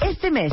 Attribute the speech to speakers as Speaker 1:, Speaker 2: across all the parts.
Speaker 1: Este mes,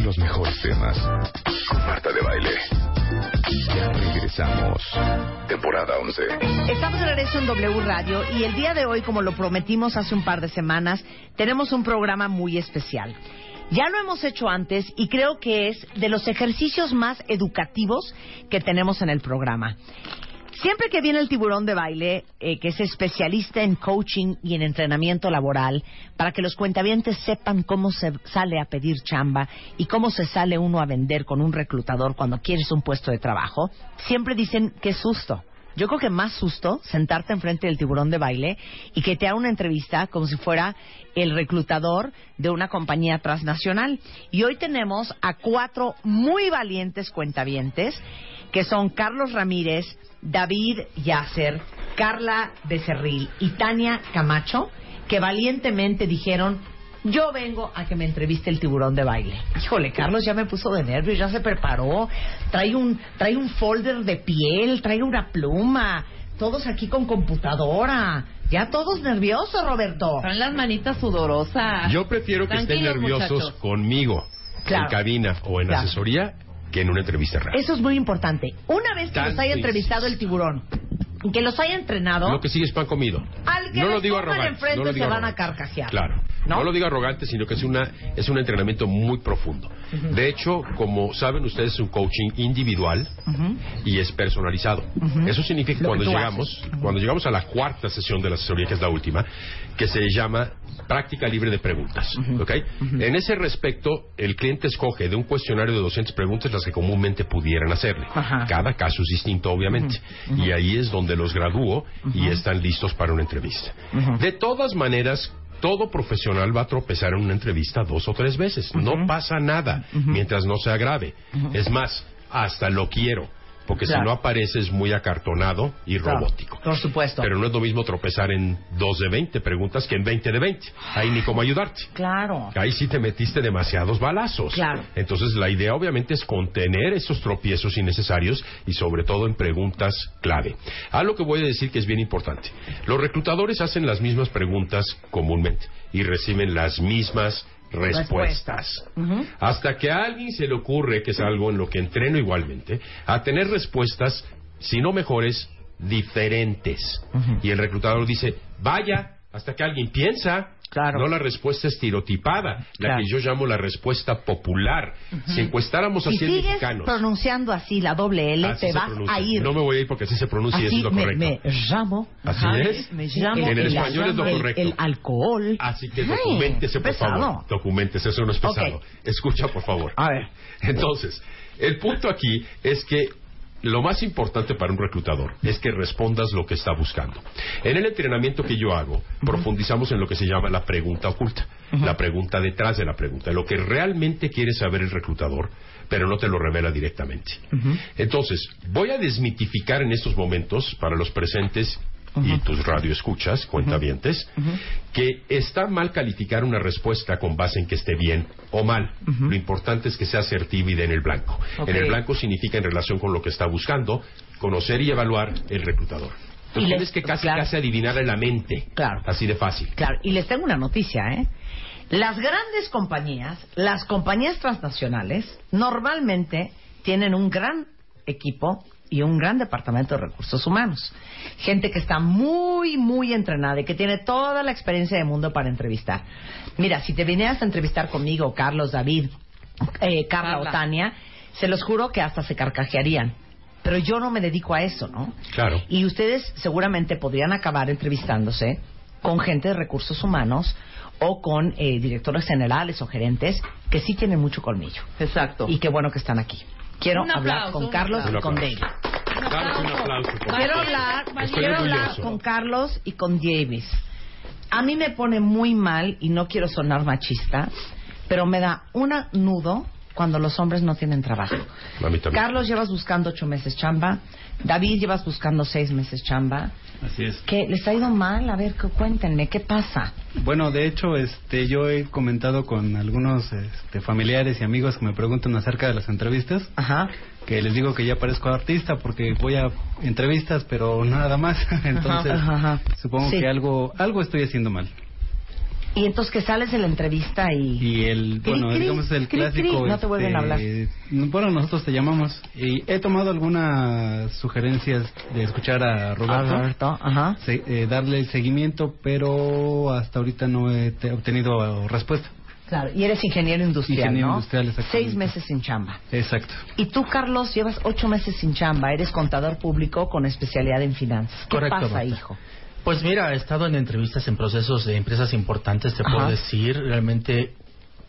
Speaker 2: Los mejores temas con Marta de Baile. Ya regresamos. Temporada 11.
Speaker 1: Estamos de regreso en W Radio y el día de hoy, como lo prometimos hace un par de semanas, tenemos un programa muy especial. Ya lo hemos hecho antes y creo que es de los ejercicios más educativos que tenemos en el programa. Siempre que viene el tiburón de baile, eh, que es especialista en coaching y en entrenamiento laboral, para que los cuentavientes sepan cómo se sale a pedir chamba y cómo se sale uno a vender con un reclutador cuando quieres un puesto de trabajo, siempre dicen qué susto. Yo creo que más susto sentarte enfrente del tiburón de baile y que te haga una entrevista como si fuera el reclutador de una compañía transnacional. Y hoy tenemos a cuatro muy valientes cuentavientes que son Carlos Ramírez, David Yasser, Carla Becerril y Tania Camacho, que valientemente dijeron, yo vengo a que me entreviste el tiburón de baile. Híjole, Carlos ya me puso de nervios, ya se preparó, trae un, trae un folder de piel, trae una pluma, todos aquí con computadora. Ya todos nerviosos, Roberto.
Speaker 3: Son las manitas sudorosas.
Speaker 4: Yo prefiero que estén
Speaker 3: Tranquilos,
Speaker 4: nerviosos
Speaker 3: muchachos.
Speaker 4: conmigo
Speaker 1: Claro.
Speaker 4: en cabina o en
Speaker 1: Claro.
Speaker 4: asesoría que en una entrevista real.
Speaker 1: Eso es muy importante. Una vez que los
Speaker 4: Tanto
Speaker 1: haya entrevistado
Speaker 4: insistes.
Speaker 1: el tiburón, que los haya entrenado,
Speaker 4: Lo que sigue es pan comido.
Speaker 1: Al que
Speaker 4: no
Speaker 1: les
Speaker 4: lo digo
Speaker 1: pongan
Speaker 4: arrogante.
Speaker 1: enfrente
Speaker 4: no lo
Speaker 1: se
Speaker 4: digo
Speaker 1: van a
Speaker 4: arrogante.
Speaker 1: carcajear.
Speaker 4: Claro.
Speaker 1: ¿No?
Speaker 4: ¿No? lo digo arrogante, sino que es, una, es un entrenamiento muy profundo. De hecho, como saben ustedes, es un coaching individual y es personalizado. Eso significa que
Speaker 1: Lo que
Speaker 4: cuando
Speaker 1: tú
Speaker 4: llegamos, cuando llegamos a la cuarta sesión de la asesoría, que es la última, que se llama práctica libre de preguntas. ¿ok? En ese respecto, el cliente escoge de un cuestionario de 200 preguntas las que comúnmente pudieran hacerle.
Speaker 1: Ajá.
Speaker 4: Cada caso es distinto, obviamente. Y ahí es donde los gradúo y están listos para una entrevista. De todas maneras, todo profesional va a tropezar en una entrevista dos o tres veces. No pasa nada mientras no sea grave. Es más, hasta lo quiero. Porque
Speaker 1: Claro.
Speaker 4: si no apareces muy acartonado y
Speaker 1: Claro,
Speaker 4: robótico.
Speaker 1: por supuesto.
Speaker 4: Pero no es lo mismo tropezar en dos de 20 preguntas que en 20 de 20. Ahí ni cómo ayudarte.
Speaker 1: claro.
Speaker 4: Ahí sí te metiste demasiados balazos.
Speaker 1: Claro.
Speaker 4: Entonces la idea obviamente es contener esos tropiezos innecesarios y sobre todo en preguntas clave. Algo que voy a decir que es bien importante. Los reclutadores hacen las mismas preguntas comúnmente y reciben las mismas respuestas. Hasta que a alguien se le ocurre, que es algo en lo que entreno igualmente, a tener respuestas, si no mejores, diferentes. Y el reclutador dice, vaya, hasta que alguien piensa.
Speaker 1: Claro.
Speaker 4: No la respuesta estereotipada, la
Speaker 1: Claro.
Speaker 4: que yo llamo la respuesta popular. Si encuestáramos a
Speaker 1: Si
Speaker 4: 100
Speaker 1: sigues
Speaker 4: mexicanos,
Speaker 1: pronunciando así la doble L,
Speaker 4: así
Speaker 1: te
Speaker 4: se
Speaker 1: vas
Speaker 4: pronuncia.
Speaker 1: a ir.
Speaker 4: No me voy a ir porque así se pronuncia y eso
Speaker 1: así
Speaker 4: es lo
Speaker 1: me,
Speaker 4: correcto.
Speaker 1: me llamo.
Speaker 4: Así
Speaker 1: ajá,
Speaker 4: es.
Speaker 1: Me llamo.
Speaker 4: En el
Speaker 1: la-
Speaker 4: español es lo
Speaker 1: el-
Speaker 4: correcto.
Speaker 1: El alcohol.
Speaker 4: Así que
Speaker 1: Ay,
Speaker 4: documentese, por
Speaker 1: pesado.
Speaker 4: favor. Documentese, eso no es pesado.
Speaker 1: Ok.
Speaker 4: Escucha, por favor.
Speaker 5: A ver.
Speaker 4: Entonces, el punto aquí es que lo más importante para un reclutador es que respondas lo que está buscando. En el entrenamiento que yo hago, profundizamos en lo que se llama la pregunta oculta, la pregunta detrás de la pregunta, lo que realmente quiere saber el reclutador, pero no te lo revela directamente. Entonces, voy a desmitificar en estos momentos para los presentes y tus radioescuchas, cuentavientes, que está mal calificar una respuesta con base en que esté bien o mal. Lo importante es que sea asertiva y dé en el blanco.
Speaker 1: Ok.
Speaker 4: En el blanco significa en relación con lo que está buscando, conocer y evaluar el reclutador.
Speaker 1: Y les-
Speaker 4: Entonces tienes que casi,
Speaker 1: claro.
Speaker 4: casi adivinar en la mente.
Speaker 1: Claro.
Speaker 4: Así de fácil.
Speaker 1: Claro, y les tengo una noticia, ¿eh? Las grandes compañías, las compañías transnacionales, normalmente tienen un gran equipo y un gran departamento de recursos humanos. Gente que está muy, muy entrenada y que tiene toda la experiencia del mundo para entrevistar. Mira, si te vinieras a entrevistar conmigo, Carlos, David, eh, Carla,
Speaker 3: Carla.
Speaker 1: o Tania, se los juro que hasta se carcajearían. Pero yo no me dedico a eso, ¿no?
Speaker 4: Claro.
Speaker 1: Y ustedes seguramente podrían acabar entrevistándose con gente de recursos humanos o con eh, directores generales o gerentes que sí tienen mucho colmillo.
Speaker 3: Exacto.
Speaker 1: Y qué bueno que están aquí. Quiero
Speaker 3: Un
Speaker 1: hablar
Speaker 3: aplauso,
Speaker 1: con
Speaker 3: un
Speaker 1: Carlos y
Speaker 4: aplauso.
Speaker 1: con
Speaker 4: Un
Speaker 1: David.
Speaker 4: aplauso. Danos un aplauso, por favor.
Speaker 1: Quiero hablar,
Speaker 4: Estoy
Speaker 1: quiero hablar
Speaker 4: orgulloso.
Speaker 1: con Carlos y con Davis. A mí me pone muy mal y no quiero sonar machista, pero me da un nudo cuando los hombres no tienen trabajo.
Speaker 4: A mí también.
Speaker 1: Carlos llevas buscando ocho meses chamba, David llevas buscando seis meses chamba.
Speaker 6: Así es.
Speaker 1: ¿Qué les ha ido mal? A ver, cu- cuéntenme, ¿qué pasa?
Speaker 6: Bueno, de hecho, este, yo he comentado con algunos este, familiares y amigos que me preguntan acerca de las entrevistas,
Speaker 1: Ajá.
Speaker 6: que les digo que ya parezco artista porque voy a entrevistas, pero nada más. Entonces,
Speaker 1: Ajá, ajá.
Speaker 6: supongo
Speaker 1: Sí.
Speaker 6: que algo, algo estoy haciendo mal.
Speaker 1: Y entonces que sales de la entrevista y...
Speaker 6: Y el,
Speaker 1: Cri,
Speaker 6: bueno,
Speaker 1: cri,
Speaker 6: digamos el
Speaker 1: cri, cri.
Speaker 6: clásico. este,
Speaker 1: No te vuelven a hablar.
Speaker 6: Bueno, nosotros te llamamos. Y he tomado algunas sugerencias de escuchar a Roberto.
Speaker 1: Roberto, ajá.
Speaker 6: se- eh, darle el seguimiento, pero hasta ahorita no he te- obtenido eh, respuesta.
Speaker 1: Claro, y eres ingeniero industrial,
Speaker 6: Ingeniero
Speaker 1: ¿no?
Speaker 6: industrial, exactamente.
Speaker 1: Seis meses sin chamba.
Speaker 6: Exacto.
Speaker 1: Y tú, Carlos, llevas ocho meses sin chamba. Eres contador público con especialidad en finanzas. ¿Qué
Speaker 7: Correcto,
Speaker 1: pasa,
Speaker 7: Marta.
Speaker 1: hijo?
Speaker 7: Pues mira, he estado en entrevistas en procesos de empresas importantes, te
Speaker 1: Ajá.
Speaker 7: puedo decir, realmente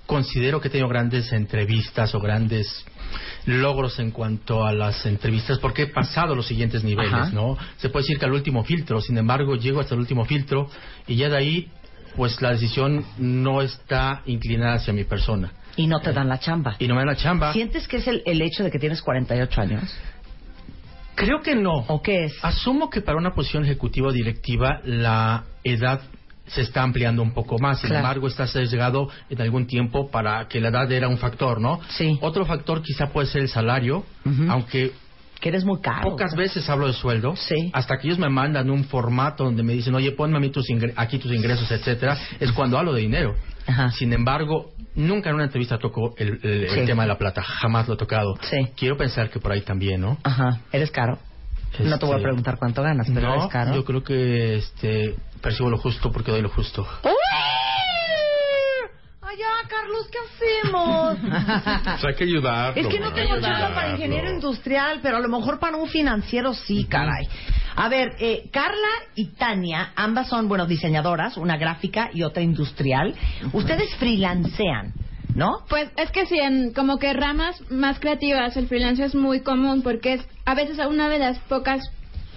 Speaker 7: considero que he tenido grandes entrevistas o grandes logros en cuanto a las entrevistas porque he pasado los siguientes niveles,
Speaker 1: Ajá.
Speaker 7: ¿no? Se puede decir que al último filtro, sin embargo, llego hasta el último filtro y ya de ahí pues la decisión no está inclinada hacia mi persona Eh,
Speaker 1: Y no te dan la chamba.
Speaker 7: y no me dan la chamba.
Speaker 1: ¿Sientes que es el, el hecho de que tienes 48 años?
Speaker 7: Creo que no.
Speaker 1: ¿O qué es?
Speaker 7: Asumo que para una posición ejecutiva o directiva la edad se está ampliando un poco más. Sin
Speaker 1: Claro.
Speaker 7: embargo, está llegado en algún tiempo para que la edad era un factor, ¿no?
Speaker 1: Sí.
Speaker 7: Otro factor quizá puede ser el salario,
Speaker 1: Ujú.
Speaker 7: aunque
Speaker 1: Que eres muy caro.
Speaker 7: pocas veces hablo de sueldo.
Speaker 1: Sí.
Speaker 7: Hasta que ellos me mandan un formato donde me dicen, oye, ponme a mí tus ingre- aquí tus ingresos, etcétera. Es cuando hablo de dinero.
Speaker 1: Ajá.
Speaker 7: Sin embargo, nunca en una entrevista toco el, el- el
Speaker 1: Sí.
Speaker 7: tema de la plata. Jamás lo he tocado.
Speaker 1: Sí.
Speaker 7: Quiero pensar que por ahí también, ¿no?
Speaker 1: Ajá. ¿Eres caro? No te voy a
Speaker 7: Este,
Speaker 1: preguntar cuánto ganas, pero eres
Speaker 7: no,
Speaker 1: caro.
Speaker 7: yo creo que este percibo lo justo porque doy lo justo.
Speaker 3: Allá, Carlos, ¿qué hacemos?
Speaker 4: O sea, hay que ayudarlo.
Speaker 1: Es que no
Speaker 4: hay
Speaker 1: tengo
Speaker 4: que
Speaker 1: chamba para
Speaker 4: ayudarlo.
Speaker 1: ingeniero industrial, pero a lo mejor para un financiero sí, caray. A ver, eh, Carla y Tania, ambas son, bueno, diseñadoras, una gráfica y otra industrial. Ustedes freelancean, ¿no?
Speaker 8: Pues es que sí, en como que ramas más creativas, el freelance es muy común porque es a veces una de las pocas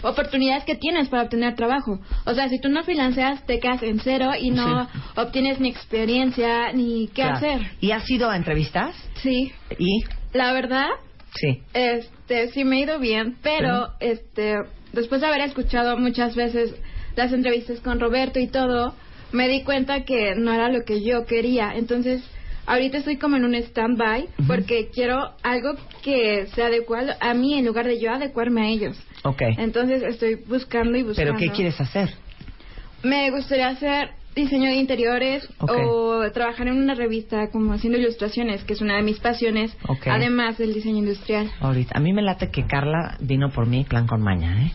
Speaker 8: oportunidades que tienes para obtener trabajo. O sea, si tú no freelanceas, te quedas en cero y no obtienes ni experiencia ni qué
Speaker 1: Claro.
Speaker 8: hacer.
Speaker 1: ¿Y has ido a entrevistas?
Speaker 8: Sí,
Speaker 1: ¿Y?
Speaker 8: la verdad,
Speaker 1: Sí.
Speaker 8: este, sí me he ido bien, pero este, después de haber escuchado muchas veces las entrevistas con Roberto y todo, me di cuenta que no era lo que yo quería. Entonces, ahorita estoy como en un stand-by porque quiero algo que se adecue a mí en lugar de yo adecuarme a ellos.
Speaker 1: Ok.
Speaker 8: Entonces, estoy buscando y buscando.
Speaker 1: ¿Pero qué quieres hacer?
Speaker 8: Me gustaría hacer diseño de interiores
Speaker 1: Ok.
Speaker 8: o trabajar en una revista como haciendo ilustraciones, que es una de mis pasiones,
Speaker 1: Ok.
Speaker 8: además del diseño industrial.
Speaker 1: Ahorita, a mí me late que Carla vino por mí, plan con maña, ¿eh?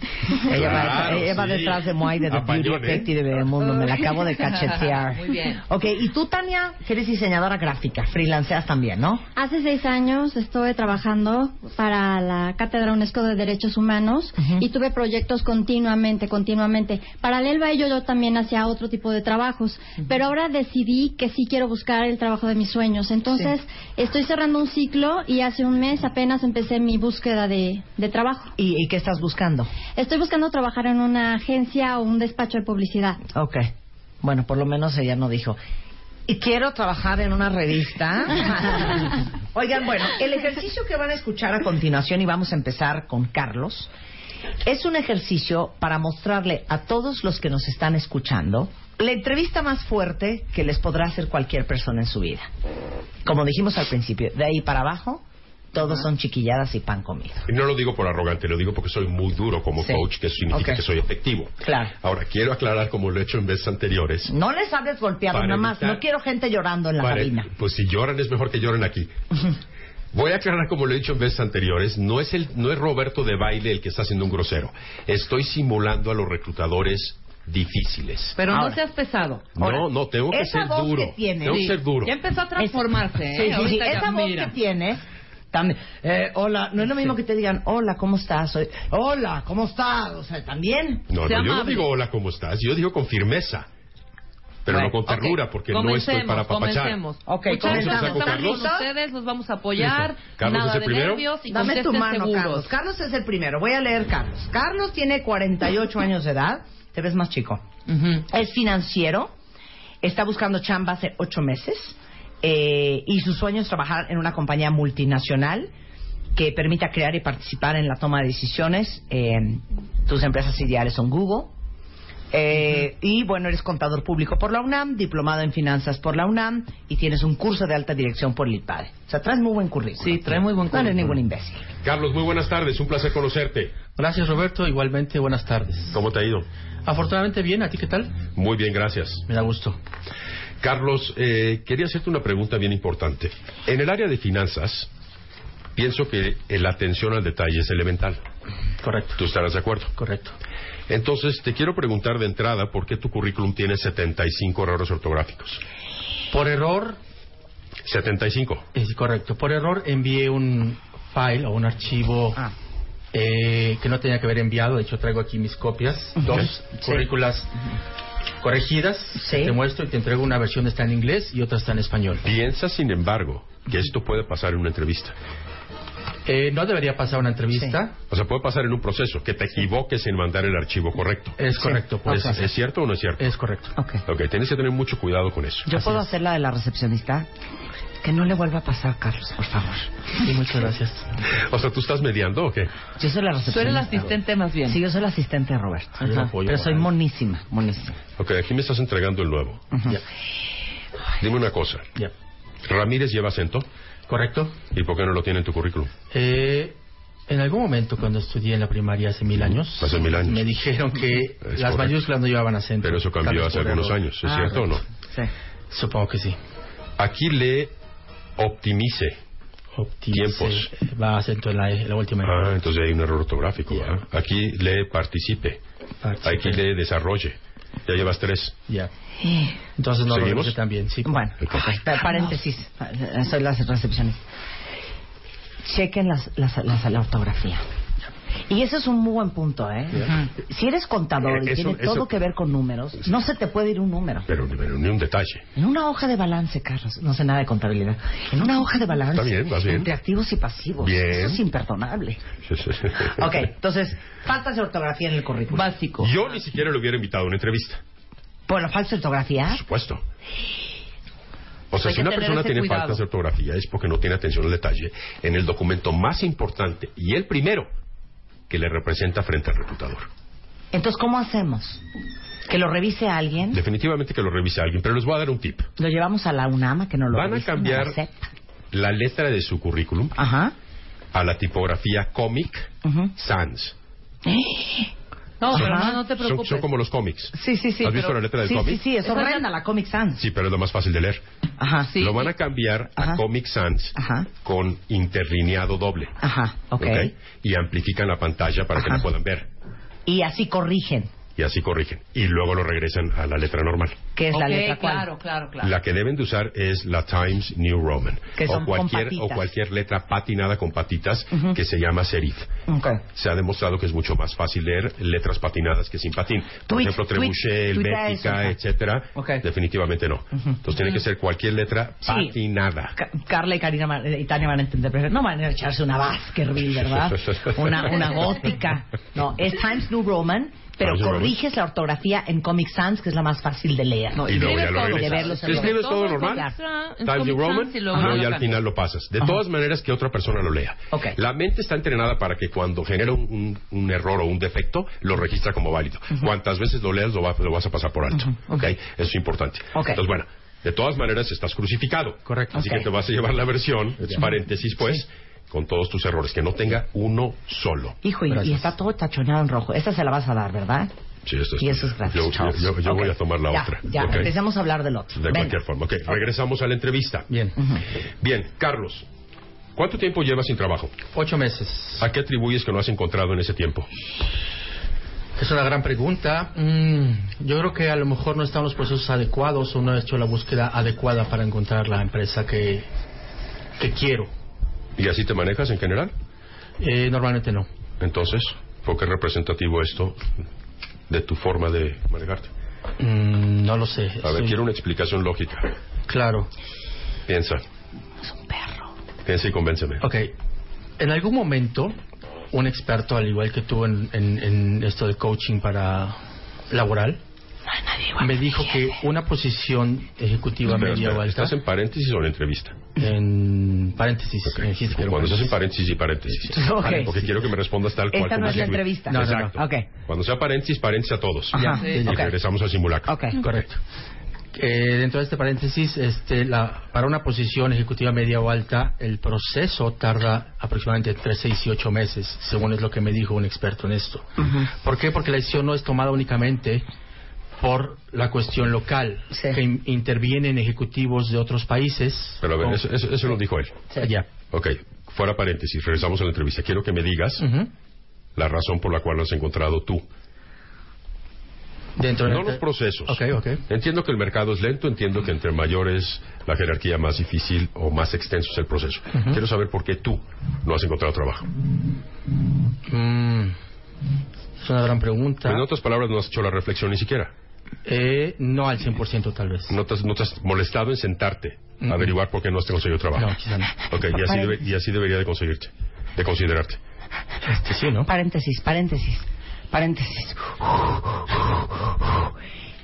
Speaker 1: Ella, va-
Speaker 4: Claro,
Speaker 1: ella va
Speaker 4: sí.
Speaker 1: detrás de Moai, de The
Speaker 4: A
Speaker 1: Beauty
Speaker 4: pañol, ¿eh?
Speaker 1: Effect y de Bebemundo, me la acabo de cachetear.
Speaker 3: Muy bien.
Speaker 1: Ok, y tú, Tania, que eres diseñadora gráfica, freelanceas también, ¿no?
Speaker 9: Hace seis años estuve trabajando para la Cátedra UNESCO de Derechos Humanos
Speaker 1: Ujú.
Speaker 9: y tuve proyectos continuamente, continuamente. Paralelo a ello, yo también hacía otro tipo de trabajos, pero ahora decidí que sí quiero buscar el trabajo de mis sueños. Entonces, estoy cerrando un ciclo y hace un mes apenas empecé mi búsqueda de, de trabajo.
Speaker 1: ¿Y, y qué estás buscando?
Speaker 9: Estoy buscando trabajar en una agencia o un despacho de publicidad.
Speaker 1: Ok. Bueno, por lo menos ella no dijo. Y quiero trabajar en una revista. Oigan, bueno, el ejercicio que van a escuchar a continuación, y vamos a empezar con Carlos, es un ejercicio para mostrarle a todos los que nos están escuchando la entrevista más fuerte que les podrá hacer cualquier persona en su vida. Como dijimos al principio, de ahí para abajo, todos son chiquilladas y pan comido.
Speaker 4: Y no lo digo por arrogante, lo digo porque soy muy duro como
Speaker 1: Sí.
Speaker 4: coach, que significa
Speaker 1: Ok.
Speaker 4: que soy efectivo.
Speaker 1: Claro.
Speaker 4: Ahora, quiero aclarar, como lo he hecho en veces anteriores,
Speaker 1: No les hables golpeado
Speaker 4: Para
Speaker 1: nada más,
Speaker 4: evitar-
Speaker 1: no quiero gente llorando en la
Speaker 4: Para-
Speaker 1: cabina.
Speaker 4: Pues si lloran es mejor que lloren aquí. Voy a aclarar, como lo he dicho en veces anteriores, no es, el, no es Roberto de baile el que está siendo un grosero. Estoy simulando a los reclutadores difíciles.
Speaker 10: Pero no seas pesado.
Speaker 4: No, no, tengo que
Speaker 1: esa
Speaker 4: ser
Speaker 1: voz
Speaker 4: duro.
Speaker 1: que tiene.
Speaker 4: Tengo que ser duro.
Speaker 10: Ya empezó a transformarse.
Speaker 1: Sí,
Speaker 10: ¿eh?
Speaker 1: sí, sí,
Speaker 10: Ahorita ya,
Speaker 1: Esa voz
Speaker 10: mira.
Speaker 1: que tienes. También, eh, hola, no es lo mismo que te digan, hola, ¿cómo estás? Soy- hola, ¿cómo estás? O sea, también.
Speaker 4: No,
Speaker 1: sea
Speaker 4: no, yo no
Speaker 1: amable.
Speaker 4: digo hola, ¿cómo estás? Yo digo con firmeza. Pero no con ternura, porque no estoy
Speaker 10: Comencemos,
Speaker 4: para apapachar.
Speaker 10: Comencemos.
Speaker 1: Ok,
Speaker 10: Muchachos,
Speaker 1: comenzamos.
Speaker 4: ¿Empezamos con
Speaker 10: estamos
Speaker 4: Carlos?
Speaker 10: con ustedes, los vamos a apoyar.
Speaker 4: Carlos es
Speaker 10: nada
Speaker 4: el
Speaker 10: de
Speaker 4: primero.
Speaker 10: nervios y este
Speaker 1: Dame tu
Speaker 10: contesten
Speaker 1: mano,
Speaker 10: seguros.
Speaker 1: Carlos. Carlos es el primero. Voy a leer Carlos. Carlos tiene 48 años de edad. Te ves más chico. Es financiero. Está buscando chamba hace ocho meses. eh, y su sueño es trabajar en una compañía multinacional que permita crear y participar en la toma de decisiones. eh, tus empresas ideales son Google. eh, Y bueno, eres contador público por la UNAM, diplomado en finanzas por la UNAM y tienes un curso de alta dirección por el IPADE. O sea, traes muy buen currículum. Sí, traes muy buen currículum. No eres ningún imbécil.
Speaker 4: Carlos, muy buenas tardes. Un placer conocerte.
Speaker 7: Gracias, Roberto. Igualmente, buenas tardes.
Speaker 4: ¿Cómo te ha ido?
Speaker 7: Afortunadamente bien. ¿A ti qué tal?
Speaker 4: Muy bien, gracias.
Speaker 7: Me da gusto.
Speaker 4: Carlos, eh, quería hacerte una pregunta bien importante. En el área de finanzas, pienso que la atención al detalle es elemental.
Speaker 7: Correcto.
Speaker 4: ¿Tú estarás de acuerdo?
Speaker 7: Correcto.
Speaker 4: Entonces, te quiero preguntar de entrada por qué tu currículum tiene 75 errores ortográficos.
Speaker 7: Por error.
Speaker 4: 75.
Speaker 7: Es correcto. Por error envié un file o un archivo
Speaker 1: Ah.
Speaker 7: eh, que no tenía que haber enviado. De hecho, traigo aquí mis copias. Dos
Speaker 10: Sí.
Speaker 7: currículas corregidas. Te muestro y te entrego una versión está en inglés y otra está en español.
Speaker 4: Piensa, sin embargo, que esto puede pasar en una entrevista.
Speaker 7: Eh, no debería pasar una entrevista.
Speaker 4: O sea, puede pasar en un proceso, que te equivoques en mandar el archivo correcto.
Speaker 7: Es correcto, pues, este, puede
Speaker 4: ¿Es,
Speaker 7: pasar.
Speaker 4: ¿Es cierto o no es cierto?
Speaker 7: Es correcto.
Speaker 4: Ok, tienes que tener mucho cuidado con eso.
Speaker 1: ¿Yo puedo hacer la de la recepcionista? Que no le vuelva a pasar, Carlos, por favor.
Speaker 7: Sí, muchas gracias.
Speaker 4: O sea, ¿tú estás mediando o qué?
Speaker 1: Yo soy la recepcionista.
Speaker 10: Tú eres la asistente más bien.
Speaker 1: Sí, yo soy la asistente de Roberto.
Speaker 4: Yo la apoyo,
Speaker 1: Pero soy
Speaker 4: ajá.
Speaker 1: monísima, monísima.
Speaker 4: Ok, aquí me estás entregando el nuevo.
Speaker 7: Ya.
Speaker 4: Dime una cosa.
Speaker 7: Ya.
Speaker 4: ¿Ramírez lleva acento?
Speaker 7: Correcto.
Speaker 4: ¿Y por qué no lo tiene en tu currículum?
Speaker 7: Eh, en algún momento cuando estudié en la primaria hace mil años,
Speaker 4: Hace mil años.
Speaker 7: me dijeron que las
Speaker 4: correcto.
Speaker 7: mayúsculas no llevaban acento.
Speaker 4: Pero eso
Speaker 7: Tal
Speaker 4: cambió
Speaker 7: vez
Speaker 4: hace
Speaker 7: por
Speaker 4: algunos
Speaker 7: error.
Speaker 4: años, ¿es
Speaker 7: Ah,
Speaker 4: cierto o no?
Speaker 7: Supongo que sí.
Speaker 4: Aquí lee optimice. Tiempos.
Speaker 7: Va acento en la, en la última.
Speaker 4: Ah, entonces hay un error ortográfico. ¿verdad? Aquí lee participe.
Speaker 7: Participe.
Speaker 4: Aquí lee desarrolle. Ya llevas tres.
Speaker 7: Ya. Entonces no lo
Speaker 4: ¿Seguimos?
Speaker 7: revisé también, sí.
Speaker 1: Bueno, Ay, pa- paréntesis. Eh, Soy la recepcionista. Chequen las, las, las- la ortografía. Y eso es un muy buen punto, ¿eh? Si eres contador y
Speaker 4: Eh, eso-
Speaker 1: tiene
Speaker 4: eso-
Speaker 1: todo que ver con números, no se te puede ir un número.
Speaker 4: Pero, pero ni un detalle.
Speaker 1: En una hoja de balance, Carlos, no sé nada de contabilidad. En una hoja de balance,
Speaker 4: Está bien, vas bien.
Speaker 1: entre activos y pasivos.
Speaker 4: Bien.
Speaker 1: Eso es imperdonable. Ok, entonces, faltas de ortografía en el currículum. Básico.
Speaker 4: Yo ni siquiera lo hubiera invitado a una entrevista,
Speaker 1: ¿Por la falsa ortografía?
Speaker 4: por supuesto. O sea,
Speaker 1: Hay
Speaker 4: si
Speaker 1: que
Speaker 4: una
Speaker 1: tener
Speaker 4: persona
Speaker 1: ese
Speaker 4: tiene
Speaker 1: cuidado.
Speaker 4: faltas de ortografía es porque no tiene atención al detalle en el documento más importante y el primero que le representa frente al reclutador.
Speaker 1: Entonces, ¿cómo hacemos? ¿Que lo revise alguien?
Speaker 4: Definitivamente que lo revise alguien, pero les voy a dar un tip.
Speaker 1: ¿Lo llevamos a la UNAMA que no lo
Speaker 4: Van a
Speaker 1: revisen,
Speaker 4: cambiar
Speaker 1: la SEP?
Speaker 4: la letra de su currículum
Speaker 1: Ajá.
Speaker 4: a la tipografía Comic Sans.
Speaker 10: No,
Speaker 4: Son-
Speaker 10: pero no, no te
Speaker 4: son-
Speaker 10: preocupes.
Speaker 4: Son como los cómics.
Speaker 1: Sí, sí, sí.
Speaker 4: ¿Has visto
Speaker 1: pero-
Speaker 4: la letra del
Speaker 1: sí,
Speaker 4: cómic?
Speaker 1: Sí, sí, es
Speaker 10: Esa es
Speaker 1: horrenda la Comic Sans.
Speaker 4: Sí, pero es lo más fácil de leer.
Speaker 1: Ajá.
Speaker 4: lo van a cambiar a
Speaker 1: Ajá.
Speaker 4: Comic Sans
Speaker 1: Ajá.
Speaker 4: con interlineado doble.
Speaker 1: Ajá, ok.
Speaker 4: ¿ok? Y amplifican la pantalla para que
Speaker 1: Ajá.
Speaker 4: lo puedan ver.
Speaker 1: Y así corrigen,
Speaker 4: Y así corrigen. Y luego lo regresan a la letra normal.
Speaker 1: que es la
Speaker 10: Ok,
Speaker 1: letra cual.
Speaker 10: claro, claro, claro.
Speaker 4: La que deben de usar es la Times New Roman.
Speaker 1: Que son
Speaker 4: o, cualquier,
Speaker 1: con
Speaker 4: o
Speaker 1: patitas.
Speaker 4: cualquier letra patinada con patitas que se llama serif.
Speaker 1: Ok.
Speaker 4: Se ha demostrado que es mucho más fácil leer letras patinadas que sin patín. Por
Speaker 1: Tweet,
Speaker 4: ejemplo,
Speaker 1: tweet,
Speaker 4: Trebuchet,
Speaker 1: tuitea eso,
Speaker 4: Helvética,
Speaker 1: ajá. Mm.
Speaker 4: etcétera. Definitivamente no. Entonces tiene que ser cualquier letra
Speaker 1: Sí.
Speaker 4: patinada.
Speaker 1: Ca- Carla y, Karina van- eh, y Tania van a entender, pero no van a echarse una Baskerville, ¿verdad? Una, una gótica. No, es Times New Roman, pero
Speaker 4: Times New Roman.
Speaker 1: corriges la ortografía en Comic Sans, que es la más fácil de leer.
Speaker 4: y luego ya lo
Speaker 1: todo, de
Speaker 4: regresas.
Speaker 1: verlos en
Speaker 4: Escribes
Speaker 1: los-
Speaker 4: todo normal.
Speaker 10: Claro. En
Speaker 4: Times New
Speaker 10: Comic
Speaker 4: Roman
Speaker 10: Sans
Speaker 4: y
Speaker 10: y luego
Speaker 4: luego
Speaker 10: lo
Speaker 4: ya al
Speaker 10: cambias.
Speaker 4: final lo pasas. De todas maneras que otra persona lo lea.
Speaker 1: Ok.
Speaker 4: La mente está entrenada para que cuando genera un, un- un error o un defecto, lo registra como válido. Cuantas veces lo leas, lo, va- lo vas a pasar por alto.
Speaker 1: Ujú,
Speaker 4: ¿ok?
Speaker 1: ok.
Speaker 4: Eso es importante.
Speaker 1: Ok.
Speaker 4: Entonces, bueno, de todas maneras estás crucificado.
Speaker 7: Correcto.
Speaker 4: Así
Speaker 1: Ok.
Speaker 4: que te vas a llevar la versión, es paréntesis pues, con todos tus errores. Que no tenga uno solo.
Speaker 1: Hijo, y- y,
Speaker 7: Gracias.
Speaker 1: está todo tachoneado en rojo. Esta se la vas a dar, ¿verdad?
Speaker 4: Sí, esto es-
Speaker 1: Y eso es gracias,
Speaker 4: Yo,
Speaker 1: Charles.
Speaker 4: yo- yo
Speaker 1: Ok.
Speaker 4: voy a tomar la
Speaker 1: Ya,
Speaker 4: otra.
Speaker 1: Ya,
Speaker 4: ok.
Speaker 1: empecemos a hablar del otro.
Speaker 4: De
Speaker 1: Venga.
Speaker 4: cualquier forma. Ok, regresamos a la entrevista.
Speaker 7: Bien.
Speaker 1: Ujú.
Speaker 4: Bien, Carlos, ¿Cuánto tiempo llevas sin trabajo?
Speaker 7: Ocho meses.
Speaker 4: ¿A qué atribuyes que no has encontrado en ese tiempo?
Speaker 7: Es una gran pregunta. Mm, yo creo que a lo mejor no están los procesos adecuados o no he hecho la búsqueda adecuada para encontrar la empresa que, que quiero.
Speaker 4: ¿Y así te manejas en general?
Speaker 7: Eh, normalmente no.
Speaker 4: Entonces, ¿por qué es representativo esto de tu forma de manejarte?
Speaker 7: Mm, no lo sé.
Speaker 4: A ver,
Speaker 7: Soy-
Speaker 4: quiero una explicación lógica.
Speaker 7: Claro.
Speaker 4: Piensa. Es un perro. Piensa y convénceme.
Speaker 7: Ok. En algún momento, un experto, al igual que tú en, en- en esto de coaching para laboral, me dijo que una posición ejecutiva
Speaker 4: Espera,
Speaker 7: media
Speaker 4: espera,
Speaker 7: o alta.
Speaker 4: ¿Estás en paréntesis o en entrevista?
Speaker 7: En paréntesis. me dijiste que era un
Speaker 4: Cuando estás en
Speaker 7: paréntesis.
Speaker 4: paréntesis y paréntesis.
Speaker 7: Ok.
Speaker 4: Porque quiero que me respondas tal cual.
Speaker 7: Esta
Speaker 4: como
Speaker 7: no es la
Speaker 4: estoy.
Speaker 7: entrevista. No, no, no.
Speaker 4: Exacto.
Speaker 7: Ok.
Speaker 4: Cuando sea paréntesis, paréntesis a todos.
Speaker 7: Ajá. Sí,
Speaker 4: Y
Speaker 7: ok.
Speaker 4: regresamos al simulacro.
Speaker 7: Correcto. Eh, dentro de este paréntesis, este, la- para una posición ejecutiva media o alta, el proceso tarda aproximadamente entre 6 y 8 meses, según es lo que me dijo un experto en esto. ¿Por qué? Porque la decisión no es tomada únicamente por la cuestión local, que in- intervienen ejecutivos de otros países.
Speaker 4: Pero a ver,
Speaker 7: Con-
Speaker 4: eso, eso- eso lo dijo él.
Speaker 7: Ya.
Speaker 4: Ok, fuera paréntesis, regresamos a la entrevista. Quiero que me digas
Speaker 7: Ujú.
Speaker 4: la razón por la cual lo has encontrado tú.
Speaker 7: Dentro de
Speaker 4: no
Speaker 7: la-
Speaker 4: los procesos.
Speaker 7: Ok, ok.
Speaker 4: Entiendo que el mercado es lento, entiendo que entre mayor es la jerarquía, más difícil o más extenso es el proceso.
Speaker 7: Ujú.
Speaker 4: Quiero saber por qué tú no has encontrado trabajo.
Speaker 7: Mm, es una gran pregunta.
Speaker 4: En otras palabras, no has hecho la reflexión ni siquiera.
Speaker 7: Eh, no al 100% tal vez.
Speaker 4: No te has, no te has molestado en sentarte
Speaker 7: Ujú.
Speaker 4: a averiguar por qué no has conseguido trabajo.
Speaker 7: No, quizá no.
Speaker 4: Ok, y así, debe- y así debería de conseguirte, de considerarte. Este,
Speaker 1: Paréntesis, paréntesis, paréntesis.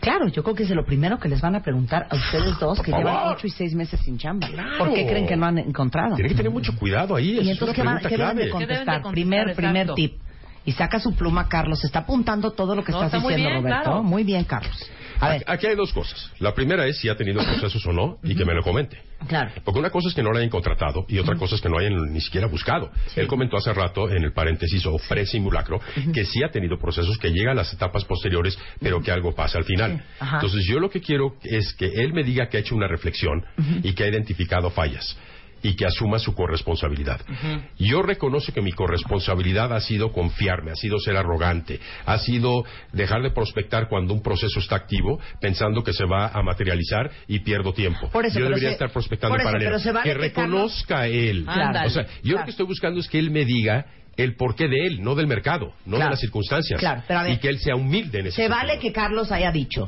Speaker 1: Claro, yo creo que es de lo primero que les van a preguntar a ustedes dos que
Speaker 4: Por
Speaker 1: llevan
Speaker 4: favor.
Speaker 1: ocho y seis meses sin chamba. ¿Por qué creen que no han encontrado?
Speaker 4: Tiene que tener mucho cuidado ahí. es
Speaker 1: Y entonces, ¿qué,
Speaker 4: una
Speaker 1: van-
Speaker 4: pregunta
Speaker 1: qué deben
Speaker 4: clave.
Speaker 1: de contestar? Primer, primer
Speaker 10: exacto.
Speaker 1: tip. Y saca su pluma, Carlos. Está apuntando todo lo que
Speaker 10: No,
Speaker 1: estás
Speaker 10: está muy
Speaker 1: diciendo,
Speaker 10: bien,
Speaker 1: Roberto.
Speaker 10: claro.
Speaker 1: Muy bien, Carlos. A ver,
Speaker 4: Aquí hay dos cosas. La primera es si ha tenido procesos o no y que me lo comente.
Speaker 1: claro.
Speaker 4: Porque una cosa es que no la hayan contratado y otra cosa es que no hayan ni siquiera buscado. Él comentó hace rato en el paréntesis o presimulacro que sí ha tenido procesos que llega a las etapas posteriores, pero que algo pasa al final.
Speaker 11: Ajá.
Speaker 4: Entonces yo lo que quiero es que él me diga que ha hecho una reflexión y que ha identificado fallas y que asuma su corresponsabilidad. Yo reconozco que mi corresponsabilidad ha sido confiarme, ha sido ser arrogante, ha sido dejar de prospectar cuando un proceso está activo, pensando que se va a materializar y pierdo tiempo.
Speaker 1: Por eso,
Speaker 4: yo
Speaker 1: pero
Speaker 4: debería
Speaker 1: se-
Speaker 4: estar prospectando
Speaker 1: por
Speaker 4: en
Speaker 1: eso,
Speaker 4: paralelo.
Speaker 1: pero se vale
Speaker 4: que
Speaker 1: que Carlos-
Speaker 4: reconozca él.
Speaker 1: Ándale,
Speaker 4: o sea, yo
Speaker 1: claro.
Speaker 4: lo que estoy buscando es que él me diga el porqué de él, no del mercado, no de
Speaker 1: Claro.
Speaker 4: las circunstancias.
Speaker 1: Claro, pero a ver.
Speaker 4: y que él sea humilde en ese
Speaker 1: Se
Speaker 4: sentido.
Speaker 1: vale que Carlos haya dicho.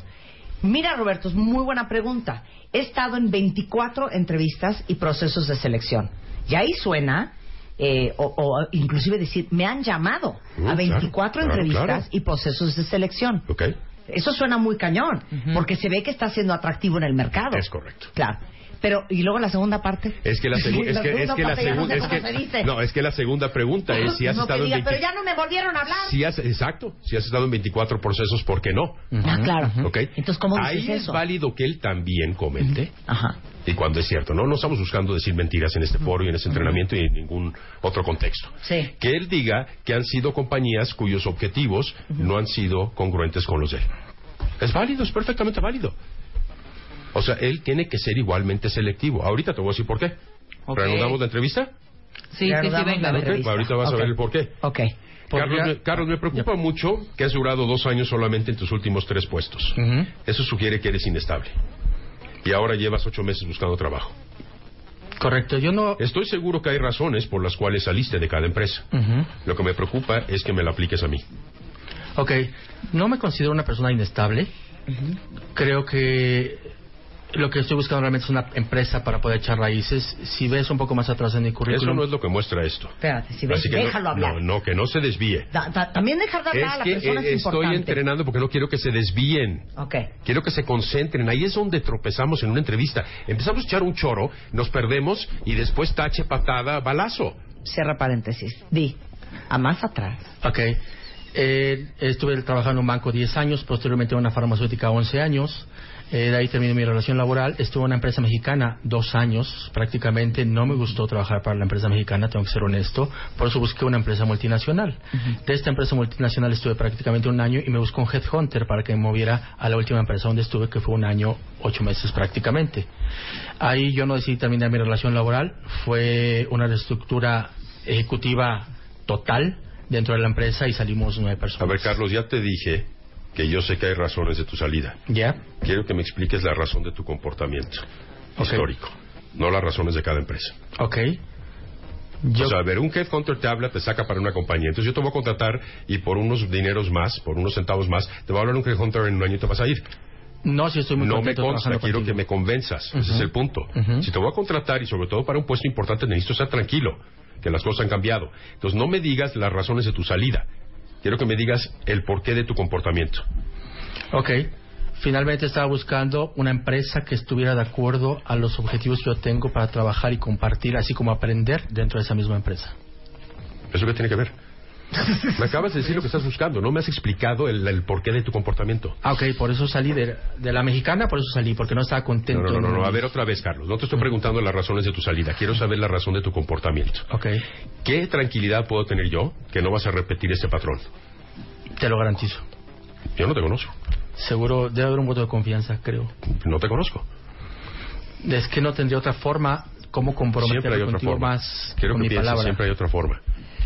Speaker 1: Mira, Roberto, es muy buena pregunta. He estado en 24 entrevistas y procesos de selección. Y ahí suena, eh, o, o inclusive decir, me han llamado
Speaker 4: Mm,
Speaker 1: a
Speaker 4: claro,
Speaker 1: 24
Speaker 4: claro,
Speaker 1: entrevistas
Speaker 4: claro.
Speaker 1: y procesos de selección.
Speaker 4: Ok.
Speaker 1: Eso suena muy cañón, porque se ve que está siendo atractivo en el mercado.
Speaker 4: Es correcto.
Speaker 1: Claro. Pero, ¿y luego la segunda parte?
Speaker 4: Es que la, segu- es que, es
Speaker 1: segunda
Speaker 4: que la
Speaker 1: parte ya no
Speaker 4: segunda
Speaker 1: sé
Speaker 4: es
Speaker 1: cómo se dice.
Speaker 4: que no es que la segunda pregunta es si has
Speaker 1: No, que
Speaker 4: estado en
Speaker 1: diga,
Speaker 4: 20
Speaker 1: pero ya no me volvieron a hablar.
Speaker 4: si has exacto si has estado en 24 procesos por qué no
Speaker 1: Ah, claro.
Speaker 4: ¿Ok?
Speaker 1: Entonces, ¿cómo dices
Speaker 4: ahí es
Speaker 1: eso?
Speaker 4: válido que él también comente
Speaker 1: Ajá.
Speaker 4: y cuando es cierto no no estamos buscando decir mentiras en este foro y en este entrenamiento y en ningún otro contexto
Speaker 1: Sí.
Speaker 4: que él diga que han sido compañías cuyos objetivos no han sido congruentes con los de él. Es válido, es perfectamente válido. O sea, él tiene que ser igualmente selectivo. Ahorita te voy a decir por qué.
Speaker 1: Ok.
Speaker 4: ¿Reanudamos la entrevista?
Speaker 10: Sí, sí, sí,
Speaker 1: Guardamos
Speaker 10: venga,
Speaker 1: la
Speaker 10: a ver.
Speaker 1: entrevista.
Speaker 4: Ahorita vas
Speaker 1: Ok.
Speaker 4: a ver el por qué.
Speaker 1: Ok.
Speaker 4: Carlos, me, Carlos, me preocupa mucho que has durado dos años solamente en tus últimos tres puestos.
Speaker 7: Ujú.
Speaker 4: Eso sugiere que eres inestable. Y ahora llevas ocho meses buscando trabajo.
Speaker 7: Correcto, yo no.
Speaker 4: Estoy seguro que hay razones por las cuales saliste de cada empresa.
Speaker 7: Ujú.
Speaker 4: Lo que me preocupa es que me la apliques a mí.
Speaker 7: Ok, no me considero una persona inestable. Creo que lo que estoy buscando realmente es una empresa para poder echar raíces. Si ves un poco más atrás en mi currículum.
Speaker 4: Eso no es lo que muestra esto.
Speaker 1: Espérate, si
Speaker 4: Así que no-
Speaker 1: déjalo hablar.
Speaker 4: No, no, que no se desvíe.
Speaker 1: Da- da- también dejar de hablar a
Speaker 4: Es
Speaker 1: la
Speaker 4: que
Speaker 1: persona
Speaker 4: eh,
Speaker 1: es
Speaker 4: estoy
Speaker 1: importante.
Speaker 4: entrenando porque no quiero que se desvíen.
Speaker 1: Ok.
Speaker 4: Quiero que se concentren. Ahí es donde tropezamos en una entrevista. Empezamos a echar un choro, nos perdemos y después tache, patada, balazo.
Speaker 1: Cierra paréntesis. Di, a más atrás.
Speaker 7: Ok. Eh, estuve trabajando en un banco 10 años, posteriormente en una farmacéutica 11 años. Eh, de ahí terminé mi relación laboral. Estuve en una empresa mexicana dos años prácticamente. No me gustó trabajar para la empresa mexicana, tengo que ser honesto. Por eso busqué una empresa multinacional. De esta empresa multinacional estuve prácticamente un año y me buscó un headhunter para que me moviera a la última empresa donde estuve, que fue un año, ocho meses prácticamente. Ahí yo no decidí terminar mi relación laboral. Fue una reestructura ejecutiva total dentro de la empresa y salimos nueve
Speaker 4: A
Speaker 7: personas.
Speaker 4: ver, Carlos, ya te dije que yo sé que hay razones de tu salida.
Speaker 7: ¿Ya?
Speaker 4: Quiero que me expliques la razón de tu comportamiento histórico, no las razones de cada empresa.
Speaker 7: Ok.
Speaker 4: O sea, a ver, un headhunter te habla, te saca para una compañía. Entonces yo te voy a contratar y por unos dineros más, por unos centavos más, te va a hablar un headhunter en un año y te vas a ir.
Speaker 7: No, si estoy muy
Speaker 4: no me
Speaker 7: contento
Speaker 4: consta,
Speaker 7: trabajando
Speaker 4: quiero que me convenzas. Ese
Speaker 7: Ujú.
Speaker 4: es el punto. Si te voy a contratar y sobre todo para un puesto importante, necesito estar tranquilo, que las cosas han cambiado. Entonces no me digas las razones de tu salida. Quiero que me digas el porqué de tu comportamiento.
Speaker 7: Ok. Finalmente estaba buscando una empresa que estuviera de acuerdo a los objetivos que yo tengo para trabajar y compartir, así como aprender dentro de esa misma empresa.
Speaker 4: ¿Eso qué tiene que ver? Me acabas de decir lo que estás buscando, no me has explicado el, el porqué de tu comportamiento.
Speaker 7: Ah, ok, por eso salí de, de la mexicana, por eso salí, porque no estaba
Speaker 4: No,
Speaker 7: contento.
Speaker 4: no, no, no,
Speaker 7: en-
Speaker 4: no, a ver otra vez, Carlos. No te estoy preguntando las razones de tu salida, quiero saber la razón de tu comportamiento.
Speaker 7: Ok,
Speaker 4: ¿Qué tranquilidad puedo tener yo que no vas a repetir ese patrón?
Speaker 7: te lo garantizo.
Speaker 4: Yo no te conozco,
Speaker 7: Seguro debe haber un voto de confianza, creo.
Speaker 4: no te conozco.
Speaker 7: Es que no tendría otra forma como
Speaker 4: Siempre hay
Speaker 7: comprometerme
Speaker 4: otra
Speaker 7: contigo
Speaker 4: forma.
Speaker 7: más
Speaker 4: Quiero
Speaker 7: con
Speaker 4: que
Speaker 7: mi
Speaker 4: pienses,
Speaker 7: palabra.
Speaker 4: siempre hay otra forma.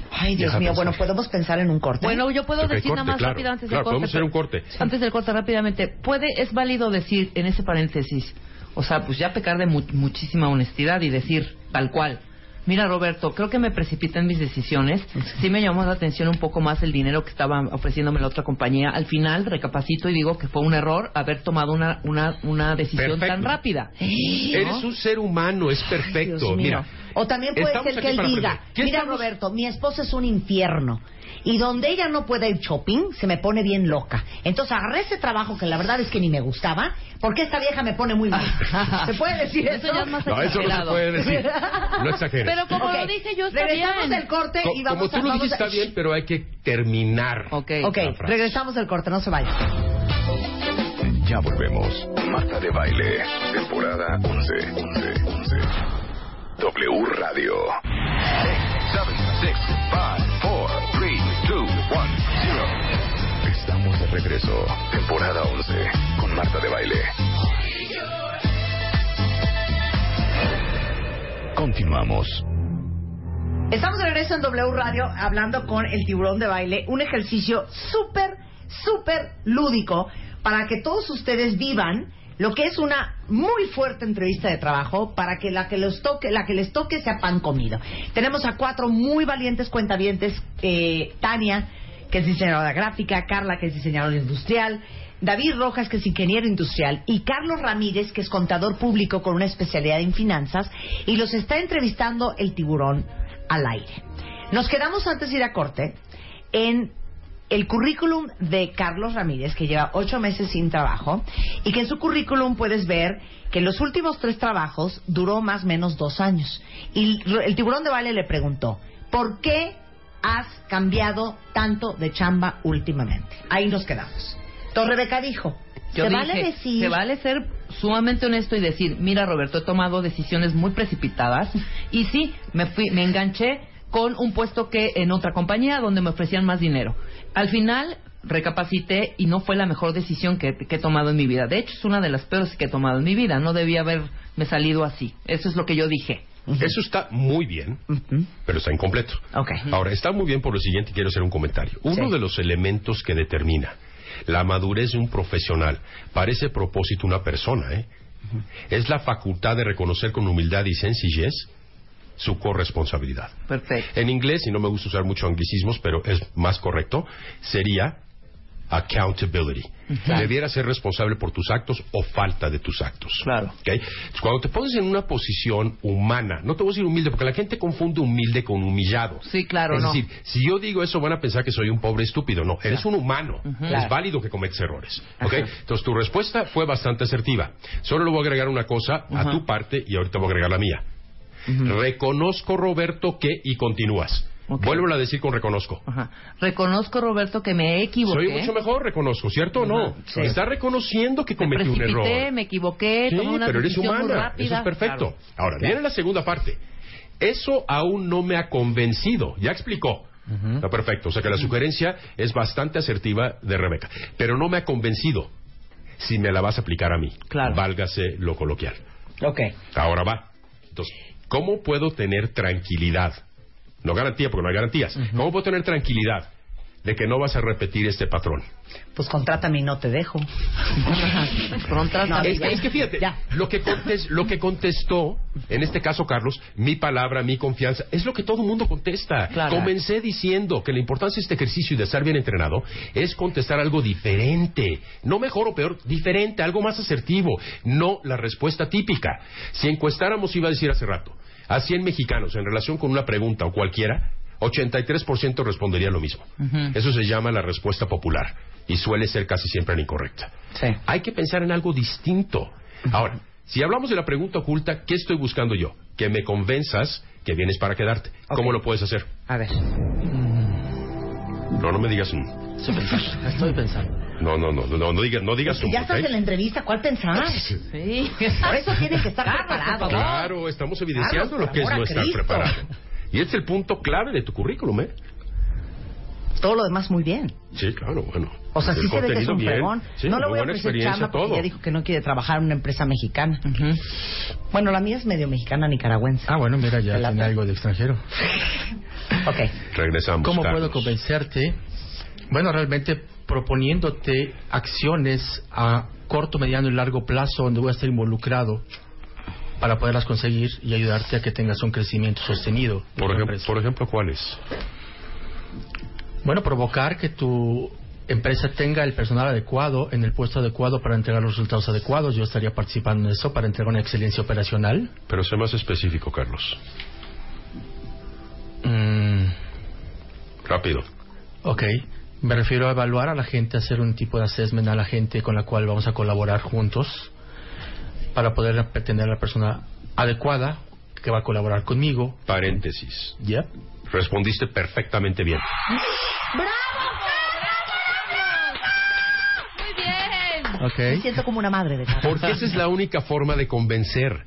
Speaker 1: Ay, Dios
Speaker 4: Deja
Speaker 1: mío, bueno,
Speaker 4: pensar.
Speaker 1: podemos pensar en un corte.
Speaker 10: Bueno, yo puedo
Speaker 4: Ok,
Speaker 10: decir nada
Speaker 4: corte,
Speaker 10: más
Speaker 4: claro,
Speaker 10: rápido antes
Speaker 4: claro,
Speaker 10: del corte.
Speaker 4: podemos hacer un
Speaker 10: pero-
Speaker 4: corte. Sí.
Speaker 10: Antes del corte rápidamente, puede es válido decir en ese paréntesis, o sea, pues ya pecar de mu- muchísima honestidad y decir tal cual. Mira, Roberto, creo que me precipité en mis decisiones. Sí me llamó la atención un poco más el dinero que estaba ofreciéndome la otra compañía. Al final recapacito y digo que fue un error haber tomado una una, una decisión
Speaker 4: Perfecto.
Speaker 10: tan rápida.
Speaker 4: Eres un ser humano, es perfecto.
Speaker 1: Dios mío.
Speaker 4: Mira,
Speaker 1: o también puede
Speaker 4: estamos
Speaker 1: ser que
Speaker 4: aquí
Speaker 1: él
Speaker 4: para
Speaker 1: diga,
Speaker 4: aprender. ¿Qué
Speaker 1: mira
Speaker 4: estamos-
Speaker 1: Roberto, mi esposa es un infierno y donde ella no puede ir shopping se me pone bien loca. Entonces agarré ese trabajo que la verdad es que ni me gustaba porque esta vieja me pone muy mal. ¿Se puede decir eso?
Speaker 10: Eso ya es más
Speaker 4: No, eso no se
Speaker 10: exagerado.
Speaker 4: puede decir. No exageres.
Speaker 10: Pero como
Speaker 1: Ok,
Speaker 10: lo dije yo, está
Speaker 1: regresamos
Speaker 10: bien.
Speaker 1: del corte
Speaker 4: Co-
Speaker 1: y
Speaker 4: como
Speaker 1: vamos
Speaker 4: tú
Speaker 1: a...
Speaker 4: lo
Speaker 1: vamos
Speaker 4: dijiste,
Speaker 1: a-
Speaker 4: está bien, pero hay que terminar.
Speaker 1: Ok,
Speaker 4: la frase.
Speaker 1: regresamos del corte, no se vayan.
Speaker 11: Ya volvemos. Marta de Baile, temporada 11. 11, 11. W Radio. 7, 6, 5, 4, 3, 2, 1, 0. Estamos de regreso. Temporada 11 con Marta de Baile. Continuamos.
Speaker 1: Estamos de regreso en W Radio hablando con el tiburón de baile, un ejercicio súper, súper lúdico para que todos ustedes vivan lo que es una muy fuerte entrevista de trabajo para que la que, los toque, la que les toque sea pan comido. Tenemos a cuatro muy valientes cuentavientes, eh, Tania, que es diseñadora gráfica, Carla, que es diseñadora industrial, David Rojas, que es ingeniero industrial, y Carlos Ramírez, que es contador público con una especialidad en finanzas, y los está entrevistando el tiburón al aire. Nos quedamos antes de ir a corte en el currículum de Carlos Ramírez, que lleva ocho meses sin trabajo, y que en su currículum puedes ver que los últimos tres trabajos duró más o menos dos años. Y el- el tiburón de Vale le preguntó, ¿por qué has cambiado tanto de chamba últimamente? Ahí nos quedamos. Entonces Rebeca dijo,
Speaker 10: Yo
Speaker 1: ¿se
Speaker 10: dije,
Speaker 1: vale decir?
Speaker 10: se vale ser sumamente honesto y decir, mira Roberto, he tomado decisiones muy precipitadas y sí, me fui, me enganché con un puesto que en otra compañía donde me ofrecían más dinero. Al final recapacité y no fue la mejor decisión que, que he tomado en mi vida. De hecho, es una de las peores que he tomado en mi vida. No debía haberme salido así. Eso es lo que yo dije.
Speaker 4: Eso está muy bien, pero está incompleto. Ahora, está muy bien por lo siguiente, y quiero hacer un comentario. Uno de los elementos que determina la madurez de un profesional, para ese propósito una persona, ¿eh? es la facultad de reconocer con humildad y sencillez su corresponsabilidad.
Speaker 10: Perfecto.
Speaker 4: En inglés, y no me gusta usar mucho anglicismos, pero es más correcto, sería accountability.
Speaker 12: Claro.
Speaker 4: Debieras ser responsable por tus actos o falta de tus actos. Claro. Cuando te pones en una posición humana, no te voy a decir humilde, porque la gente confunde humilde con humillado.
Speaker 10: Sí, claro,
Speaker 4: es
Speaker 10: no.
Speaker 4: decir, si yo digo eso van a pensar que soy un pobre estúpido. No, eres un humano.
Speaker 10: Claro.
Speaker 4: Es válido que cometes errores. ¿ok? Entonces tu respuesta fue bastante asertiva. Solo le voy a agregar una cosa a tu parte y ahorita voy a agregar la mía. Reconozco, Roberto, que y continúas. Vuelvo a decir con reconozco.
Speaker 10: Reconozco, Roberto, que me equivoqué.
Speaker 4: Soy mucho mejor, reconozco, ¿cierto o no?
Speaker 10: Ajá, sí.
Speaker 4: Está reconociendo que
Speaker 10: Me
Speaker 4: cometió un
Speaker 10: precipité,
Speaker 4: error.
Speaker 10: me equivoqué,
Speaker 4: Sí,
Speaker 10: tomé una
Speaker 4: pero eres
Speaker 10: decisión muy
Speaker 4: humana,
Speaker 10: rápida.
Speaker 4: eso es perfecto.
Speaker 10: Claro.
Speaker 4: Ahora,
Speaker 10: Claro.
Speaker 4: viene la segunda parte. Eso aún no me ha convencido, ya explicó. Está perfecto, o sea que la sugerencia es bastante asertiva de Rebeca, pero no me ha convencido si me la vas a aplicar a mí. Válgase lo coloquial.
Speaker 1: Ok.
Speaker 4: Ahora va. Entonces, ¿cómo puedo tener tranquilidad? No garantía, porque no hay garantías. ¿Cómo puedo tener tranquilidad de que no vas a repetir este patrón?
Speaker 1: Pues contrátame y no te dejo. contrátame.
Speaker 4: No, es, que- es que fíjate, lo que, contes- lo que contestó, en este caso Carlos, mi palabra, mi confianza, es lo que todo el mundo contesta. Comencé diciendo que la importancia de este ejercicio y de estar bien entrenado es contestar algo diferente, no mejor o peor, diferente, algo más asertivo, no la respuesta típica. Si encuestáramos, iba a decir hace rato, a 100 mexicanos en relación con una pregunta o cualquiera, 83% respondería lo mismo. Eso se llama la respuesta popular y suele ser casi siempre la incorrecta. Hay que pensar en algo distinto. Ahora, si hablamos de la pregunta oculta, ¿qué estoy buscando yo? Que me convenzas que vienes para quedarte. ¿Cómo lo puedes hacer?
Speaker 1: A ver.
Speaker 4: No, no me digas un...
Speaker 7: Estoy pensando.
Speaker 4: No, no, no, no, no, no digas, no digas un...
Speaker 1: Ya estás
Speaker 4: ¿ok?
Speaker 1: en la entrevista, ¿cuál pensás?
Speaker 10: Sí.
Speaker 1: Por eso tienes que estar preparado.
Speaker 4: Claro, estamos
Speaker 1: Carlos,
Speaker 4: evidenciando
Speaker 1: por
Speaker 4: lo que es
Speaker 1: amor a
Speaker 4: no estar
Speaker 1: Cristo.
Speaker 4: preparado. Y este es el punto clave de tu currículum, ¿eh?
Speaker 1: Todo lo demás muy bien.
Speaker 4: Sí, claro, bueno.
Speaker 1: O sea,
Speaker 4: El
Speaker 1: sí se ve que es
Speaker 4: contenido
Speaker 1: un
Speaker 4: bien.
Speaker 1: fregón.
Speaker 4: Sí,
Speaker 1: no le
Speaker 4: muy
Speaker 1: voy a
Speaker 4: buena
Speaker 1: ofrecer
Speaker 4: experiencia,
Speaker 1: chamba porque
Speaker 4: todo.
Speaker 1: ya dijo que no quiere trabajar en una empresa mexicana. Bueno, la mía es medio mexicana nicaragüense.
Speaker 7: Ah, bueno, mira, ya tiene algo de extranjero.
Speaker 1: ok.
Speaker 4: Regresamos.
Speaker 7: ¿Cómo
Speaker 4: Carlos.
Speaker 7: puedo convencerte? Bueno, realmente proponiéndote acciones a corto, mediano y largo plazo donde voy a estar involucrado para poderlas conseguir y ayudarte a que tengas un crecimiento sostenido.
Speaker 4: Por, ejemplo, por ejemplo, ¿cuáles?
Speaker 7: Bueno, provocar que tu empresa tenga el personal adecuado en el puesto adecuado para entregar los resultados adecuados. Yo estaría participando en eso para entregar una excelencia operacional.
Speaker 4: Pero sé más específico, Carlos.
Speaker 7: Mm,
Speaker 4: Rápido.
Speaker 7: Ok. Me refiero a evaluar a la gente, hacer un tipo de assessment a la gente con la cual vamos a colaborar juntos para poder tener a la persona adecuada que va a colaborar conmigo.
Speaker 4: Paréntesis.
Speaker 7: ¿Ya?
Speaker 4: Respondiste perfectamente bien.
Speaker 3: Muy bien.
Speaker 4: Ok.
Speaker 1: Me siento como una madre de cara.
Speaker 4: Porque esa es la única forma de convencer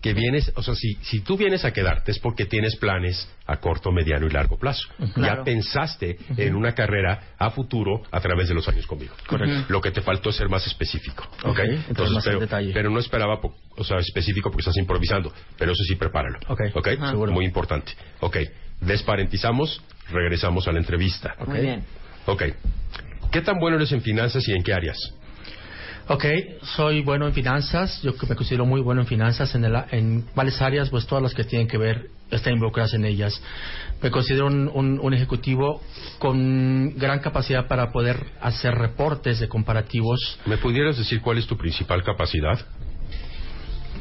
Speaker 4: que vienes, o sea, si, si tú vienes a quedarte es porque tienes planes a corto, mediano y largo plazo.
Speaker 11: Claro.
Speaker 4: Ya pensaste en una carrera a futuro a través de los años conmigo.
Speaker 11: Correcto.
Speaker 4: Lo que te faltó es ser más específico.
Speaker 11: Ok,
Speaker 4: ¿ok?
Speaker 11: entrar
Speaker 4: Entonces,
Speaker 11: más en
Speaker 4: pero, pero no esperaba, po- o sea, específico porque estás improvisando. Pero eso sí, prepáralo.
Speaker 7: Ok.
Speaker 4: ¿Ok?
Speaker 7: Ajá. Seguro.
Speaker 4: Muy importante. Ok. Desparentizamos, regresamos a la entrevista.
Speaker 7: Muy bien.
Speaker 4: Ok. ¿Qué tan bueno eres en finanzas y en qué áreas?
Speaker 7: Ok, soy bueno en finanzas, yo me considero muy bueno en finanzas, en, el- en varias áreas, pues todas las que tienen que ver, están involucradas en ellas. Me considero un, un- un ejecutivo con gran capacidad para poder hacer reportes de comparativos.
Speaker 4: ¿Me pudieras decir cuál es tu principal capacidad?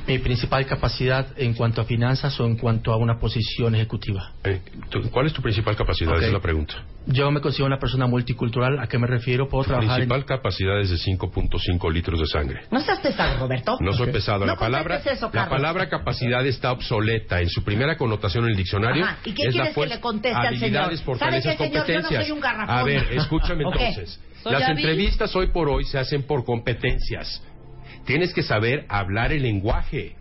Speaker 7: Mi principal capacidad en cuanto a finanzas o en cuanto a una posición ejecutiva.
Speaker 4: Eh, tu- ¿Cuál es tu principal capacidad?
Speaker 7: Ok.
Speaker 4: Esa es la pregunta.
Speaker 7: Yo me considero una persona multicultural, ¿a qué me refiero? Puedo trabajar en...
Speaker 4: principal capacidad es de 5.5 litros de sangre.
Speaker 1: No estás pesado, Roberto.
Speaker 4: No soy
Speaker 1: Ok.
Speaker 4: pesado.
Speaker 1: No
Speaker 4: la palabra,
Speaker 1: contestes eso,
Speaker 4: la
Speaker 1: Carlos.
Speaker 4: palabra capacidad está obsoleta. En su primera connotación en el diccionario
Speaker 1: Ajá, ¿y qué
Speaker 4: es la
Speaker 1: quieres que
Speaker 4: fuerza,
Speaker 1: le conteste al
Speaker 4: habilidades,
Speaker 1: señor?
Speaker 4: fortalezas,
Speaker 1: ¿Sabe qué, señor? Yo no soy
Speaker 4: competencias.
Speaker 1: un garrafón.
Speaker 4: A ver, escúchame
Speaker 1: Ok.
Speaker 4: entonces.
Speaker 1: Soy
Speaker 4: Las
Speaker 1: hábil.
Speaker 4: entrevistas hoy por hoy se hacen por competencias. Tienes que saber hablar el lenguaje.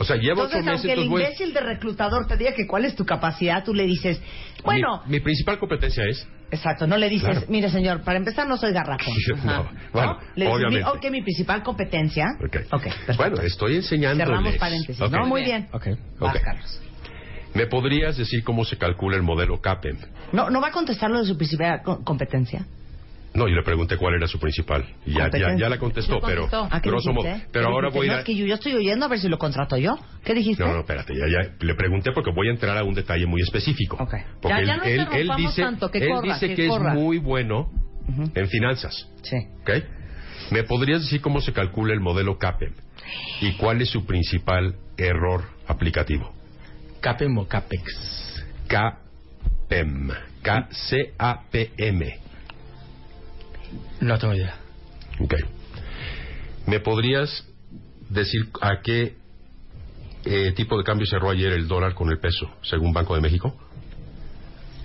Speaker 4: O sea, llevo
Speaker 1: Entonces,
Speaker 4: ocho meses.
Speaker 1: aunque el
Speaker 4: entonces voy-
Speaker 1: imbécil de reclutador te diga que cuál es tu capacidad, tú le dices, bueno,
Speaker 4: mi, mi principal competencia es.
Speaker 1: Exacto, no le dices, mire señor, para empezar no soy garrafón. Ajá.
Speaker 4: No, bueno,
Speaker 1: Le dices,
Speaker 4: obviamente.
Speaker 1: mi- ok, mi principal competencia.
Speaker 4: Bueno, estoy enseñando.
Speaker 1: Cerramos paréntesis. No, muy bien. Vas, Carlos.
Speaker 4: ¿Me podrías decir cómo se calcula el modelo E CAPEM?
Speaker 1: No, no va a contestar lo de su principal co- competencia.
Speaker 4: No, yo le pregunté cuál era su principal. Y Ya, ya, ya la contestó, pero
Speaker 1: Ah, ¿qué
Speaker 4: grosso
Speaker 1: dijiste?
Speaker 4: modo. Pero
Speaker 1: ¿Qué
Speaker 4: ahora
Speaker 1: dijiste?
Speaker 4: voy
Speaker 1: No,
Speaker 4: a
Speaker 1: es que yo, yo estoy oyendo a ver si lo contrato yo. ¿Qué dijiste?
Speaker 4: No, no, espérate, ya, ya. Le pregunté porque voy a entrar a un detalle muy específico. Porque
Speaker 1: Ya, ya no
Speaker 4: él, él- él
Speaker 1: interrumpamos
Speaker 4: dice,
Speaker 1: tanto, que
Speaker 4: él
Speaker 1: corra,
Speaker 4: dice
Speaker 1: que
Speaker 4: que,
Speaker 1: corra.
Speaker 4: es muy bueno en finanzas.
Speaker 1: Sí.
Speaker 4: ¿Ok? ¿Me podrías decir cómo se calcula el modelo CAPEM? ¿Y cuál es su principal error aplicativo?
Speaker 7: CAPEM o CAPEX.
Speaker 4: CAPEM. K-C-A-P-M.
Speaker 7: No tengo idea.
Speaker 4: Ok. ¿Me podrías decir a qué eh, tipo de cambio cerró ayer el dólar con el peso, según Banco de México?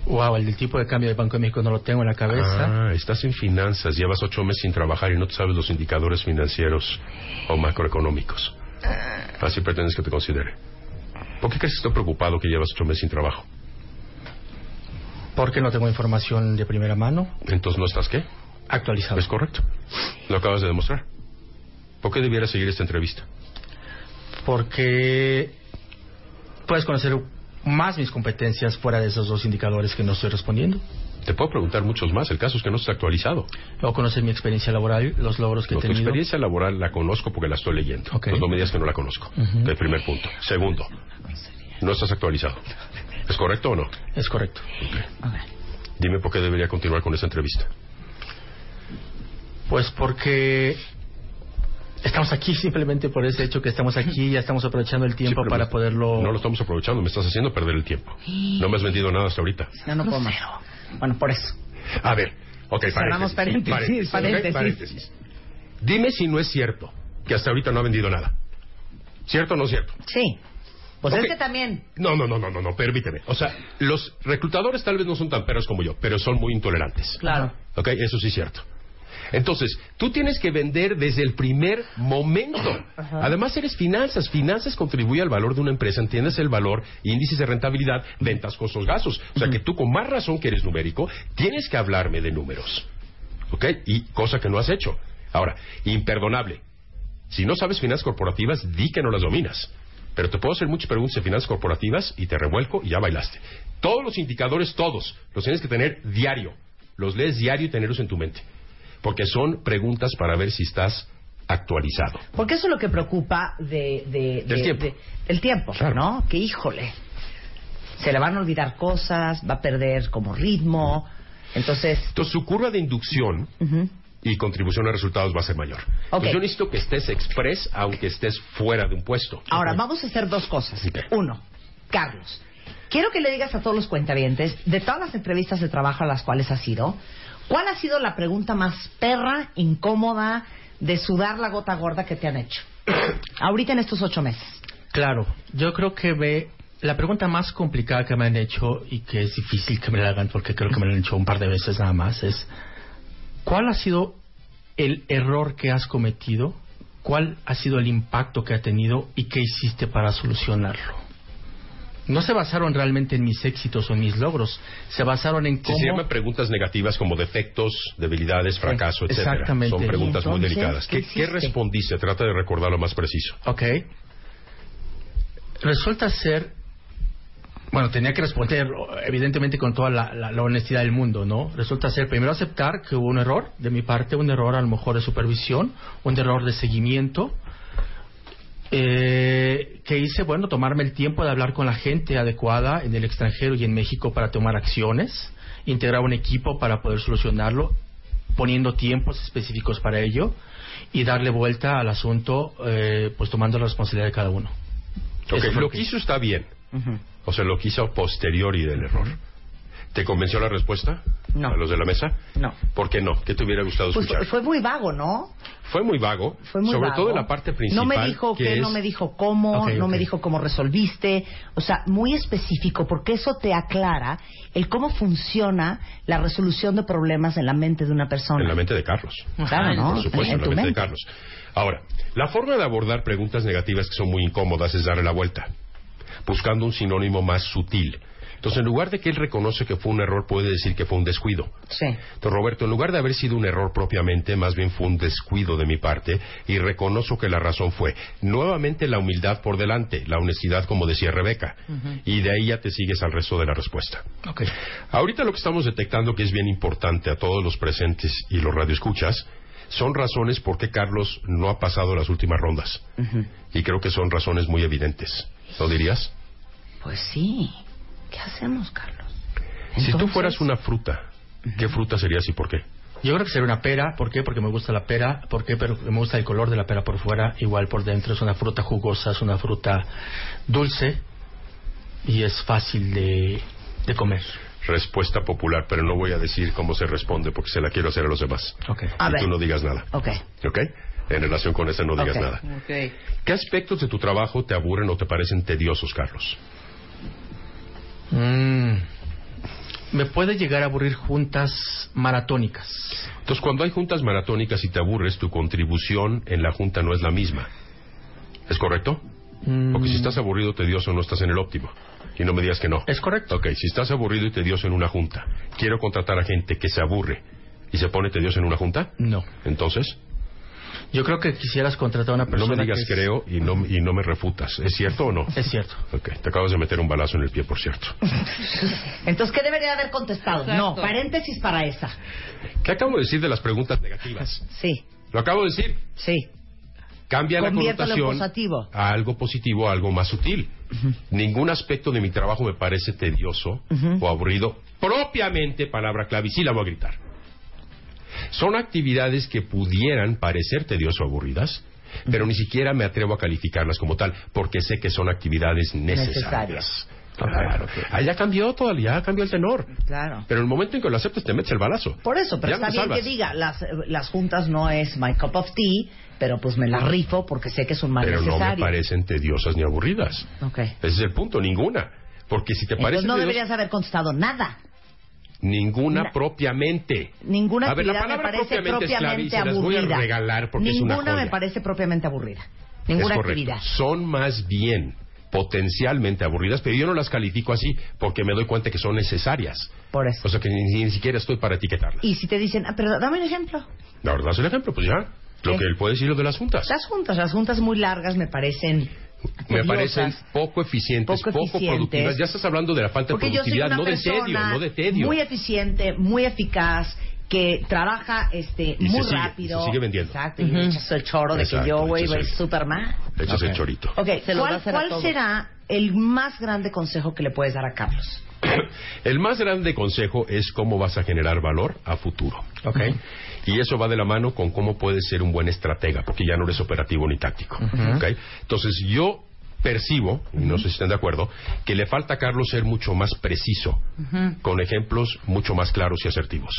Speaker 7: Wow, el del tipo de cambio del Banco de México no lo tengo en la cabeza.
Speaker 4: Ah, estás en finanzas, llevas ocho meses sin trabajar y no te sabes los indicadores financieros o macroeconómicos. Así pretendes que te considere. ¿Por qué crees que estoy preocupado que llevas ocho meses sin trabajo?
Speaker 7: Porque no tengo información de primera mano.
Speaker 4: Entonces no estás qué?
Speaker 7: Actualizado.
Speaker 4: Es correcto. Lo acabas de demostrar. ¿Por qué debiera seguir esta entrevista?
Speaker 7: Porque puedes conocer más mis competencias fuera de esos dos indicadores que no estoy respondiendo.
Speaker 4: Te puedo preguntar muchos más. El caso es que no estás actualizado.
Speaker 7: Luego conocer mi experiencia laboral, los logros que
Speaker 4: No,
Speaker 7: he
Speaker 4: tu
Speaker 7: tenido.
Speaker 4: experiencia laboral la conozco porque la estoy leyendo.
Speaker 7: Ok.
Speaker 4: Entonces no me digas que no la conozco.
Speaker 7: Ujú.
Speaker 4: El primer punto. Segundo, no estás actualizado. ¿Es correcto o no?
Speaker 7: Es correcto.
Speaker 4: Dime por qué debería continuar con esta entrevista.
Speaker 7: Pues porque estamos aquí simplemente por ese hecho que estamos aquí, ya estamos aprovechando el tiempo
Speaker 4: Sí, pero
Speaker 7: para
Speaker 4: me-
Speaker 7: poderlo.
Speaker 4: No lo estamos aprovechando, me estás haciendo perder el tiempo. No me has vendido nada hasta ahorita.
Speaker 1: No, no puedo más. Bueno, por eso.
Speaker 4: A ver, ok,
Speaker 1: Cerramos paréntesis,
Speaker 4: paréntesis, ok,
Speaker 1: paréntesis.
Speaker 4: paréntesis. Dime si no es cierto que hasta ahorita no ha vendido nada. ¿Cierto o no cierto?
Speaker 1: Sí. Pues
Speaker 4: Ok.
Speaker 1: este también.
Speaker 4: No, no, no, no, no, no, permíteme. O sea, los reclutadores tal vez no son tan perros como yo, pero son muy intolerantes.
Speaker 1: Claro.
Speaker 4: ¿Ok? Eso sí es cierto. Entonces, tú tienes que vender desde el primer momento.
Speaker 11: Ajá.
Speaker 4: Además, eres finanzas. Finanzas contribuye al valor de una empresa. Entiendes el valor, índices de rentabilidad, ventas, costos, gastos. O sea que tú, con más razón que eres numérico, tienes que hablarme de números. ¿Ok? Y cosa que no has hecho. Ahora, imperdonable. Si no sabes finanzas corporativas, di que no las dominas. Pero te puedo hacer muchas preguntas de finanzas corporativas y te revuelco y ya bailaste. Todos los indicadores, todos, los tienes que tener diario. Los lees diario y tenerlos en tu mente. Porque son preguntas para ver si estás actualizado.
Speaker 1: Porque eso es lo que preocupa de, de-
Speaker 4: Del
Speaker 1: de-
Speaker 4: tiempo.
Speaker 1: de- del tiempo, ¿no? Que híjole, se le van a olvidar cosas, va a perder como ritmo. Entonces,
Speaker 4: Entonces, su curva de inducción y contribución a resultados va a ser mayor. Entonces, yo necesito que estés express, aunque estés fuera de un puesto.
Speaker 1: ahora vamos a hacer dos cosas. Uno, Carlos, quiero que le digas a todos los cuentavientes, de todas las entrevistas de trabajo a las cuales has ido, ¿cuál ha sido la pregunta más perra, incómoda, de sudar la gota gorda que te han hecho? Ahorita en estos ocho meses.
Speaker 7: Claro, yo creo que ve la pregunta más complicada que me han hecho y que es difícil que me la hagan porque creo que me la han hecho un par de veces nada más es ¿cuál ha sido el error que has cometido? ¿Cuál ha sido el impacto que ha tenido y qué hiciste para solucionarlo? No se basaron realmente en mis éxitos o en mis logros, se basaron en
Speaker 4: Si
Speaker 7: cómo Eh,
Speaker 4: se llaman preguntas negativas como defectos, debilidades, fracaso, etcétera.
Speaker 7: exactamente.
Speaker 4: Son preguntas
Speaker 7: ¿Y
Speaker 4: muy
Speaker 7: entonces,
Speaker 4: delicadas.
Speaker 7: qué
Speaker 4: ¿Qué, qué
Speaker 7: hiciste?
Speaker 4: respondiste? Trata de recordar lo más preciso.
Speaker 7: Ok. Resulta ser. Bueno, tenía que responder, evidentemente, con toda la, la- la honestidad del mundo, ¿no? Resulta ser, primero, aceptar que hubo un error de mi parte, un error a lo mejor de supervisión, un error de seguimiento. eh, que hice, bueno, tomarme el tiempo de hablar con la gente adecuada en el extranjero y en México para tomar acciones, integrar un equipo para poder solucionarlo, poniendo tiempos específicos para ello y darle vuelta al asunto, eh, pues tomando la responsabilidad de cada uno.
Speaker 4: Ok,
Speaker 7: Eso fue
Speaker 4: lo
Speaker 7: lo que
Speaker 4: que hizo está bien.
Speaker 7: Ujú.
Speaker 4: O sea, lo que hizo posteriori del error. ¿Te convenció la respuesta?
Speaker 1: No.
Speaker 4: ¿A los de la mesa?
Speaker 1: No.
Speaker 4: ¿Por qué no? ¿Qué te hubiera gustado
Speaker 1: Pues
Speaker 4: escuchar?
Speaker 1: fue muy vago, ¿no?
Speaker 4: Fue muy vago.
Speaker 1: Fue muy
Speaker 4: sobre
Speaker 1: vago.
Speaker 4: todo en la parte principal.
Speaker 1: No me dijo
Speaker 4: que
Speaker 1: qué, no
Speaker 4: es-
Speaker 1: me dijo cómo,
Speaker 4: Ok,
Speaker 1: no
Speaker 4: ok.
Speaker 1: me dijo cómo resolviste. O sea, muy específico, porque eso te aclara el cómo funciona la resolución de problemas en la mente de una persona.
Speaker 4: En la mente de Carlos.
Speaker 1: Claro, ¿no?
Speaker 4: Por supuesto,
Speaker 1: En
Speaker 4: en la
Speaker 1: tu
Speaker 4: mente de
Speaker 1: mente.
Speaker 4: Carlos. Ahora, la forma de abordar preguntas negativas que son muy incómodas es darle la vuelta, buscando un sinónimo más sutil. Entonces, en lugar de que él reconoce que fue un error, puede decir que fue un descuido.
Speaker 1: Sí.
Speaker 4: Entonces, Roberto, en lugar de haber sido un error propiamente, más bien fue un descuido de mi parte y reconozco que la razón fue nuevamente la humildad por delante, la honestidad como decía Rebeca. Y de ahí ya te sigues al resto de la respuesta. Ahorita lo que estamos detectando que es bien importante a todos los presentes y los radioescuchas son razones por qué Carlos no ha pasado las últimas rondas. Y creo que son razones muy evidentes. ¿Lo dirías?
Speaker 1: Pues sí. ¿Qué hacemos, Carlos?
Speaker 4: Si tú fueras una fruta, ¿qué fruta serías y por qué?
Speaker 7: Yo creo que sería una pera. ¿Por qué? Porque me gusta la pera. ¿Por qué? Pero me gusta el color de la pera por fuera. Igual por dentro es una fruta jugosa, es una fruta dulce y es fácil de, de comer.
Speaker 4: Respuesta popular, pero no voy a decir cómo se responde porque se la quiero hacer a los demás.
Speaker 7: Ok.
Speaker 1: A
Speaker 4: y
Speaker 1: ver.
Speaker 4: tú no digas nada.
Speaker 1: Ok.
Speaker 4: ¿Ok? En relación con eso no digas
Speaker 1: Ok.
Speaker 4: nada. ¿Qué aspectos de tu trabajo te aburren o te parecen tediosos, Carlos?
Speaker 7: Mm. me puede llegar a aburrir juntas maratónicas.
Speaker 4: Entonces, cuando hay juntas maratónicas y te aburres, tu contribución en la junta no es la misma. ¿Es correcto?
Speaker 1: Mm.
Speaker 4: Porque
Speaker 7: Mm.
Speaker 4: si estás aburrido, tedioso, no estás en el óptimo. Y no me digas que no.
Speaker 7: Es correcto.
Speaker 4: Ok, si estás aburrido y tedioso en una junta, quiero contratar a gente que se aburre y se pone tedioso en una junta,
Speaker 7: No.
Speaker 4: entonces
Speaker 7: Yo creo que quisieras contratar a una
Speaker 4: no
Speaker 7: persona.
Speaker 4: me digas
Speaker 7: que es-
Speaker 4: creo y no, y no me refutas. ¿Es cierto o no?
Speaker 7: Es cierto.
Speaker 4: Ok, te acabas de meter un balazo en el pie, por cierto.
Speaker 1: Entonces, ¿qué debería haber contestado? No, paréntesis para esa.
Speaker 4: ¿Qué acabo de decir de las preguntas negativas?
Speaker 1: Sí.
Speaker 4: Lo acabo de decir.
Speaker 1: Sí.
Speaker 4: Cambia la
Speaker 1: Conviértelo en
Speaker 4: connotación
Speaker 1: positivo.
Speaker 4: a algo positivo, a algo más sutil. Ningún aspecto de mi trabajo me parece tedioso o aburrido. Propiamente, palabra clave, y sí la voy a gritar. Son actividades que pudieran parecer tedioso o aburridas, pero ni siquiera me atrevo a calificarlas como tal, porque sé que son actividades necesarias. Claro. Ah, ya cambió todo, ya cambió el tenor.
Speaker 1: Claro.
Speaker 4: Pero en el momento en que lo aceptes, te metes el balazo.
Speaker 1: Por eso, pero
Speaker 4: Ya no
Speaker 1: está
Speaker 4: te
Speaker 1: bien
Speaker 4: salvas.
Speaker 1: que diga, las, eh, las juntas no es my cup of tea, pero pues me la rifo porque sé que es un mal
Speaker 4: Pero no me
Speaker 1: necesario.
Speaker 4: parecen tediosas ni aburridas.
Speaker 1: Ok.
Speaker 4: Ese es el punto, ninguna. Porque si te
Speaker 1: Entonces
Speaker 4: parece
Speaker 1: no
Speaker 4: tedioso,
Speaker 1: deberías haber contestado nada.
Speaker 4: ninguna propiamente.
Speaker 1: Ninguna
Speaker 4: A ver, la
Speaker 1: actividad me
Speaker 4: palabra
Speaker 1: parece propiamente,
Speaker 4: propiamente, es clave y se las voy
Speaker 1: aburrida.
Speaker 4: a regalar porque
Speaker 1: Ninguna
Speaker 4: es una joya.
Speaker 1: me parece propiamente aburrida.
Speaker 4: Es
Speaker 1: Ninguna
Speaker 4: correcto.
Speaker 1: actividad.
Speaker 4: Son más bien potencialmente aburridas, pero yo no las califico así porque me doy cuenta que son necesarias.
Speaker 1: Por eso.
Speaker 4: O sea que ni, ni siquiera estoy para etiquetarlas.
Speaker 1: Y si te dicen, ah, pero dame un ejemplo.
Speaker 4: La verdad es el ejemplo, pues ya. Lo que él puede decir lo de las juntas.
Speaker 1: Las juntas, las juntas muy largas me parecen.
Speaker 4: Me
Speaker 1: tediosas.
Speaker 4: parecen poco eficientes,
Speaker 1: Poco
Speaker 4: poco,
Speaker 1: eficientes.
Speaker 4: productivas. Ya estás hablando de la falta
Speaker 1: Porque
Speaker 4: de
Speaker 1: yo soy
Speaker 4: productividad,
Speaker 1: una
Speaker 4: no de
Speaker 1: persona
Speaker 4: tedio, no de tedio.
Speaker 1: muy eficiente, muy eficaz, que trabaja este
Speaker 4: Y se
Speaker 1: muy
Speaker 4: sigue,
Speaker 1: rápido.
Speaker 4: y se sigue vendiendo.
Speaker 1: Exacto, y echas el choro de que
Speaker 4: Exacto,
Speaker 1: yo, güey,
Speaker 4: echas
Speaker 1: soy
Speaker 4: el-
Speaker 1: Superman.
Speaker 4: Le echas el chorito.
Speaker 1: Ok,
Speaker 10: Se lo va a
Speaker 1: ¿cuál,
Speaker 10: hacer a
Speaker 1: cuál
Speaker 10: todos.
Speaker 1: será el más grande consejo que le puedes dar a Carlos?
Speaker 4: El más grande consejo es cómo vas a generar valor a futuro. Y eso va de la mano con cómo puedes ser un buen estratega, porque ya no eres operativo ni táctico.
Speaker 12: Ujú.
Speaker 4: ¿ok? Entonces yo percibo, y no sé si están de acuerdo, que le falta a Carlos ser mucho más preciso, con ejemplos mucho más claros y asertivos.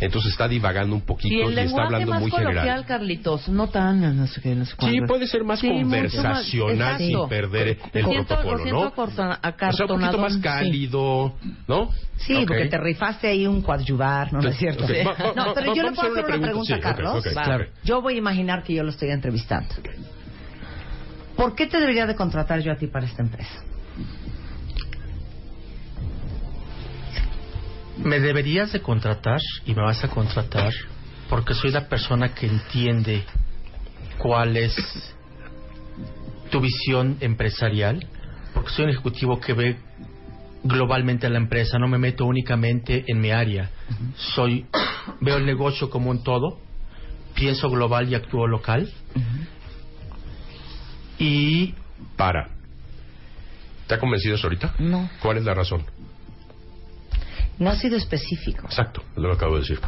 Speaker 4: Entonces está divagando un poquito
Speaker 10: Y
Speaker 4: y,
Speaker 10: el
Speaker 4: está
Speaker 10: lenguaje
Speaker 4: hablando
Speaker 10: más
Speaker 4: muy
Speaker 10: coloquial,
Speaker 4: general.
Speaker 10: Carlitos, no tan, no sé qué, no sé cuándo.
Speaker 4: Sí, puede ser más
Speaker 10: Sí, mucho más,
Speaker 4: conversacional
Speaker 10: exacto.
Speaker 4: sin perder el
Speaker 10: Lo siento- lo
Speaker 4: protocolo,
Speaker 10: siento
Speaker 4: ¿no?
Speaker 10: acorta-
Speaker 4: O sea, un poquito
Speaker 10: acartonadón,
Speaker 4: más
Speaker 10: sí.
Speaker 4: cálido, ¿no?
Speaker 1: Sí,
Speaker 4: Ok.
Speaker 1: porque te rifaste ahí un coadyuvar, no, no es cierto.
Speaker 4: Ok, va- va-
Speaker 1: no,
Speaker 4: va-
Speaker 1: pero yo le
Speaker 4: vamos
Speaker 1: puedo
Speaker 4: a
Speaker 1: hacer una pregunta, a Carlos.
Speaker 4: sí, ok, ok,
Speaker 1: Va.
Speaker 4: claro.
Speaker 1: Yo voy a imaginar que yo lo estoy entrevistando. ¿Por qué te debería de contratar yo a ti para esta empresa?
Speaker 7: Me deberías de contratar y me vas a contratar porque soy la persona que entiende cuál es tu visión empresarial, porque soy un ejecutivo que ve globalmente a la empresa, no me meto únicamente en mi área. Soy veo el negocio como un todo, pienso global y actúo local. Y
Speaker 4: para. ¿Te ha convencido eso ahorita?
Speaker 1: No.
Speaker 4: ¿Cuál es la razón?
Speaker 1: No ha sido específico.
Speaker 4: Exacto, es lo que acabo de decir.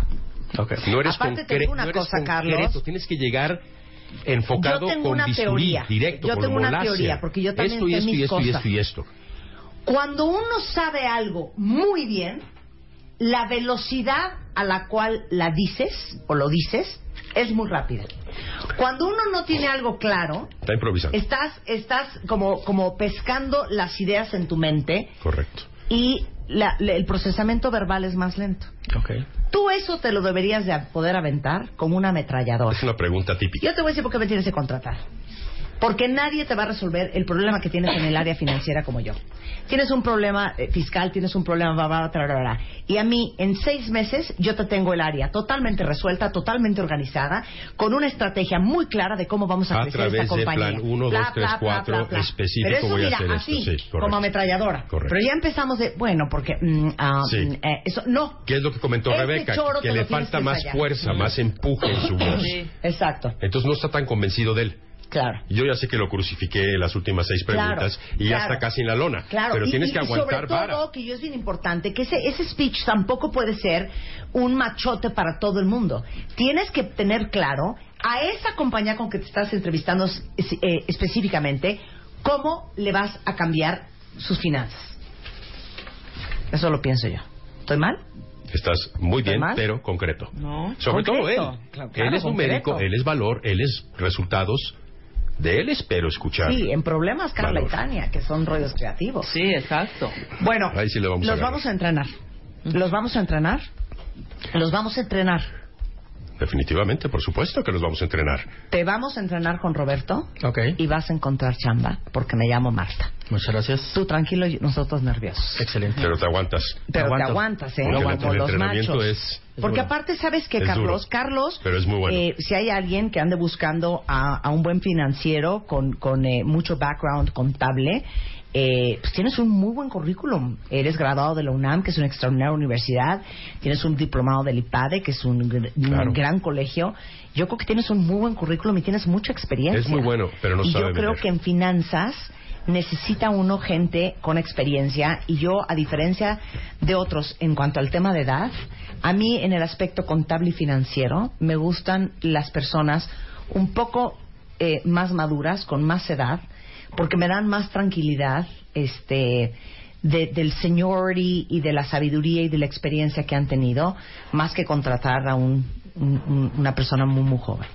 Speaker 4: No eres
Speaker 1: Aparte, te
Speaker 4: concre-
Speaker 1: digo una
Speaker 4: no eres
Speaker 1: cosa,
Speaker 4: concreto,
Speaker 1: Carlos.
Speaker 4: Tienes que llegar enfocado
Speaker 1: Yo tengo
Speaker 4: con
Speaker 1: una
Speaker 4: bisturí,
Speaker 1: teoría.
Speaker 4: directo,
Speaker 1: Yo
Speaker 4: con
Speaker 1: tengo una
Speaker 4: molacia.
Speaker 1: teoría, porque yo también
Speaker 4: esto y
Speaker 1: sé
Speaker 4: esto,
Speaker 1: mis
Speaker 4: y esto, y
Speaker 1: cosas.
Speaker 4: esto y esto.
Speaker 1: Cuando uno sabe algo muy bien, la velocidad a la cual la dices o lo dices es muy rápida. Cuando uno no tiene algo claro,
Speaker 4: Está improvisando.
Speaker 1: estás, estás como, como pescando las ideas en tu mente
Speaker 4: Correcto.
Speaker 1: y la- le- el procesamiento verbal es más lento. Tú eso te lo deberías de poder aventar como una ametralladora.
Speaker 4: Es una pregunta típica.
Speaker 1: Yo te voy a decir por qué me tienes que contratar. Porque nadie te va a resolver el problema que tienes en el área financiera como yo. Tienes un problema eh, fiscal, tienes un problema, bla, bla, bla, tra, tra, tra. y a mí en seis meses yo te tengo el área totalmente resuelta, totalmente organizada, con una estrategia muy clara de cómo vamos a,
Speaker 4: A
Speaker 1: crecer
Speaker 4: través
Speaker 1: esta
Speaker 4: de
Speaker 1: compañía.
Speaker 4: plan uno,
Speaker 1: Bla,
Speaker 4: dos, tres,
Speaker 1: bla, bla,
Speaker 4: cuatro,
Speaker 1: bla, bla.
Speaker 4: específico,
Speaker 1: Pero eso,
Speaker 4: voy a
Speaker 1: mira,
Speaker 4: hacer esto,
Speaker 1: así,
Speaker 4: sí, correcto.
Speaker 1: como ametralladora.
Speaker 4: Correcto.
Speaker 1: Pero ya empezamos de, bueno, porque mm, ah,
Speaker 4: Sí.
Speaker 1: mm, eh, eso no.
Speaker 4: ¿Qué es lo que comentó
Speaker 1: Ese
Speaker 4: Rebeca?
Speaker 1: Este choro
Speaker 4: Que
Speaker 1: te
Speaker 4: le
Speaker 1: lo tienes
Speaker 4: falta
Speaker 1: que
Speaker 4: más
Speaker 1: ensayar.
Speaker 4: fuerza, más empuje en su voz.
Speaker 1: Sí. Exacto.
Speaker 4: Entonces no está tan convencido de él.
Speaker 1: Claro.
Speaker 4: Yo ya sé que lo crucifiqué en las últimas seis
Speaker 1: Claro,
Speaker 4: preguntas y ya
Speaker 1: claro.
Speaker 4: está casi en la lona.
Speaker 1: Claro,
Speaker 4: pero
Speaker 1: y-
Speaker 4: tienes
Speaker 1: y-
Speaker 4: que
Speaker 1: y
Speaker 4: aguantar
Speaker 1: sobre todo,
Speaker 4: vara.
Speaker 1: que yo es bien importante, que ese, ese speech tampoco puede ser un machote para todo el mundo. Tienes que tener claro a esa compañía con que te estás entrevistando es- eh, específicamente cómo le vas a cambiar sus finanzas. Eso lo pienso yo. ¿Estoy mal?
Speaker 4: Estás muy bien,
Speaker 1: ¿Además?
Speaker 4: pero concreto.
Speaker 1: No.
Speaker 4: Sobre todo él.
Speaker 1: Claro, claro,
Speaker 4: él es numérico,
Speaker 1: concreto.
Speaker 4: él es valor, él es resultados. De él espero escuchar.
Speaker 1: Sí, en problemas Carla y
Speaker 4: Valor.
Speaker 1: Tania, que son rollos creativos.
Speaker 10: Sí, exacto.
Speaker 1: Bueno,
Speaker 4: Ahí sí le vamos a
Speaker 1: los
Speaker 4: ganar.
Speaker 1: vamos a entrenar. ¿Los vamos a entrenar? Los vamos a entrenar.
Speaker 4: Definitivamente, por supuesto que los vamos a entrenar.
Speaker 1: Te vamos a entrenar con Roberto
Speaker 7: Ok.
Speaker 1: y vas a encontrar chamba porque me llamo Marta.
Speaker 7: Muchas gracias.
Speaker 1: Tú tranquilo y nosotros nerviosos.
Speaker 7: Excelente.
Speaker 4: Pero te aguantas.
Speaker 1: Pero te aguantas, ¿eh?
Speaker 4: Porque el
Speaker 1: Como los
Speaker 4: entrenamiento
Speaker 1: machos.
Speaker 4: es-
Speaker 1: Porque aparte, ¿sabes que
Speaker 4: Es
Speaker 1: Carlos?
Speaker 4: duro.
Speaker 1: Carlos,
Speaker 4: Pero es muy bueno.
Speaker 1: eh, si hay alguien que ande buscando a, a un buen financiero con, con eh, mucho background contable, eh, pues tienes un muy buen currículum. Eres graduado de la UNAM, que es una extraordinaria universidad. Tienes un diplomado del IPADE, que es un, gr- un
Speaker 4: Claro.
Speaker 1: gran colegio. Yo creo que tienes un muy buen currículum y tienes mucha experiencia.
Speaker 4: Es muy bueno, pero no
Speaker 1: y
Speaker 4: sabe
Speaker 1: yo creo
Speaker 4: vender.
Speaker 1: que en finanzas necesita uno gente con experiencia y yo, a diferencia de otros en cuanto al tema de edad, a mí en el aspecto contable y financiero me gustan las personas un poco eh, más maduras, con más edad, porque me dan más tranquilidad este, de- del seniority y de la sabiduría y de la experiencia que han tenido, más que contratar a un- un- un- una persona muy, muy joven.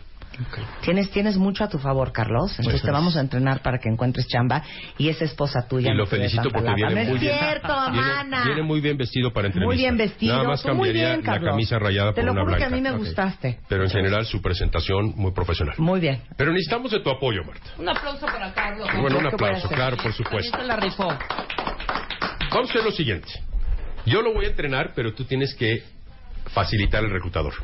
Speaker 1: Tienes, tienes mucho a tu favor, Carlos. Entonces
Speaker 4: Eso
Speaker 1: te
Speaker 4: es.
Speaker 1: vamos a entrenar para que encuentres chamba y esa esposa tuya.
Speaker 4: Y lo
Speaker 1: no tiene
Speaker 4: felicito
Speaker 1: tanta
Speaker 4: porque
Speaker 1: lana.
Speaker 4: viene
Speaker 1: No
Speaker 4: muy
Speaker 1: es
Speaker 4: bien.
Speaker 1: cierto,
Speaker 4: viene,
Speaker 1: mana.
Speaker 4: viene muy bien vestido para entrevista.
Speaker 1: Muy bien vestido.
Speaker 4: Nada más
Speaker 1: Tú muy
Speaker 4: cambiaría
Speaker 1: bien,
Speaker 4: la
Speaker 1: Carlos.
Speaker 4: camisa rayada
Speaker 1: Te
Speaker 4: por
Speaker 1: lo
Speaker 4: una
Speaker 1: juro que
Speaker 4: blanca.
Speaker 1: a mí me
Speaker 4: Ok.
Speaker 1: gustaste.
Speaker 4: Pero en general su presentación muy profesional.
Speaker 1: Muy bien.
Speaker 4: Pero necesitamos de tu apoyo, Marta.
Speaker 10: Un aplauso para Carlos.
Speaker 4: Bueno, un aplauso, claro, pues. por supuesto.
Speaker 10: Se la rifó.
Speaker 4: Vamos a hacer lo siguiente. Yo lo voy a entrenar, pero tú tienes que facilitar el reclutador.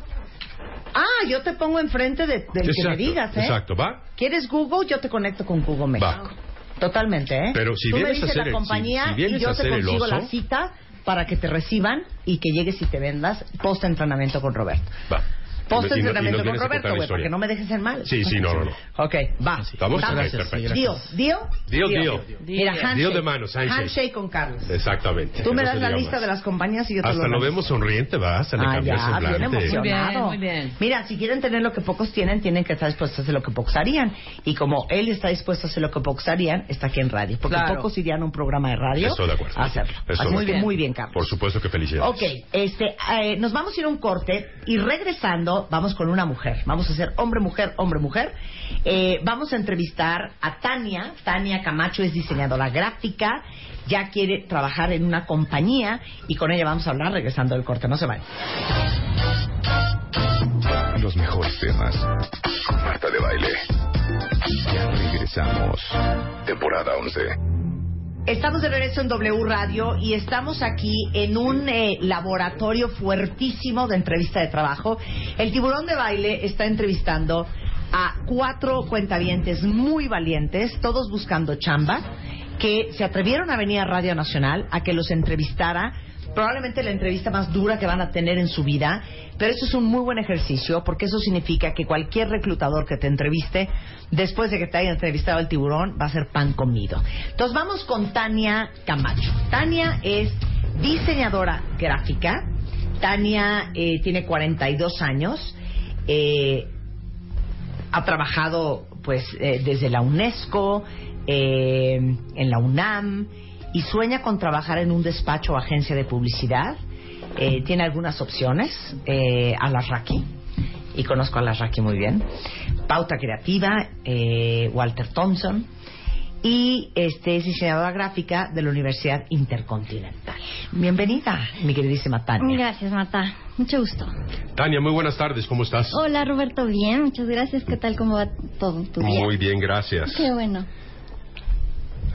Speaker 1: Ah, yo te pongo enfrente de, del que me
Speaker 4: Exacto,
Speaker 1: digas, ¿eh?
Speaker 4: Exacto, ¿va.
Speaker 1: ¿Quieres Google? Yo te conecto con Google México. Totalmente, ¿eh?
Speaker 4: Pero si
Speaker 1: Tú me
Speaker 4: vienes a
Speaker 1: dices
Speaker 4: hacer
Speaker 1: la
Speaker 4: el-
Speaker 1: compañía
Speaker 4: si- si vienes
Speaker 1: y yo
Speaker 4: a
Speaker 1: te
Speaker 4: hacer el
Speaker 1: consigo
Speaker 4: oso-
Speaker 1: la cita para que te reciban y que llegues y te vendas post entrenamiento con Roberto.
Speaker 4: Va.
Speaker 1: Post
Speaker 4: Y no- y nos
Speaker 1: entrenamiento con
Speaker 4: vienes a contar
Speaker 1: Roberto,
Speaker 4: la
Speaker 1: güey,
Speaker 4: historia.
Speaker 1: para que no me dejes en mal.
Speaker 4: Sí, sí, no, no, no.
Speaker 1: Ok, va.
Speaker 4: ¿Estamos?
Speaker 1: Vamos.
Speaker 4: Ok, perfecto.
Speaker 1: Dio, dio.
Speaker 4: Dio, dio.
Speaker 1: Mira, handshake.
Speaker 4: Dio de manos, handshake.
Speaker 1: Handshake con Carlos.
Speaker 4: Exactamente.
Speaker 1: Tú
Speaker 4: No
Speaker 1: me das
Speaker 4: se
Speaker 1: la
Speaker 4: diga
Speaker 1: lista
Speaker 4: más.
Speaker 1: de las compañías y yo te
Speaker 4: Hasta lo
Speaker 1: organizo.
Speaker 4: vemos sonriente, va. Se le
Speaker 1: Ah,
Speaker 4: cambió el
Speaker 1: ya, bien
Speaker 4: semblante.
Speaker 1: emocionado.
Speaker 10: Muy bien, muy bien.
Speaker 1: Mira, si quieren tener lo que pocos tienen, tienen que estar dispuestos a hacer lo que pocos harían. Y como él está dispuesto a hacer lo que pocos harían, está aquí en radio. Porque
Speaker 10: Claro.
Speaker 1: pocos irían a un programa de radio
Speaker 4: Estoy de acuerdo.
Speaker 1: a hacerlo.
Speaker 4: Estoy de
Speaker 1: Así es que
Speaker 4: acuerdo.
Speaker 1: muy bien, Carlos.
Speaker 4: Por supuesto que felicidades.
Speaker 1: Ok, este, eh, nos vamos a ir a un corte y regresando vamos con una mujer. Vamos a ser hombre-mujer, hombre-mujer. Eh, vamos a entrevistar a Tania. Tania Camacho es diseñadora gráfica, ya quiere trabajar en una compañía y con ella vamos a hablar regresando del corte. No se vayan.
Speaker 11: Los mejores temas. Con Marta de Baile. Ya regresamos. Temporada 11.
Speaker 1: Estamos de regreso en W Radio y estamos aquí en un eh, laboratorio fuertísimo de entrevista de trabajo. El tiburón de baile está entrevistando a cuatro cuentavientes muy valientes, todos buscando chamba, que se atrevieron a venir a Radio Nacional a que los entrevistara probablemente la entrevista más dura que van a tener en su vida, pero eso es un muy buen ejercicio porque eso significa que cualquier reclutador que te entreviste, después de que te haya entrevistado el tiburón, va a ser pan comido. Entonces vamos con Tania Camacho. Tania es diseñadora gráfica, Tania eh, tiene 42 años, eh, ha trabajado pues eh, desde la UNESCO, eh, en la UNAM y sueña con trabajar en un despacho o agencia de publicidad. Eh, tiene algunas opciones eh, a la Raki y conozco a la Raki muy bien. Pauta Creativa, eh, Walter Thompson y este es diseñadora gráfica de la Universidad Intercontinental. Bienvenida, mi queridísima Tania.
Speaker 9: Gracias, Marta. Mucho gusto.
Speaker 4: Tania, muy buenas tardes. ¿Cómo estás?
Speaker 9: Hola, Roberto. Bien, muchas gracias. ¿Qué tal? ¿Cómo va todo tu día?
Speaker 4: Muy bien, gracias.
Speaker 9: Qué bueno.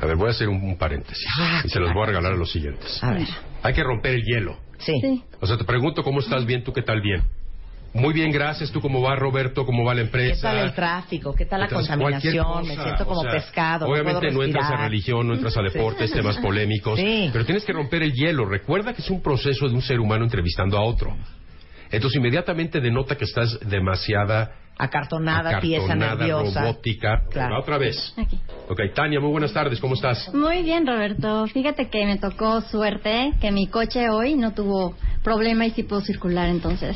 Speaker 4: A ver, voy a hacer un, un paréntesis. y se los voy a regalar a los siguientes.
Speaker 1: Ah, A ver.
Speaker 4: Hay que romper el hielo.
Speaker 1: Sí.
Speaker 4: O sea, te pregunto cómo estás bien, tú qué tal bien. Muy bien, gracias. ¿Tú cómo va, Roberto? ¿Cómo va la
Speaker 1: ¿Qué
Speaker 4: empresa?
Speaker 1: tal el tráfico? ¿Qué tal la
Speaker 4: Entonces, cualquier
Speaker 1: contaminación? Me
Speaker 4: cosa,
Speaker 1: siento como
Speaker 4: o sea,
Speaker 1: pescado. no
Speaker 4: Obviamente
Speaker 1: puedo
Speaker 4: no entras a
Speaker 1: respirar.
Speaker 4: religión, no entras a deportes,
Speaker 1: Sí.
Speaker 4: temas polémicos, pero tienes que romper el hielo. Recuerda que es un proceso de un ser humano entrevistando a otro. Entonces inmediatamente denota que estás demasiada
Speaker 1: Acartonada, pieza
Speaker 4: cartonada,
Speaker 1: nerviosa.
Speaker 4: robótica.
Speaker 1: Claro.
Speaker 4: Va Otra vez. Ok, Tania, muy buenas tardes, ¿cómo estás?
Speaker 9: Muy bien, Roberto. Fíjate que me tocó suerte que mi coche hoy no tuvo problema y sí pudo circular, entonces.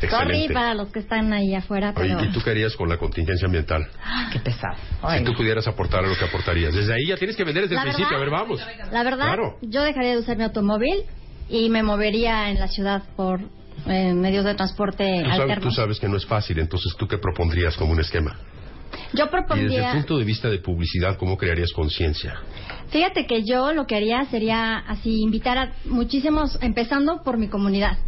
Speaker 9: Sorry
Speaker 4: Excelente.
Speaker 9: para los que están ahí afuera,
Speaker 4: Oye,
Speaker 9: pero...
Speaker 4: ¿y tú qué harías con la contingencia ambiental?
Speaker 1: Qué pesado.
Speaker 4: si tú pudieras aportar lo que aportarías. Desde ahí ya tienes que vender desde
Speaker 9: La
Speaker 4: el principio. A ver,
Speaker 9: verdad-
Speaker 4: vamos.
Speaker 9: La verdad,
Speaker 4: Claro.
Speaker 9: yo dejaría de usar mi automóvil y me movería en la ciudad por eh, medios de transporte
Speaker 4: Tú sabes, tú
Speaker 9: alternos.
Speaker 4: sabes que no es fácil, entonces, ¿tú qué propondrías como un esquema? Y desde
Speaker 9: Yo
Speaker 4: el
Speaker 9: propondría,
Speaker 4: punto de vista de publicidad, ¿cómo crearías conciencia?
Speaker 9: fíjate que yo lo que haría sería así invitar a muchísimos, empezando por mi comunidad.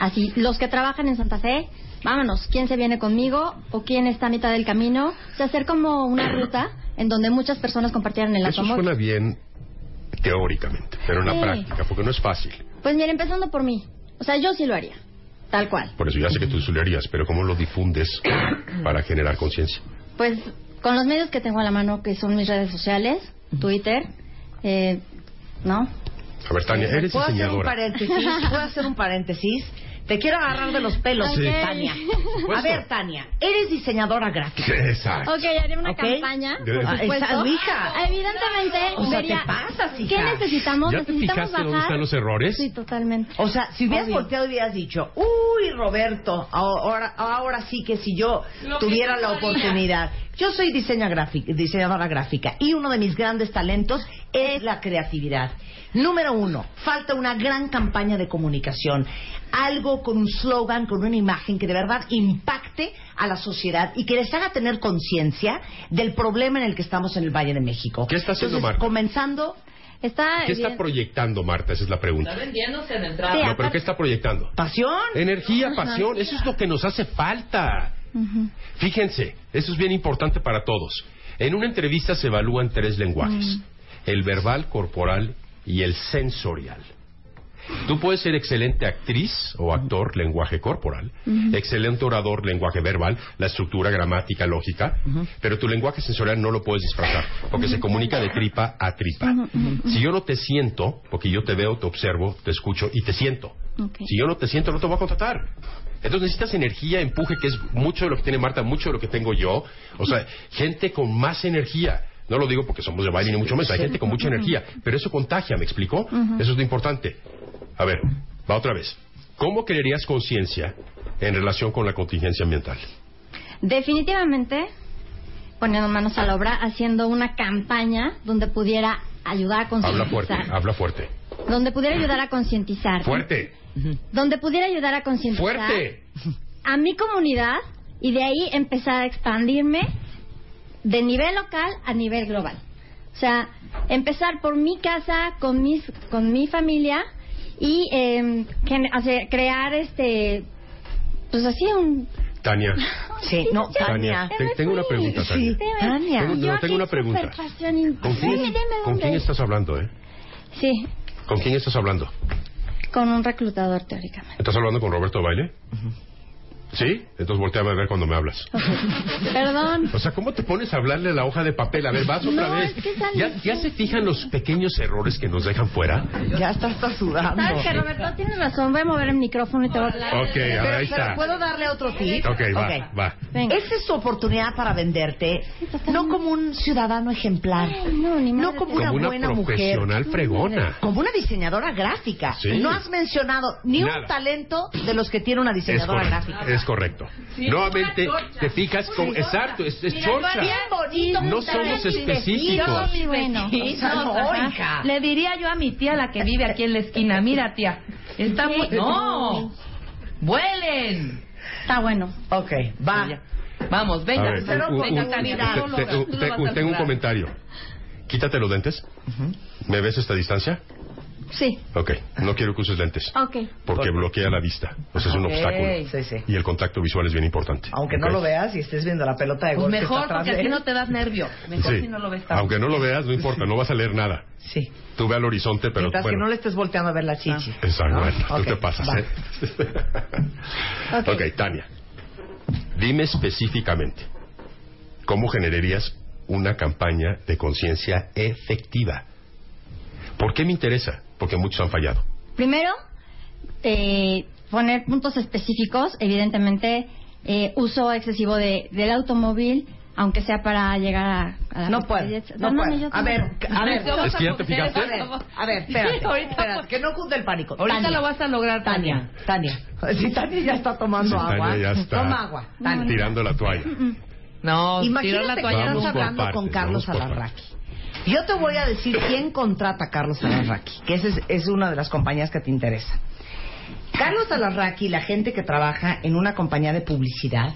Speaker 9: Así, los que trabajan en Santa Fe, vámonos, quién se viene conmigo o quién está a mitad del camino, o sea, hacer como una ruta en donde muchas personas compartieran el
Speaker 4: Eso
Speaker 9: automóvil.
Speaker 4: suena bien teóricamente, pero en la
Speaker 9: Sí.
Speaker 4: práctica, porque no es fácil.
Speaker 9: Pues mira, empezando por mí, o sea, yo sí lo haría, tal cual.
Speaker 4: Por eso ya sé que tú lo harías, pero ¿cómo lo difundes para generar conciencia?
Speaker 9: Pues con los medios que tengo a la mano, que son mis redes sociales, Twitter, eh, ¿no?
Speaker 4: A ver, Tania, eres
Speaker 1: ¿Puedo hacer un
Speaker 4: diseñadora.
Speaker 1: paréntesis? ¿Puedo hacer un paréntesis? Te quiero agarrar de los pelos,
Speaker 9: Sí.
Speaker 1: Tania. A ver, Tania, eres diseñadora gráfica.
Speaker 4: Exacto.
Speaker 9: Ok, haré una
Speaker 1: Ok.
Speaker 9: campaña.
Speaker 1: Debe
Speaker 9: por
Speaker 1: ser.
Speaker 9: supuesto.
Speaker 1: Ah, esa, hija.
Speaker 9: Evidentemente,
Speaker 1: O sea,
Speaker 9: vería,
Speaker 1: te pasas, hija.
Speaker 9: ¿qué necesitamos?
Speaker 4: ¿Ya te
Speaker 9: necesitamos
Speaker 4: fijaste dónde
Speaker 9: bajar-
Speaker 4: están los errores?
Speaker 9: Sí, totalmente.
Speaker 1: O sea, si hubieras
Speaker 9: Obvio.
Speaker 1: volteado y hubieras dicho, uy, Roberto, ahora, ahora sí que si yo
Speaker 10: Lo que
Speaker 1: tuviera
Speaker 10: yo
Speaker 1: la
Speaker 10: haría".
Speaker 1: oportunidad. Yo soy diseña gráfica- diseñadora gráfica y uno de mis grandes talentos es la creatividad. Número uno, falta una gran campaña de comunicación. Algo con un slogan, con una imagen que de verdad impacte a la sociedad y que les haga tener conciencia del problema en el que estamos en el Valle de México.
Speaker 4: ¿Qué está haciendo
Speaker 1: Entonces,
Speaker 4: Marta?
Speaker 1: Comenzando.
Speaker 9: Está
Speaker 4: ¿Qué está proyectando Marta? Esa es la pregunta.
Speaker 10: vendiéndose en el
Speaker 4: No, pero ¿qué está proyectando?
Speaker 1: Pasión.
Speaker 4: Energía,
Speaker 10: Ajá.
Speaker 4: pasión. Eso es lo que nos hace falta.
Speaker 9: Ujú.
Speaker 4: Fíjense, eso es bien importante para todos. En una entrevista se evalúan tres lenguajes, el verbal, corporal y el sensorial. Tú puedes ser excelente actriz o actor, lenguaje corporal,
Speaker 11: Ujú.
Speaker 4: excelente orador, lenguaje verbal, la estructura gramática, lógica, pero tu lenguaje sensorial no lo puedes disfrazar, porque se comunica de tripa a tripa. Si yo no te siento, porque yo te veo, te observo, te escucho y te siento, si yo no te siento, no te voy a contratar. Entonces necesitas energía, empuje, que es mucho de lo que tiene Marta, mucho de lo que tengo yo. O sea, gente con más energía. No lo digo porque somos de baile ni mucho menos. Hay gente con mucha energía. Pero eso contagia, ¿me explicó?
Speaker 11: Ujú.
Speaker 4: Eso es lo importante. A ver, va otra vez. ¿Cómo crearías conciencia en relación con la contingencia ambiental?
Speaker 9: Definitivamente, poniendo manos a la obra, haciendo una campaña donde pudiera ayudar a
Speaker 4: Habla fuerte,
Speaker 9: concientizar.
Speaker 4: habla fuerte.
Speaker 9: Donde pudiera ayudar a concientizar.
Speaker 4: Fuerte,
Speaker 9: Donde pudiera ayudar a concientizar.
Speaker 4: fuerte.
Speaker 9: a mi comunidad y de ahí empezar a expandirme de nivel local a nivel global. O sea, empezar por mi casa, con, mis, con mi familia y eh, gen- hacer- crear este, pues así un...
Speaker 4: Tania,
Speaker 1: Sí, no,
Speaker 4: Tania,
Speaker 1: Tania.
Speaker 4: te- tengo una pregunta, Tania.
Speaker 9: Sí,
Speaker 1: Tania.
Speaker 4: Tengo- no,
Speaker 9: Yo
Speaker 4: tengo
Speaker 9: aquí
Speaker 4: una pregunta.
Speaker 9: súper pasionista.
Speaker 4: ¿Con
Speaker 9: Sí,
Speaker 4: quién,
Speaker 9: dime
Speaker 4: ¿Con
Speaker 9: dónde.
Speaker 4: quién estás hablando, eh?
Speaker 9: Sí,
Speaker 4: ¿Con quién estás hablando?
Speaker 9: con un reclutador teóricamente.
Speaker 4: ¿Estás hablando con Roberto Baile? ¿Sí? Entonces volteame a ver cuando me hablas.
Speaker 9: Perdón.
Speaker 4: O sea, ¿cómo te pones a hablarle a la hoja de papel? A ver, vas otra
Speaker 9: No,
Speaker 4: vez.
Speaker 9: es que sale
Speaker 4: ¿Ya, ya se fijan los pequeños errores que nos dejan fuera?
Speaker 1: Ya está hasta sudando.
Speaker 9: Sabes que Roberto tienes razón, voy a mover el micrófono y te voy a hablar.
Speaker 4: Ok,
Speaker 1: Pero,
Speaker 4: ahí
Speaker 1: pero
Speaker 4: está.
Speaker 1: ¿puedo darle otro tip?
Speaker 4: Ok, va,
Speaker 1: Ok.
Speaker 4: va.
Speaker 1: Esa es tu oportunidad para venderte, no como un ciudadano ejemplar, no como una,
Speaker 4: Como una
Speaker 1: buena
Speaker 4: profesional
Speaker 1: mujer,
Speaker 4: fregona.
Speaker 1: como una diseñadora gráfica.
Speaker 4: Sí.
Speaker 1: No has mencionado ni
Speaker 4: Nada.
Speaker 1: un talento de los que tiene una
Speaker 4: Es
Speaker 1: diseñadora
Speaker 4: correcto.
Speaker 1: gráfica.
Speaker 4: Es correcto.
Speaker 1: Sí,
Speaker 4: Nuevamente,
Speaker 1: una chorcha.
Speaker 4: te fijas con...
Speaker 1: Una
Speaker 4: Exacto, es, es
Speaker 1: Mira,
Speaker 4: chorcha.
Speaker 1: bien bonito,
Speaker 4: No
Speaker 1: un
Speaker 4: somos
Speaker 1: talento
Speaker 4: específicos.
Speaker 1: investigado.
Speaker 10: Bueno,
Speaker 1: O sea, no,
Speaker 10: ajá.
Speaker 1: hija.
Speaker 10: Le diría yo a mi tía, la que vive aquí en la esquina, mira tía, está muy... Eh, ¡No! ¡Vuelen!
Speaker 9: Está bueno.
Speaker 1: Ok, va.
Speaker 10: Vamos,
Speaker 4: A
Speaker 10: venga.
Speaker 4: ver,
Speaker 10: Pero
Speaker 4: un- un-
Speaker 10: venga,
Speaker 4: un-
Speaker 10: Tania,
Speaker 4: te-
Speaker 10: tú lo
Speaker 4: te-
Speaker 10: logras, tú lo
Speaker 4: te-
Speaker 10: vas
Speaker 4: un- Tengo
Speaker 10: a
Speaker 4: un
Speaker 10: lograr.
Speaker 4: comentario. Quítate los lentes. ¿Me ves esta distancia?
Speaker 9: Sí,
Speaker 4: Ok, no quiero que uses lentes.
Speaker 9: ok.
Speaker 4: Porque bloquea la vista. O sea, es un
Speaker 1: Ok,
Speaker 4: obstáculo.
Speaker 1: sí, sí.
Speaker 4: Y el contacto visual es bien importante.
Speaker 1: Aunque
Speaker 4: Ok.
Speaker 1: no lo veas y estés viendo la pelota de
Speaker 10: Pues
Speaker 1: golf que
Speaker 10: mejor,
Speaker 1: está atrás
Speaker 10: porque
Speaker 1: de
Speaker 10: así
Speaker 1: él.
Speaker 10: no te das nervio. Mejor
Speaker 4: Sí.
Speaker 10: si no lo ves tanto.
Speaker 4: Aunque no lo veas, no importa, no vas a leer nada.
Speaker 1: Sí.
Speaker 4: Tú ve al horizonte, pero
Speaker 1: Mientras que
Speaker 4: bueno.
Speaker 1: no le estés volteando a ver la chichi.
Speaker 4: Exacto,
Speaker 1: ¿no?
Speaker 4: bueno,
Speaker 1: Ok,
Speaker 4: tú te pasas,
Speaker 1: va.
Speaker 4: ¿eh? ok, Tania. Dime específicamente, ¿cómo generarías una campaña de conciencia efectiva? ¿Por qué me interesa? Porque muchos han fallado.
Speaker 9: Primero, eh, poner puntos específicos, evidentemente, eh, uso excesivo de, del automóvil, aunque sea para llegar a, a la
Speaker 1: No puedo,
Speaker 9: justicia.
Speaker 1: no
Speaker 9: Dame,
Speaker 1: puedo.
Speaker 9: yo
Speaker 1: A ver,
Speaker 9: tampoco.
Speaker 1: a ver.
Speaker 10: Es que ya te fijaste.
Speaker 1: A ver, a ver, espérate,
Speaker 10: Ahorita-
Speaker 1: espérate, que no cunde el pánico.
Speaker 10: Ahorita
Speaker 1: Tania.
Speaker 10: lo vas a lograr, Tania.
Speaker 1: Tania. Si Tania ya está tomando
Speaker 4: Tania
Speaker 1: agua,
Speaker 4: ya está
Speaker 1: toma agua. Tania.
Speaker 4: Tirando la toalla.
Speaker 10: No, tiró
Speaker 1: Imagínate
Speaker 10: la
Speaker 1: que
Speaker 10: toalla.
Speaker 1: estás
Speaker 4: Vamos por
Speaker 1: hablando con
Speaker 4: partes,
Speaker 1: Carlos
Speaker 4: vamos por
Speaker 1: Alarraqui. Yo te voy a decir quién contrata a Carlos Alarraqui, que esa es, es una de las compañías que te interesa. Carlos Alarraqui, la gente que trabaja en una compañía de publicidad,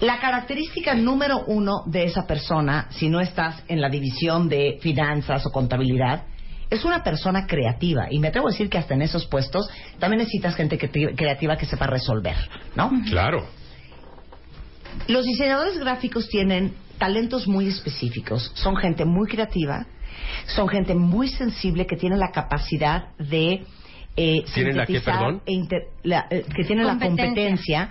Speaker 1: La característica número uno de esa persona, si no estás en la división de finanzas o contabilidad, es una persona creativa. Y me atrevo a decir que hasta en esos puestos también necesitas gente que te- creativa que sepa resolver, ¿no?
Speaker 4: Claro.
Speaker 1: Los diseñadores gráficos tienen talentos muy específicos, son gente muy creativa, son gente muy sensible que tiene la capacidad de eh,
Speaker 4: ¿Tienen la qué,
Speaker 1: sintetizar
Speaker 4: perdón?
Speaker 1: e inter- la, eh, que tienen
Speaker 9: Competencia.
Speaker 1: la competencia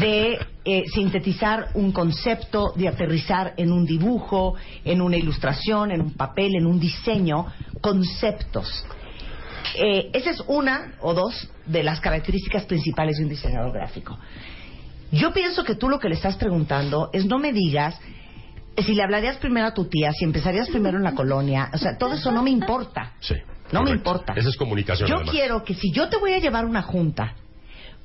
Speaker 1: de eh, sintetizar un concepto, de aterrizar en un dibujo, en una ilustración, en un papel, en un diseño, conceptos. Eh, esa es una o dos de las características principales de un diseñador gráfico. Yo pienso que tú lo que le estás preguntando es no me digas si le hablarías primero a tu tía, si empezarías primero en la colonia, o sea, todo eso no me importa.
Speaker 4: Sí.
Speaker 1: No me
Speaker 4: correcto.
Speaker 1: importa.
Speaker 4: Esa es comunicación.
Speaker 1: Yo
Speaker 4: además.
Speaker 1: quiero que si yo te voy a llevar una junta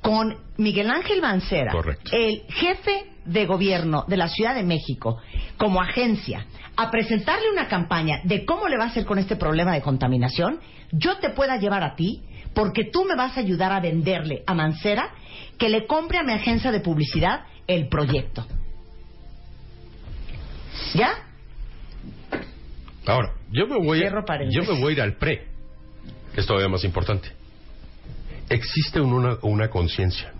Speaker 1: con Miguel Ángel Mancera,
Speaker 4: Correcto.
Speaker 1: el jefe de gobierno de la Ciudad de México, como agencia, a presentarle una campaña de cómo le va a hacer con este problema de contaminación, yo te pueda llevar a ti porque tú me vas a ayudar a venderle a Mancera que le compre a mi agencia de publicidad el proyecto. ¿Ya?
Speaker 4: Ahora, yo me voy,
Speaker 1: Cierro
Speaker 4: yo
Speaker 1: paréntesis.
Speaker 4: me voy a ir al pre, que es todavía más importante. Existe un- una, una conciencia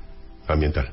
Speaker 4: ambiental.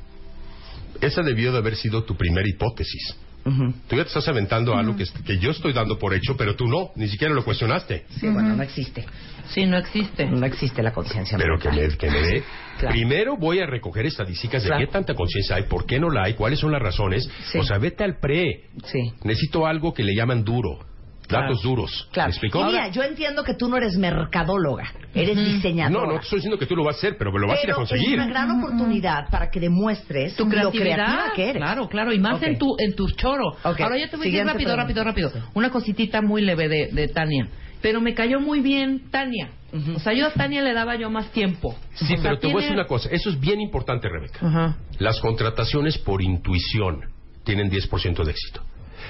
Speaker 4: Esa debió de haber sido tu primera hipótesis.
Speaker 1: Mm.
Speaker 4: Tú ya te estás aventando a algo que, que yo estoy dando por hecho, pero tú no, ni siquiera lo cuestionaste.
Speaker 1: Sí, bueno, no existe.
Speaker 10: Sí, no existe.
Speaker 1: No existe la conciencia.
Speaker 4: Pero que me, que me dé.
Speaker 1: Claro.
Speaker 4: Primero voy a recoger estadísticas de
Speaker 1: Claro.
Speaker 4: qué tanta conciencia hay, por qué no la hay, cuáles son las razones.
Speaker 1: Sí.
Speaker 4: O sea, vete al pre.
Speaker 1: Sí.
Speaker 4: Necesito algo que le llaman duro, datos duros. ¿Me explicó?
Speaker 1: Y mira, yo entiendo que tú no eres mercadóloga, eres
Speaker 4: No,
Speaker 1: diseñadora.
Speaker 4: no te estoy diciendo que tú lo vas a hacer, pero me lo vas a ir a
Speaker 1: Pero
Speaker 4: conseguir.
Speaker 1: Es una gran oportunidad para que demuestres
Speaker 10: tu
Speaker 1: lo
Speaker 10: creatividad,
Speaker 1: creativa que eres.
Speaker 10: Claro, claro, y más
Speaker 1: Ok.
Speaker 10: en tu en tu choro. Ahora
Speaker 1: Ok,
Speaker 10: yo te voy a decir
Speaker 1: siguiente
Speaker 10: rápido,
Speaker 1: pregunta.
Speaker 10: rápido, rápido. Una cositita muy leve de, de Tania. Pero me cayó muy bien Tania. O sea, yo a Tania le daba yo más tiempo.
Speaker 4: Sí,
Speaker 10: O sea,
Speaker 4: pero te voy a decir
Speaker 10: tiene-
Speaker 4: una cosa. Eso es bien importante, Rebeca.
Speaker 10: Ajá.
Speaker 4: Las contrataciones por intuición tienen 10% de éxito.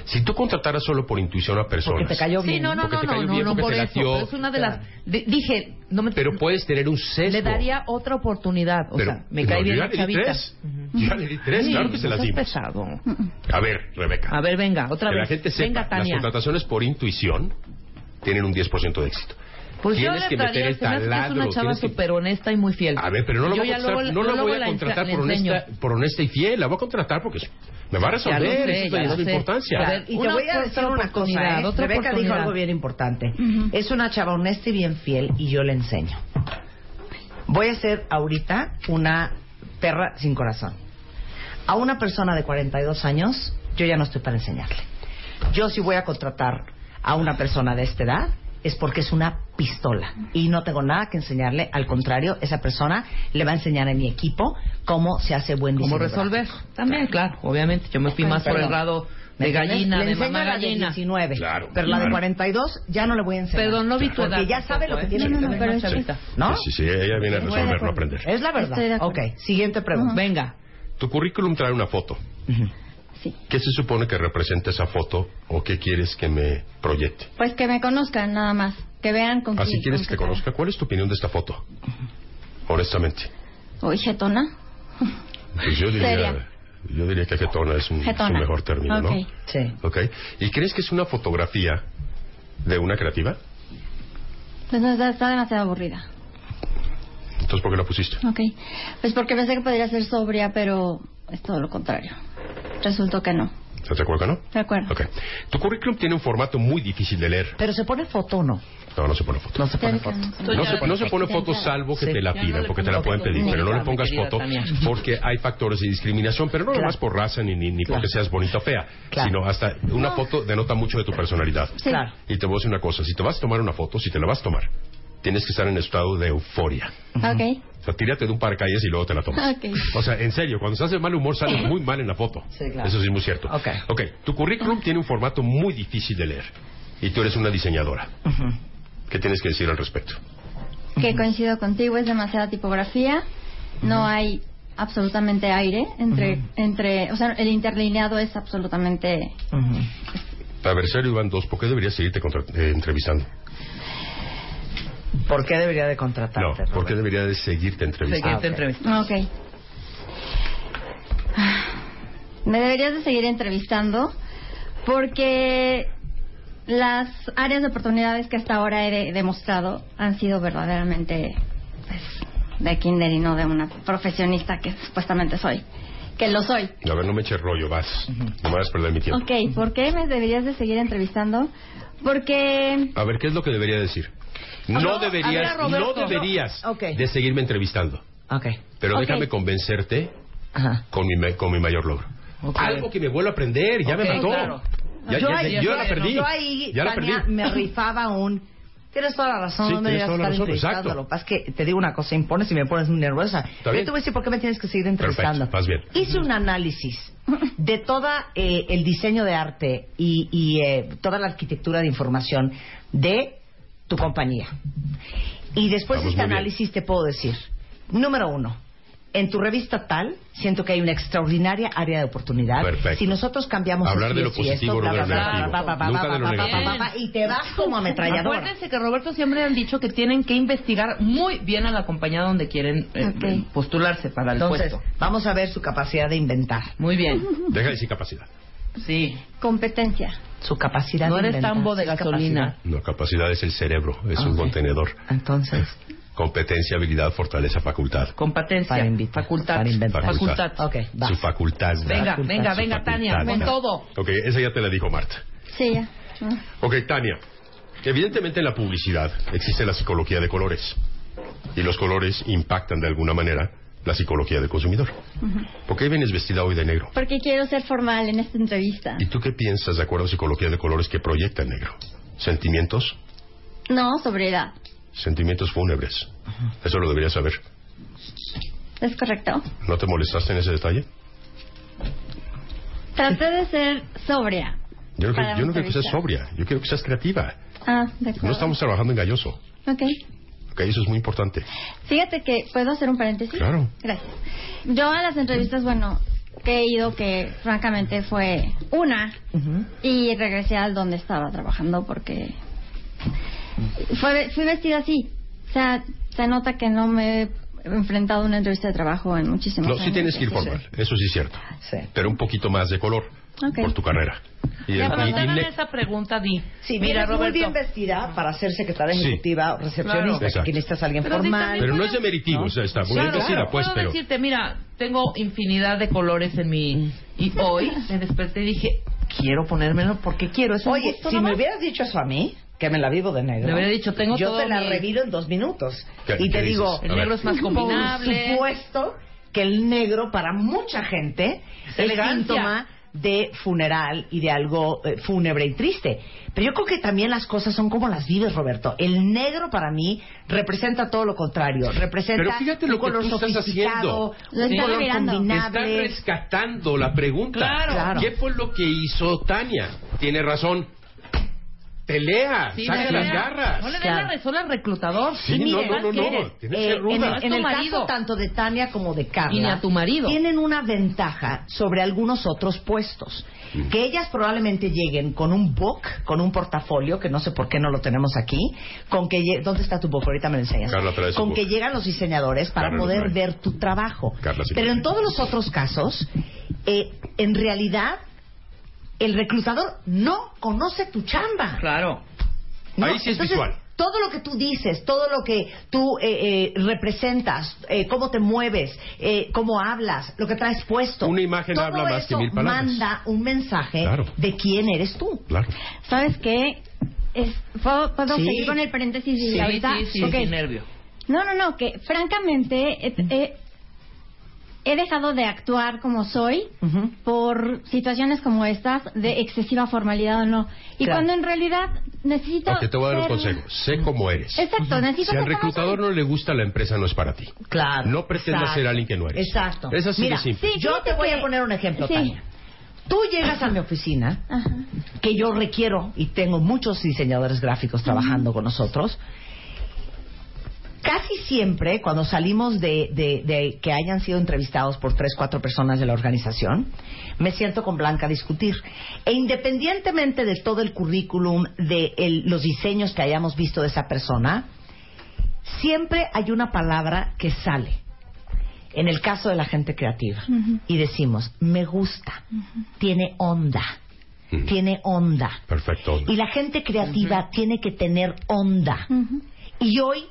Speaker 4: Si tú contrataras solo por intuición a personas...
Speaker 1: Porque te cayó
Speaker 10: Sí,
Speaker 1: bien.
Speaker 10: no, no,
Speaker 4: Porque
Speaker 10: no,
Speaker 4: te
Speaker 10: no,
Speaker 4: cayó
Speaker 10: no,
Speaker 4: bien,
Speaker 10: no
Speaker 4: porque
Speaker 10: por
Speaker 4: te
Speaker 10: eso.
Speaker 4: latió.
Speaker 10: pero es una de las. de- dije, no me.
Speaker 4: Pero puedes tener un sesgo.
Speaker 10: le daría otra oportunidad. O
Speaker 4: Pero- eh,
Speaker 10: sea, me cae
Speaker 4: no,
Speaker 10: bien
Speaker 4: yo ya
Speaker 10: la
Speaker 4: le di
Speaker 10: chavita.
Speaker 4: tres. Yo ya le di tres,
Speaker 10: Sí,
Speaker 4: claro que se
Speaker 10: no
Speaker 4: las
Speaker 10: seas
Speaker 4: dimos.
Speaker 10: pesado.
Speaker 4: A ver, Rebeca.
Speaker 10: A ver, venga, otra
Speaker 4: que
Speaker 10: vez.
Speaker 4: la gente sepa,
Speaker 10: venga,
Speaker 4: las
Speaker 10: Tania.
Speaker 4: contrataciones por intuición tienen un 10% de éxito.
Speaker 10: Pues yo
Speaker 4: tienes
Speaker 10: le
Speaker 4: que meter
Speaker 10: traería,
Speaker 4: el
Speaker 10: se me hace que es una
Speaker 4: taladro,
Speaker 10: chava
Speaker 4: tienes que-
Speaker 10: súper honesta y muy fiel.
Speaker 4: A ver, pero no la
Speaker 10: Yo
Speaker 4: voy a
Speaker 10: ya
Speaker 4: contratar,
Speaker 10: luego-
Speaker 4: no la
Speaker 10: yo luego
Speaker 4: voy a
Speaker 10: ense-
Speaker 4: contratar
Speaker 10: le
Speaker 4: por
Speaker 10: enseño.
Speaker 4: honesta, por honesta y fiel, la voy a contratar porque me va a
Speaker 10: Ya lo
Speaker 4: resolver,
Speaker 10: sé,
Speaker 4: eso
Speaker 10: ya
Speaker 4: es
Speaker 10: lo
Speaker 4: lo
Speaker 10: sé.
Speaker 4: importante.
Speaker 10: A ver,
Speaker 1: Y
Speaker 10: Una
Speaker 1: te voy a
Speaker 10: otra
Speaker 1: decir una cosa,
Speaker 10: oportunidad,
Speaker 1: ¿eh?
Speaker 10: otra
Speaker 1: Rebeca dijo
Speaker 10: oportunidad.
Speaker 1: algo bien importante. Es una chava honesta y bien fiel y yo le enseño. Voy a ser ahorita una perra sin corazón. A una persona de 42 años yo ya no estoy para enseñarle. Yo si voy a contratar a una persona de esta edad es porque es una pistola y no tengo nada que enseñarle, al contrario, esa persona le va a enseñar a mi equipo cómo se hace buen diseño.
Speaker 10: ¿Cómo resolver? También, claro, obviamente. Yo me fui más por el
Speaker 1: Perdón.
Speaker 10: lado
Speaker 1: ¿Me
Speaker 10: de
Speaker 1: entiendes?
Speaker 10: gallina,
Speaker 1: Le
Speaker 10: de
Speaker 1: enseño
Speaker 10: mamá
Speaker 1: la de
Speaker 10: gallina.
Speaker 1: 19,
Speaker 4: Claro,
Speaker 1: pero la de
Speaker 4: claro.
Speaker 1: 42 ya no le voy a enseñar.
Speaker 10: Perdón, no vi tu
Speaker 1: Porque
Speaker 10: edad
Speaker 1: ya sabe
Speaker 10: tampoco,
Speaker 1: lo que
Speaker 10: ¿eh?
Speaker 1: tiene
Speaker 10: Sí,
Speaker 1: que
Speaker 10: no,
Speaker 1: hacer,
Speaker 10: pero
Speaker 1: ¿no?
Speaker 10: es que-
Speaker 1: ¿no?
Speaker 4: Sí, sí, ella viene a
Speaker 1: Estoy de
Speaker 4: resolver, no
Speaker 10: pues,
Speaker 1: acuerdo.
Speaker 4: aprender.
Speaker 1: Es la verdad.
Speaker 9: Estoy de acuerdo.
Speaker 1: ok, siguiente pregunta.
Speaker 10: Venga.
Speaker 4: Tu currículum trae una foto.
Speaker 9: Sí.
Speaker 4: ¿Qué se supone que representa esa foto o qué quieres que me proyecte?
Speaker 9: Pues que me conozcan nada más, que vean con
Speaker 4: Así
Speaker 9: quién-
Speaker 4: Ah, quieres
Speaker 9: con
Speaker 4: que te
Speaker 9: qué cara.
Speaker 4: conozca. ¿Cuál es tu opinión de esta foto? Honestamente.
Speaker 9: Uy, jetona.
Speaker 4: Pues yo
Speaker 9: Seria.
Speaker 4: diría, yo diría que jetona Mm, es un, es un
Speaker 9: Jetona.
Speaker 4: mejor término,
Speaker 9: Ok.
Speaker 1: Sí.
Speaker 4: ¿no? Ok. ¿Y crees que es una fotografía de una creativa?
Speaker 9: Pues no, está, está demasiado aburrida.
Speaker 4: Entonces, ¿por qué la pusiste?
Speaker 9: Ok. Pues porque pensé que podría ser sobria, pero es todo lo contrario. Resultó que no.
Speaker 4: ¿Se te acuerda, no?
Speaker 9: ¿De acuerdo?
Speaker 4: Ok. Tu currículum tiene un formato muy difícil de leer.
Speaker 1: Pero se pone foto o no?
Speaker 4: No, no se pone foto.
Speaker 1: No se pone foto.
Speaker 4: No se, no se pone foto salvo que
Speaker 1: Sí.
Speaker 4: te la
Speaker 10: Ya no
Speaker 4: pidan,
Speaker 10: le
Speaker 4: porque te la
Speaker 10: pongo
Speaker 4: pueden
Speaker 10: foto.
Speaker 4: pedir,
Speaker 10: Ni
Speaker 4: pero no le
Speaker 10: nada, mi
Speaker 4: pongas
Speaker 10: querida
Speaker 4: foto
Speaker 10: Tania.
Speaker 4: porque hay factores de discriminación, pero no
Speaker 1: Claro.
Speaker 4: nomás por raza ni, ni, ni porque
Speaker 1: Claro.
Speaker 4: seas bonita o fea,
Speaker 1: Claro.
Speaker 4: sino hasta una foto denota mucho de tu personalidad.
Speaker 9: Sí.
Speaker 1: Claro.
Speaker 4: Y te voy a decir una cosa, si te vas a tomar una foto, si te la vas a tomar, tienes que estar en estado de euforia.
Speaker 9: Ok.
Speaker 4: O sea, tírate de un paracaídas y luego te la tomas.
Speaker 9: Ok.
Speaker 4: O sea, en serio, cuando estás de mal humor sales muy mal en la foto.
Speaker 1: Sí, claro.
Speaker 4: Eso sí es muy cierto.
Speaker 1: Ok.
Speaker 4: ok, tu currículum tiene un formato muy difícil de leer y tú eres una diseñadora. ¿Qué tienes que decir al respecto?
Speaker 9: que coincido contigo, es demasiada tipografía, no hay absolutamente aire entre, entre, o sea, el interlineado es absolutamente,
Speaker 1: Ujú.
Speaker 4: A ver, serio, Iván dos, ¿por qué deberías seguirte contra- eh, entrevistando?
Speaker 1: ¿Por qué debería de
Speaker 4: No,
Speaker 1: contratarte?
Speaker 4: ¿por qué
Speaker 1: Roberto?
Speaker 4: debería de
Speaker 10: Ah,
Speaker 9: Ah,
Speaker 4: seguirte entrevistando?
Speaker 10: Siguiente entrevista.
Speaker 9: ok. Me deberías de seguir entrevistando porque las áreas de oportunidades que hasta ahora he de- demostrado han sido verdaderamente pues, de kinder y no de una profesionista que supuestamente soy, que lo soy.
Speaker 4: A ver, no me eches rollo, vas. No me vas a perder mi tiempo.
Speaker 9: Ok, ¿por qué me deberías de seguir entrevistando? Porque
Speaker 4: A ver, ¿qué es lo que debería decir? No,
Speaker 9: No,
Speaker 4: deberías,
Speaker 9: a ver, Roberto,
Speaker 4: no deberías
Speaker 9: no. Ok.
Speaker 4: de seguirme entrevistando. Pero
Speaker 9: Ok.
Speaker 4: déjame convencerte con mi, ma- con mi mayor logro. Algo que me vuelvo a aprender, ya
Speaker 1: Ok,
Speaker 4: me mató.
Speaker 1: claro.
Speaker 4: Ya,
Speaker 1: yo
Speaker 4: ya-
Speaker 1: ahí,
Speaker 4: ya la perdí.
Speaker 1: yo ahí,
Speaker 4: ya la
Speaker 1: Tania,
Speaker 4: perdí.
Speaker 1: me rifaba un... Tienes toda la razón,
Speaker 4: Sí,
Speaker 1: no me
Speaker 4: tienes
Speaker 1: deberías
Speaker 4: toda la
Speaker 1: estar
Speaker 4: razón,
Speaker 1: entrevistando.
Speaker 4: exacto.
Speaker 1: Lo que pasa es que te digo una cosa, impones y me pones muy nerviosa. Yo te
Speaker 4: bien.
Speaker 1: voy a decir por qué me tienes que seguir entrevistando.
Speaker 4: Perfecto, más bien.
Speaker 1: Hice un análisis de todo el diseño de arte y, y, eh, toda la arquitectura de información de tu compañía. Y después de
Speaker 12: Vamos,
Speaker 1: este
Speaker 12: muy bien.
Speaker 1: análisis te puedo decir, número uno, en tu revista tal siento que hay una extraordinaria área de oportunidad.
Speaker 4: Perfecto.
Speaker 1: Si nosotros cambiamos
Speaker 4: Hablar
Speaker 1: esto
Speaker 4: de
Speaker 1: y
Speaker 4: lo
Speaker 1: esto y esto,
Speaker 4: positivo,
Speaker 1: bla, bla,
Speaker 4: no de lo
Speaker 1: bla,
Speaker 4: negativo.
Speaker 1: bla, bla, bla,
Speaker 4: Nunca
Speaker 1: bla,
Speaker 4: de lo
Speaker 1: bla, bla,
Speaker 4: negativo.
Speaker 1: bla, bla, y te vas como ametralladora.
Speaker 10: Acuérdense que Roberto siempre han dicho que tienen que investigar muy bien a la compañía donde quieren eh, eh, postularse para el
Speaker 1: Entonces,
Speaker 10: puesto.
Speaker 1: vamos a ver su capacidad de inventar.
Speaker 10: Muy bien.
Speaker 4: Deja de decir capacidad.
Speaker 10: Sí.
Speaker 9: competencia.
Speaker 1: Su capacidad
Speaker 10: No
Speaker 1: de
Speaker 10: eres
Speaker 1: inventar.
Speaker 10: tambo de
Speaker 1: sí es
Speaker 10: gasolina.
Speaker 4: No, capacidad es el cerebro, es un contenedor.
Speaker 1: Entonces.
Speaker 4: Competencia, habilidad, fortaleza, facultad.
Speaker 10: Competencia.
Speaker 4: Facultad.
Speaker 10: facultad. facultad.
Speaker 4: Su facultad.
Speaker 10: Venga,
Speaker 4: Facultad,
Speaker 10: venga,
Speaker 4: su
Speaker 10: venga, Tania,
Speaker 4: facultad.
Speaker 10: con todo.
Speaker 4: Ok, esa ya te la dijo Marta.
Speaker 9: sí, ya. ¿no?
Speaker 4: Ok, Tania. Evidentemente en la publicidad existe la psicología de colores. Y los colores impactan de alguna manera la psicología del consumidor.
Speaker 9: Ujú.
Speaker 4: ¿Por qué vienes vestida hoy de negro?
Speaker 9: Porque quiero ser formal en esta entrevista.
Speaker 4: ¿Y tú qué piensas de acuerdo a psicología de colores que proyecta el negro? ¿Sentimientos?
Speaker 9: No, sobre edad.
Speaker 4: Sentimientos fúnebres. Eso lo deberías saber.
Speaker 9: ¿Es correcto?
Speaker 4: ¿No te molestaste en ese detalle?
Speaker 9: Traté de ser sobria.
Speaker 4: Yo no,
Speaker 9: Para
Speaker 4: creo- yo no
Speaker 9: una
Speaker 4: quiero que seas
Speaker 9: entrevista.
Speaker 4: sobria, yo quiero que seas creativa.
Speaker 9: Ah, de acuerdo.
Speaker 4: No estamos trabajando en galloso.
Speaker 9: Ok.
Speaker 4: Ok, eso es muy importante.
Speaker 9: Fíjate que, ¿puedo hacer un paréntesis?
Speaker 4: Claro.
Speaker 9: Gracias. Yo a las entrevistas, bueno, que he ido que francamente fue una y regresé al donde estaba trabajando porque fue, fui vestida así. O sea, se nota que no me he enfrentado a una entrevista de trabajo en muchísimos
Speaker 4: No,
Speaker 9: años.
Speaker 4: sí tienes que ir formal, eso sí es cierto. Pero un poquito más de color
Speaker 9: Ok.
Speaker 4: por tu carrera. Y,
Speaker 10: Ya,
Speaker 4: y-
Speaker 10: cuando te
Speaker 4: y-
Speaker 10: hagan esa pregunta, di.
Speaker 1: Sí,
Speaker 10: mira,
Speaker 1: vienes muy
Speaker 10: Roberto.
Speaker 1: bien vestida para ser secretaria ejecutiva o recepcionista,
Speaker 4: Claro. Exacto.
Speaker 1: que necesitas a alguien
Speaker 10: Pero sí,
Speaker 1: formal.
Speaker 10: también
Speaker 4: pero no es demeritivo, o sea, está muy bien
Speaker 10: Claro,
Speaker 4: decida, pues,
Speaker 10: puedo
Speaker 4: pero...
Speaker 10: decirte, mira, tengo infinidad de colores en mi... Y
Speaker 1: Mm.
Speaker 10: hoy me desperté y dije, quiero ponérmelo porque quiero. Es un
Speaker 1: Oye,
Speaker 10: gusto
Speaker 1: si
Speaker 10: nomás.
Speaker 1: me hubieras dicho eso a mí, que me la vivo de negro.
Speaker 10: Le hubiera dicho, tengo
Speaker 1: Yo
Speaker 10: todo
Speaker 1: te la
Speaker 10: mi-
Speaker 1: reviro en dos minutos.
Speaker 10: ¿Qué-
Speaker 1: y
Speaker 10: qué
Speaker 1: te
Speaker 10: dices?
Speaker 1: digo,
Speaker 10: El A negro ver. es más combinable.
Speaker 1: Por supuesto que el negro para mucha gente es el
Speaker 10: Elegancia.
Speaker 1: síntoma de funeral y de algo eh, fúnebre y triste. Pero yo creo que también las cosas son como las vives, Roberto. El negro para mí representa todo lo contrario. Representa
Speaker 4: Pero fíjate lo
Speaker 1: un
Speaker 4: que
Speaker 1: color
Speaker 4: tú estás
Speaker 1: sofisticado,
Speaker 4: haciendo. Lo
Speaker 1: un
Speaker 4: estás
Speaker 1: color
Speaker 4: mirando.
Speaker 1: combinable.
Speaker 4: Estás rescatando la pregunta.
Speaker 1: Claro. Claro.
Speaker 4: ¿Qué fue lo que hizo Tania? Tiene razón. Pelea,
Speaker 10: Sí,
Speaker 4: saca
Speaker 10: la
Speaker 4: las
Speaker 10: idea.
Speaker 4: garras.
Speaker 10: No le des la
Speaker 1: Claro.
Speaker 10: resola al reclutador.
Speaker 4: Sí, Sí, no, mire, no, no, no,
Speaker 10: ¿qué eres?
Speaker 4: tienes que ser ruda.
Speaker 1: eh, en
Speaker 10: Es
Speaker 1: el, en
Speaker 10: tu
Speaker 1: el
Speaker 10: marido.
Speaker 1: caso tanto de Tania como de
Speaker 10: Y
Speaker 1: Carla,
Speaker 10: ni a tu marido.
Speaker 1: tienen una ventaja sobre algunos otros puestos.
Speaker 4: Mm.
Speaker 1: Que ellas probablemente lleguen con un book, con un portafolio, que no sé por qué no lo tenemos aquí, con que lle- ¿dónde está tu book? Ahorita me lo enseñas.
Speaker 4: Carla trae su
Speaker 1: con
Speaker 4: book.
Speaker 1: que llegan los diseñadores para
Speaker 4: Carla lo
Speaker 1: poder
Speaker 4: trae.
Speaker 1: ver tu trabajo.
Speaker 4: Carla, sí.
Speaker 1: Pero en todos los otros casos, eh, en realidad, el reclutador no conoce tu chamba.
Speaker 10: Claro.
Speaker 1: No,
Speaker 4: Ahí sí es
Speaker 1: entonces,
Speaker 4: visual.
Speaker 1: Todo lo que tú dices, todo lo que tú eh, eh, representas, eh, cómo te mueves, eh, cómo hablas, lo que traes puesto.
Speaker 4: Una imagen
Speaker 1: todo
Speaker 4: habla más que
Speaker 1: eso
Speaker 4: mil palabras.
Speaker 1: Manda un mensaje
Speaker 4: Claro.
Speaker 1: de quién eres tú.
Speaker 4: Claro.
Speaker 9: ¿Sabes qué? Es, ¿Puedo, puedo
Speaker 1: Sí.
Speaker 9: seguir con el paréntesis? y
Speaker 10: Sí,
Speaker 9: ahorita?
Speaker 10: sí, sí,
Speaker 9: Ok.
Speaker 10: sí, nervio.
Speaker 9: No, no, no, que francamente eh, eh, he dejado de actuar como soy por situaciones como estas de excesiva formalidad o no. Y
Speaker 4: Claro.
Speaker 9: cuando en realidad necesito...
Speaker 4: Ok, te voy a dar un
Speaker 9: ser-
Speaker 4: consejo. Sé cómo eres.
Speaker 9: Exacto, necesito...
Speaker 4: Si al
Speaker 9: ser como
Speaker 4: reclutador no le gusta la empresa, no es para ti.
Speaker 1: Claro.
Speaker 4: No pretendas
Speaker 1: Exacto.
Speaker 4: ser alguien que no eres.
Speaker 1: Exacto.
Speaker 4: Es así de
Speaker 1: Mira,
Speaker 4: simple.
Speaker 1: yo te voy a poner un ejemplo,
Speaker 9: Sí.
Speaker 1: Tania. Tú llegas a mi oficina, que yo requiero, y tengo muchos diseñadores gráficos trabajando con nosotros, casi siempre cuando salimos de, de- de que hayan sido entrevistados por tres, cuatro personas de la organización, me siento con Blanca a discutir. E independientemente de todo el currículum, de el- los diseños que hayamos visto de esa persona, siempre hay una palabra que sale. en el caso de la gente creativa y decimos, me gusta, tiene onda, tiene onda.
Speaker 4: Perfecto.
Speaker 1: Y la gente creativa tiene que tener onda. Y hoy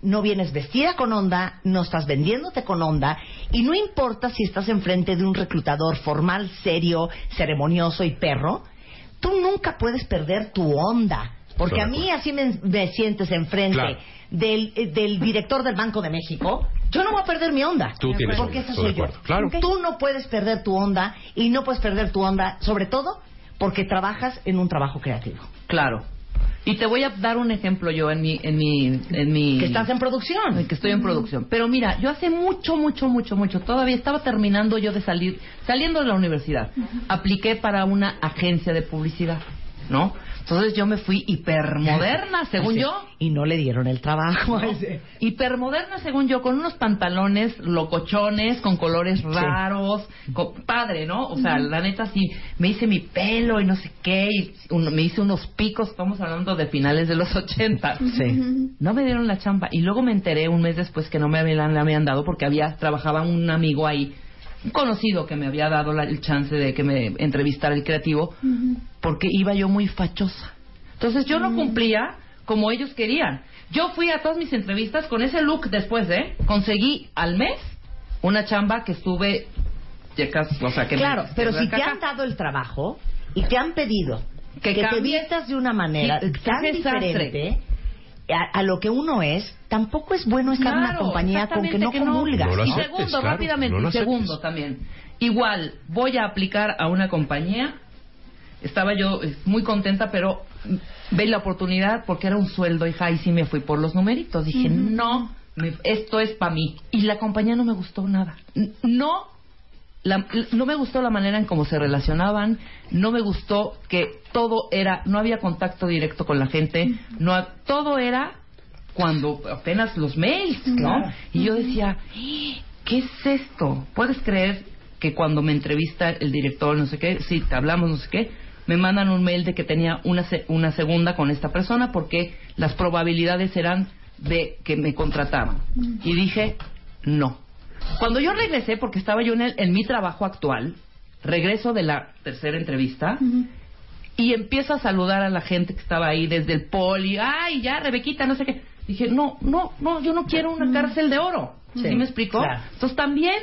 Speaker 1: no vienes vestida con onda, no estás vendiéndote con onda, y no importa si estás enfrente de un reclutador formal, serio, ceremonioso y perro, tú nunca puedes perder tu onda. Porque a
Speaker 3: Estoy de
Speaker 1: mí así me, me sientes enfrente
Speaker 3: Claro.
Speaker 1: del, eh, del director del Banco de México, yo no voy a perder mi onda.
Speaker 3: Tú tienes
Speaker 1: porque esa
Speaker 3: onda, estoy de
Speaker 1: soy yo.
Speaker 3: acuerdo. Claro.
Speaker 1: Ok. Tú no puedes perder tu onda y no puedes perder tu onda, sobre todo porque trabajas en un trabajo creativo.
Speaker 10: Claro. Y te voy a dar un ejemplo yo en mi, en mi, en mi. Que estás
Speaker 1: en producción.
Speaker 10: Que estoy en producción. Pero mira, yo hace mucho, mucho, mucho, mucho. Todavía estaba terminando yo de salir, saliendo de la universidad. Apliqué para una agencia de publicidad, ¿no? Entonces yo me fui hipermoderna, según
Speaker 1: Así.
Speaker 10: yo.
Speaker 1: Y no le dieron el trabajo.
Speaker 10: ¿no? Hipermoderna, según yo, con unos pantalones locochones, con colores raros, co- padre, ¿no? O sea,
Speaker 3: Ujú.
Speaker 10: la neta sí, me hice mi pelo y no sé qué, y un- me hice unos picos, estamos hablando de finales de los 80.
Speaker 3: Sí.
Speaker 10: No me dieron la chamba y luego me enteré un mes después que no me habían, la habían dado porque había trabajaba un amigo ahí, un conocido que me había dado la- el chance de que me entrevistara el creativo porque iba yo muy fachosa. Entonces yo no cumplía como ellos querían. Yo fui a todas mis entrevistas con ese look después, ¿eh? Conseguí al mes una chamba que estuve... checas, O sea, que me-
Speaker 1: claro, pero
Speaker 10: que
Speaker 1: si
Speaker 10: acá-
Speaker 1: te han dado el trabajo y te han pedido
Speaker 10: Que
Speaker 1: que, te
Speaker 10: cambies.
Speaker 1: vistas de una manera
Speaker 10: Sí,
Speaker 1: tan
Speaker 10: qué desastre.
Speaker 1: diferente a, a lo que uno es, tampoco es bueno estar en una
Speaker 10: Claro,
Speaker 1: compañía con que no
Speaker 10: exactamente,
Speaker 1: comulgas.
Speaker 10: y segundo, rápidamente, y segundo también. Igual, voy a aplicar a una compañía. Estaba yo eh, muy contenta, pero mm, ve la oportunidad porque era un sueldo, hija, y sí me fui por los numeritos. Dije,
Speaker 3: Ujú.
Speaker 10: no, me- esto es para mí. Y la compañía no me gustó nada. N- No la- no me gustó la manera en cómo se relacionaban, no me gustó que todo era, no había contacto directo con la gente, no ha- todo era cuando apenas los mails, ¿no?
Speaker 3: Claro.
Speaker 10: Y yo decía, "¡Ah! ¿qué es esto? ¿Puedes creer que cuando me entrevista el director, no sé qué, sí, te hablamos, no sé qué, me mandan un mail de que tenía una, se- una segunda con esta persona porque las probabilidades eran de que me contrataban? Y dije, no. Cuando yo regresé, porque estaba yo en, el- en mi trabajo actual, regreso de la tercera entrevista y empiezo a saludar a la gente que estaba ahí desde el poli. Ay, ya, Rebequita, no sé qué. Dije, no, no, no, yo no quiero una cárcel de oro. ¿Sí,
Speaker 3: Sí,
Speaker 10: me explicó?
Speaker 3: claro.
Speaker 10: Entonces también,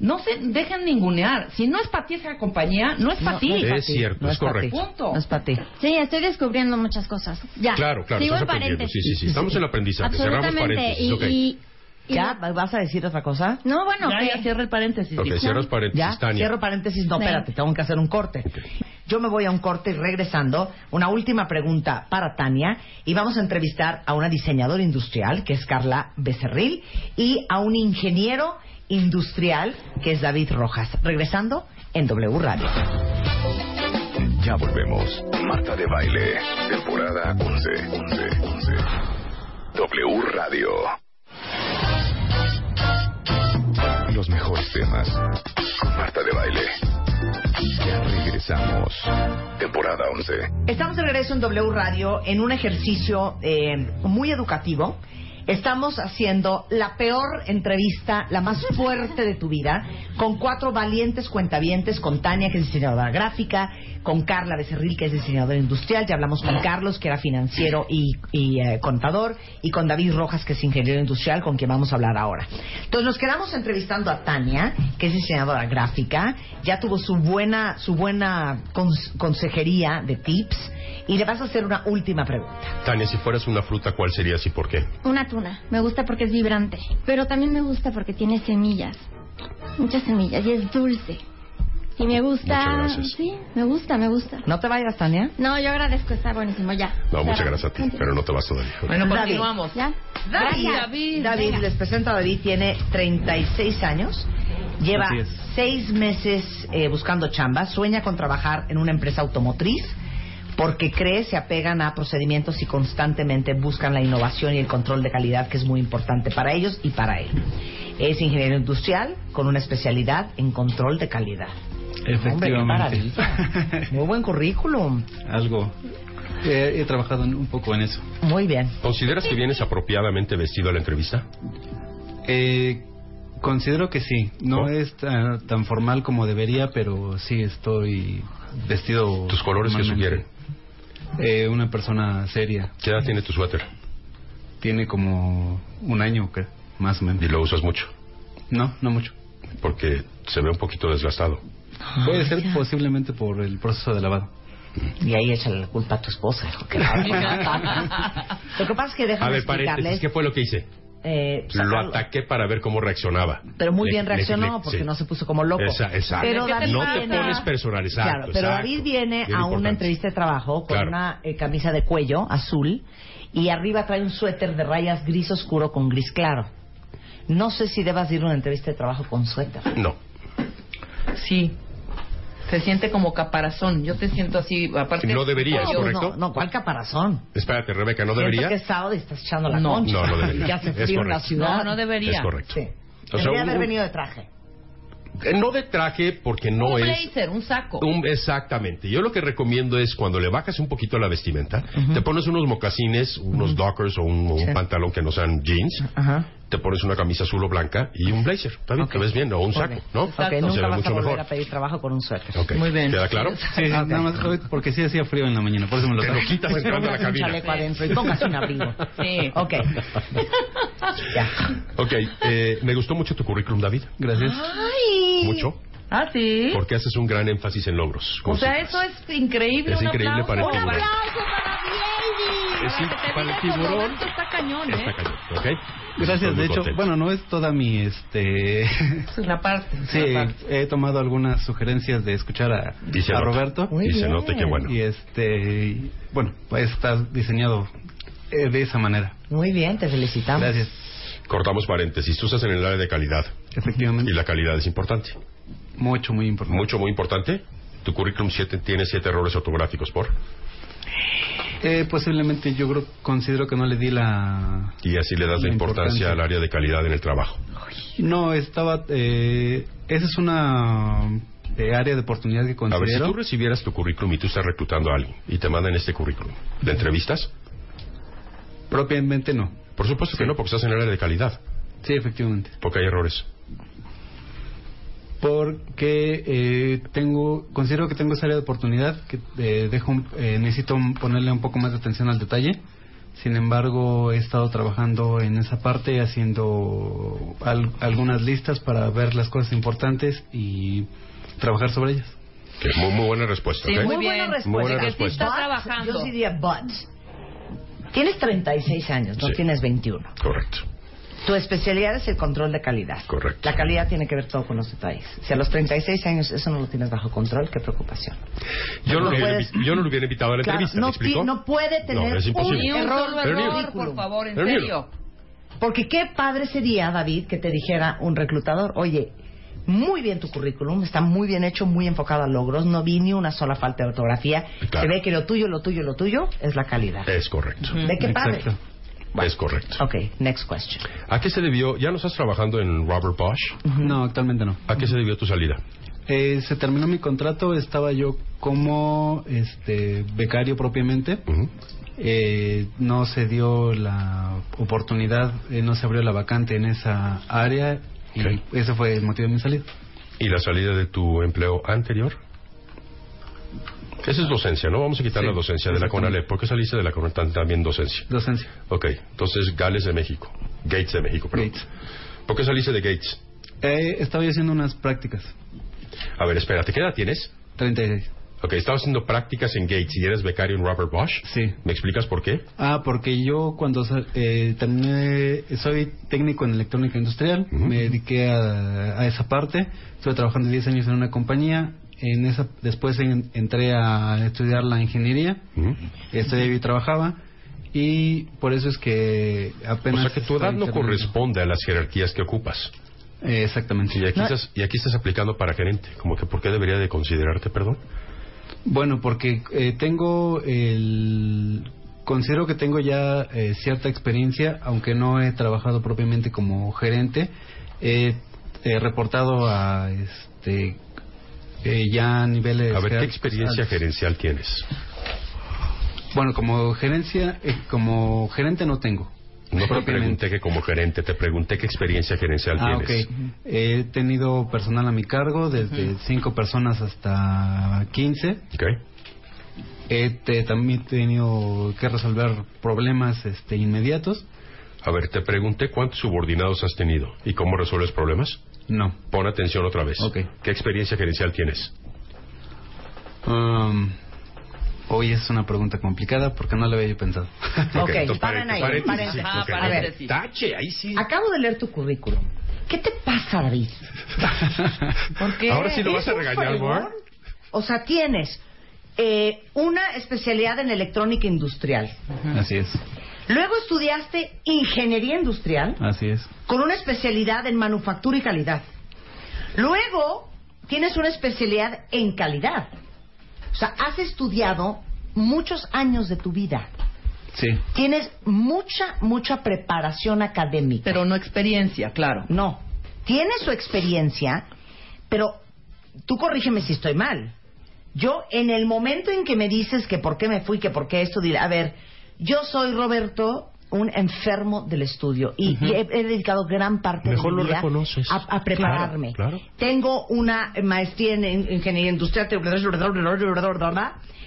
Speaker 10: no se dejen ningunear. Si no es para ti esa compañía, no es para
Speaker 4: No,
Speaker 10: ti.
Speaker 4: no es pa' Es ti. cierto, No es es pa' correcto. ti.
Speaker 10: Punto.
Speaker 4: No es
Speaker 10: para ti.
Speaker 9: Sí, estoy descubriendo muchas cosas. Ya.
Speaker 4: Claro, claro,
Speaker 9: Sigo
Speaker 4: estás
Speaker 9: el
Speaker 4: aprendiendo.
Speaker 9: paréntesis.
Speaker 4: Sí, sí, sí, estamos en el aprendizaje, cerramos
Speaker 9: Absolutamente.
Speaker 4: paréntesis,
Speaker 9: Y,
Speaker 4: ok.
Speaker 9: y- y-
Speaker 1: ¿Ya vas a decir otra cosa?
Speaker 9: No, bueno.
Speaker 10: Ya, ya cierra el paréntesis.
Speaker 4: Ok, cierras paréntesis,
Speaker 1: ¿Ya?
Speaker 4: Tania.
Speaker 1: Cierro paréntesis, no,
Speaker 4: Venga.
Speaker 1: espérate, tengo que hacer un corte. Yo me voy a un corte y regresando, una última pregunta para Tania y vamos a entrevistar a una diseñadora industrial que es Carla Becerril y a un ingeniero industrial que es David Rojas. Regresando en W Radio.
Speaker 11: Ya volvemos. Marta de Baile, temporada 11, 11, 11. W Radio. Los mejores temas. con Marta de Baile. Ya regresamos. Temporada 11.
Speaker 1: Estamos de regreso en W Radio en un ejercicio eh, muy educativo. Estamos haciendo la peor entrevista, la más fuerte de tu vida, con cuatro valientes cuentavientes, con Tania, que es diseñadora gráfica, con Carla Becerril, que es diseñadora industrial, ya hablamos con Carlos, que era financiero y, y, eh, contador, y con David Rojas, que es ingeniero industrial, con quien vamos a hablar ahora. Entonces nos quedamos entrevistando a Tania, que es diseñadora gráfica, ya tuvo su buena, su buena cons- consejería de tips, y le vas a hacer una última pregunta.
Speaker 4: Tania, si fueras una fruta, ¿cuál serías y por qué?
Speaker 9: Una tuna. Me gusta porque es vibrante. Pero también me gusta porque tiene semillas. Muchas semillas. Y es dulce. Y me
Speaker 4: Muchas
Speaker 9: gusta.
Speaker 4: gracias.
Speaker 9: Sí, me gusta, me gusta.
Speaker 1: No te vayas, Tania.
Speaker 9: No, yo agradezco. Está buenísimo. Ya.
Speaker 4: No, muchas gracias a ti, pero no te vas todavía.
Speaker 1: David.
Speaker 9: ¿Ya?
Speaker 1: David,
Speaker 9: Gracias.
Speaker 1: David, les presento a David, tiene 36 años, lleva
Speaker 4: Así es.
Speaker 1: seis meses eh, buscando chamba, sueña con trabajar en una empresa automotriz porque cree se apegan a procedimientos y constantemente buscan la innovación y el control de calidad que es muy importante para ellos y para él. Es ingeniero industrial con una especialidad en control de calidad. Hombre, qué
Speaker 6: Efectivamente.
Speaker 1: maravilla. Muy buen currículum.
Speaker 6: Algo. He, he trabajado en- un poco en eso.
Speaker 1: Muy bien.
Speaker 4: ¿Consideras que vienes apropiadamente vestido a la entrevista?
Speaker 6: Eh, Considero que sí. No
Speaker 1: Oh.
Speaker 6: es ah, tan formal como debería, pero sí estoy vestido.
Speaker 4: ¿Tus colores qué
Speaker 6: normalmente. Eh, una persona seria.
Speaker 4: ¿Qué edad tiene tu suéter?
Speaker 6: Tiene como un año, que más o menos.
Speaker 4: ¿Y lo usas mucho?
Speaker 6: No, no mucho.
Speaker 4: Porque se ve un poquito desgastado.
Speaker 6: Puede ser posiblemente por el proceso de lavado.
Speaker 1: Y ahí échale la culpa a tu esposa. hijo, que la- Lo que pasa es que
Speaker 4: A
Speaker 1: déjame
Speaker 4: ver, paréntesis,
Speaker 1: explicarles.
Speaker 4: ¿qué fue lo que hice?
Speaker 1: eh, pues,
Speaker 4: Lo
Speaker 1: algo-
Speaker 4: ataqué para ver cómo reaccionaba.
Speaker 1: Pero muy
Speaker 4: Le-
Speaker 1: bien
Speaker 4: le-
Speaker 1: reaccionó
Speaker 4: le-
Speaker 1: porque
Speaker 4: Eh, sí.
Speaker 1: no se puso como loco.
Speaker 4: Esa- exacto.
Speaker 1: Pero David
Speaker 4: no te
Speaker 1: viene-
Speaker 4: pones personal, exacto.
Speaker 1: Claro, pero
Speaker 4: exacto.
Speaker 1: David viene
Speaker 4: Bien
Speaker 1: a una
Speaker 4: importante.
Speaker 1: entrevista de trabajo con
Speaker 4: Claro.
Speaker 1: una eh, camisa de cuello azul y arriba trae un suéter de rayas gris oscuro con gris claro. No sé si debas ir a una entrevista de trabajo con suéter.
Speaker 4: No.
Speaker 10: Sí. Se siente como caparazón. Yo te siento así, aparte...
Speaker 4: No debería, ¿es
Speaker 10: Yo-
Speaker 4: correcto?
Speaker 1: No, ¿cuál caparazón?
Speaker 4: Espérate, Rebeca, ¿no
Speaker 1: Siento
Speaker 4: debería?
Speaker 1: que es sábado y estás echando la
Speaker 4: No,
Speaker 1: concha.
Speaker 4: no, no debería.
Speaker 1: Y hace
Speaker 4: Es
Speaker 1: frío en la
Speaker 4: correcto.
Speaker 1: ciudad.
Speaker 10: No, no debería.
Speaker 4: Es correcto.
Speaker 1: Sí.
Speaker 4: O sea,
Speaker 1: Debería
Speaker 4: un-
Speaker 1: haber venido de traje.
Speaker 4: Eh, No de traje porque no
Speaker 10: un
Speaker 4: es...
Speaker 10: blazer, un saco.
Speaker 4: Un- exactamente. Yo lo que recomiendo es cuando le bajas un poquito la vestimenta, te pones unos mocasines, unos dockers o un, o un
Speaker 10: Sí.
Speaker 4: pantalón que no sean jeans, te pones una camisa azul o blanca y un blazer. Está bien, te ves bien, o un saco, ¿no?
Speaker 1: Ok,
Speaker 4: Se
Speaker 1: nunca
Speaker 4: ve
Speaker 1: vas a
Speaker 4: mucho
Speaker 1: volver
Speaker 4: mejor.
Speaker 1: a pedir trabajo con un suéter.
Speaker 4: Ok. Muy bien. ¿Queda claro?
Speaker 6: Sí, sí, nada más hoy, porque sí hacía frío en la mañana, por eso me lo
Speaker 4: Te lo
Speaker 6: traje.
Speaker 4: quitas entrando a la
Speaker 1: Póngase un
Speaker 4: cabina.
Speaker 1: chaleco adentro y póngase un abrigo.
Speaker 10: Sí.
Speaker 1: Ok.
Speaker 4: Ok, eh, me gustó mucho tu currículum, David.
Speaker 6: Gracias.
Speaker 10: Ay.
Speaker 4: Mucho,
Speaker 10: Ah, sí.
Speaker 4: porque haces un gran énfasis en logros.
Speaker 10: O sea, eso es increíble.
Speaker 4: Es
Speaker 10: un
Speaker 4: increíble
Speaker 10: aplauso.
Speaker 4: para el
Speaker 10: Un
Speaker 4: tiburón.
Speaker 10: aplauso para Diego.
Speaker 4: Es
Speaker 10: Que te
Speaker 4: para
Speaker 10: diga
Speaker 4: el
Speaker 10: eso,
Speaker 4: tiburón.
Speaker 10: Roberto, Está cañón, ¿eh?
Speaker 4: Está cañón, ¿ok? Estoy
Speaker 6: Gracias,
Speaker 4: muy
Speaker 6: de hecho,
Speaker 4: contento.
Speaker 6: bueno, no es toda mi, este...
Speaker 10: Es una parte. es
Speaker 6: sí,
Speaker 10: una parte.
Speaker 6: he tomado algunas sugerencias de escuchar a,
Speaker 4: Y se
Speaker 6: a
Speaker 4: nota.
Speaker 6: Roberto.
Speaker 4: Muy Y se bien. nota que bueno.
Speaker 6: Y este, y, bueno, pues está diseñado eh, de esa manera.
Speaker 1: Muy bien, te felicitamos.
Speaker 6: Gracias.
Speaker 4: Cortamos paréntesis. Tú estás en el área de calidad
Speaker 6: Efectivamente.
Speaker 4: y la calidad es importante.
Speaker 6: Mucho, muy importante.
Speaker 4: Mucho, muy importante. Tu currículum siete- tiene siete errores ortográficos por.
Speaker 6: Eh, posiblemente yo creo, considero que no le di la...
Speaker 4: Y así le das la
Speaker 6: La
Speaker 4: importancia
Speaker 6: importancia.
Speaker 4: al área de calidad en el trabajo.
Speaker 6: No, estaba... Eh, esa es una eh, área de oportunidad
Speaker 4: A
Speaker 6: que
Speaker 4: ver, si
Speaker 6: considero...
Speaker 4: tú recibieras tu currículum y tú estás reclutando a alguien y te mandan este currículum, ¿le entrevistas?
Speaker 6: Propiamente no.
Speaker 4: Por supuesto que no, porque estás en el área de calidad,
Speaker 6: Sí, efectivamente.
Speaker 4: porque hay errores.
Speaker 6: porque eh, tengo considero que tengo esa área de oportunidad que eh, dejo un- eh, necesito un- ponerle un poco más de atención al detalle sin embargo he estado trabajando en esa parte haciendo al- algunas listas para ver las cosas importantes y trabajar sobre ellas
Speaker 4: Que muy, muy buena respuesta,
Speaker 10: Sí,
Speaker 4: ¿ok?
Speaker 10: muy
Speaker 1: Muy buena
Speaker 10: bien.
Speaker 1: respuesta.
Speaker 4: Muy buena
Speaker 10: Que sí
Speaker 4: respuesta.
Speaker 10: está
Speaker 1: But,
Speaker 10: trabajando.
Speaker 1: Yo sí diría but. Tienes 36 años, no
Speaker 4: Sí.
Speaker 1: tienes 21.
Speaker 4: Correcto.
Speaker 1: Tu especialidad es el control de calidad.
Speaker 4: Correcto.
Speaker 1: La calidad tiene que ver todo con los detalles. Si a los 36 años eso no lo tienes bajo control, qué preocupación.
Speaker 4: Yo no,
Speaker 1: No
Speaker 4: lo hubiera
Speaker 1: puedes-
Speaker 4: invi- yo no lo hubiera invitado a la
Speaker 1: Pues, Claro,
Speaker 4: entrevista, ¿me
Speaker 1: no,
Speaker 4: explico?
Speaker 1: ti- no puede tener
Speaker 4: es imposible.
Speaker 10: Ni un
Speaker 1: Error,
Speaker 10: solo
Speaker 4: pero ni
Speaker 10: error,
Speaker 4: uno.
Speaker 10: por favor, en
Speaker 4: Pero ni uno.
Speaker 10: serio.
Speaker 1: Porque qué padre sería, David, que te dijera un reclutador, oye, muy bien tu currículum, está muy bien hecho, muy enfocado a logros, no vi ni una sola falta de ortografía,
Speaker 4: Claro.
Speaker 1: se ve que lo tuyo, lo tuyo, lo tuyo es la calidad.
Speaker 4: Es correcto.
Speaker 1: Mm. ¿De qué padre?
Speaker 6: Exacto.
Speaker 4: Es correcto.
Speaker 1: Ok, next question.
Speaker 4: ¿A qué se debió? Ya no estás trabajando en Robert Bosch.
Speaker 6: no actualmente no
Speaker 4: ¿A qué se debió tu salida?
Speaker 6: Eh, se terminó mi contrato estaba yo como este becario propiamente
Speaker 4: Ujú.
Speaker 6: eh, no se dio la oportunidad, eh, no se abrió la vacante en esa área y
Speaker 4: Ok.
Speaker 6: ese fue el motivo de mi salida.
Speaker 4: ¿Y la salida de tu empleo anterior? Esa es docencia, ¿no? Vamos a quitar
Speaker 6: Sí,
Speaker 4: la docencia de la
Speaker 6: exactamente.
Speaker 4: CONALEP. ¿Por qué saliste de la CONALEP tan- también docencia?
Speaker 6: Docencia.
Speaker 4: Ok, entonces Gales de México. Gates de México, perdón.
Speaker 6: Gates.
Speaker 4: ¿Por qué saliste de Gates?
Speaker 6: Eh, estaba yo haciendo unas prácticas,
Speaker 4: A ver, espérate, ¿qué edad tienes?
Speaker 6: 36.
Speaker 4: Ok, estabas haciendo prácticas en Gates y eres becario en Robert Bosch.
Speaker 6: Sí.
Speaker 4: ¿Me explicas por qué?
Speaker 6: Ah, porque yo cuando sal- eh, terminé, soy técnico en electrónica industrial,
Speaker 4: Ujú.
Speaker 6: me dediqué a, a esa parte, estuve trabajando 10 años en una compañía, en esa, después en- entré a estudiar la ingeniería,
Speaker 4: Ujú.
Speaker 6: estudié y trabajaba, y por eso es que
Speaker 4: O
Speaker 6: apenas...
Speaker 4: sea que tu edad
Speaker 6: estoy
Speaker 4: no
Speaker 6: terminando.
Speaker 4: corresponde a las jerarquías que ocupas.
Speaker 6: Eh, exactamente.
Speaker 4: Y aquí, estás, y aquí estás aplicando para gerente. Como que, ¿por qué debería de considerarte, perdón?
Speaker 6: Bueno, porque eh, tengo el... Considero que tengo ya eh, cierta experiencia, aunque no he trabajado propiamente como gerente. He he reportado a este eh, ya a niveles...
Speaker 4: A ver, ¿qué
Speaker 6: jerárquicos
Speaker 4: experiencia
Speaker 6: altos.
Speaker 4: gerencial tienes?
Speaker 6: Bueno, como gerencia, eh, como gerente no tengo.
Speaker 4: No te pregunté que como gerente, te pregunté qué experiencia gerencial
Speaker 6: Ah, ok.
Speaker 4: tienes.
Speaker 6: He tenido personal a mi cargo, desde cinco personas hasta 15. He te- también he tenido que resolver problemas este, inmediatos.
Speaker 4: A ver, te pregunté cuántos subordinados has tenido y cómo resuelves problemas.
Speaker 6: No.
Speaker 4: Pon atención otra vez.
Speaker 6: Ok.
Speaker 4: ¿Qué experiencia gerencial tienes?
Speaker 6: Um, hoy es una pregunta complicada porque no la había yo pensado.
Speaker 1: Ok, paren ahí, paren. Ajá,
Speaker 6: A ver,
Speaker 1: paréntesis. Acabo de leer tu currículum. ¿Qué te pasa, David? ¿Por qué?
Speaker 4: Ahora sí lo vas a
Speaker 1: ¿Eres un
Speaker 4: regañar,
Speaker 1: fregón?
Speaker 4: Bor.
Speaker 1: O sea, tienes eh, una especialidad en electrónica industrial.
Speaker 6: Así es,
Speaker 1: Luego estudiaste ingeniería industrial
Speaker 6: así es.
Speaker 1: con una especialidad en manufactura y calidad. Luego tienes una especialidad en calidad. O sea, has estudiado muchos años de tu vida.
Speaker 6: Sí.
Speaker 1: Tienes mucha, mucha preparación académica. Pero no experiencia, claro. No. Tienes su experiencia, pero tú corrígeme si estoy mal. Yo, en el momento en que me dices que por qué me fui, que por qué esto, diré, a ver, yo soy Roberto, un enfermo del estudio, y, y he, he dedicado gran parte
Speaker 4: Mejor
Speaker 1: de
Speaker 4: lo
Speaker 1: mi vida
Speaker 4: reconoces.
Speaker 1: a, a prepararme.
Speaker 4: Claro, claro.
Speaker 1: Tengo una maestría en en ingeniería industrial.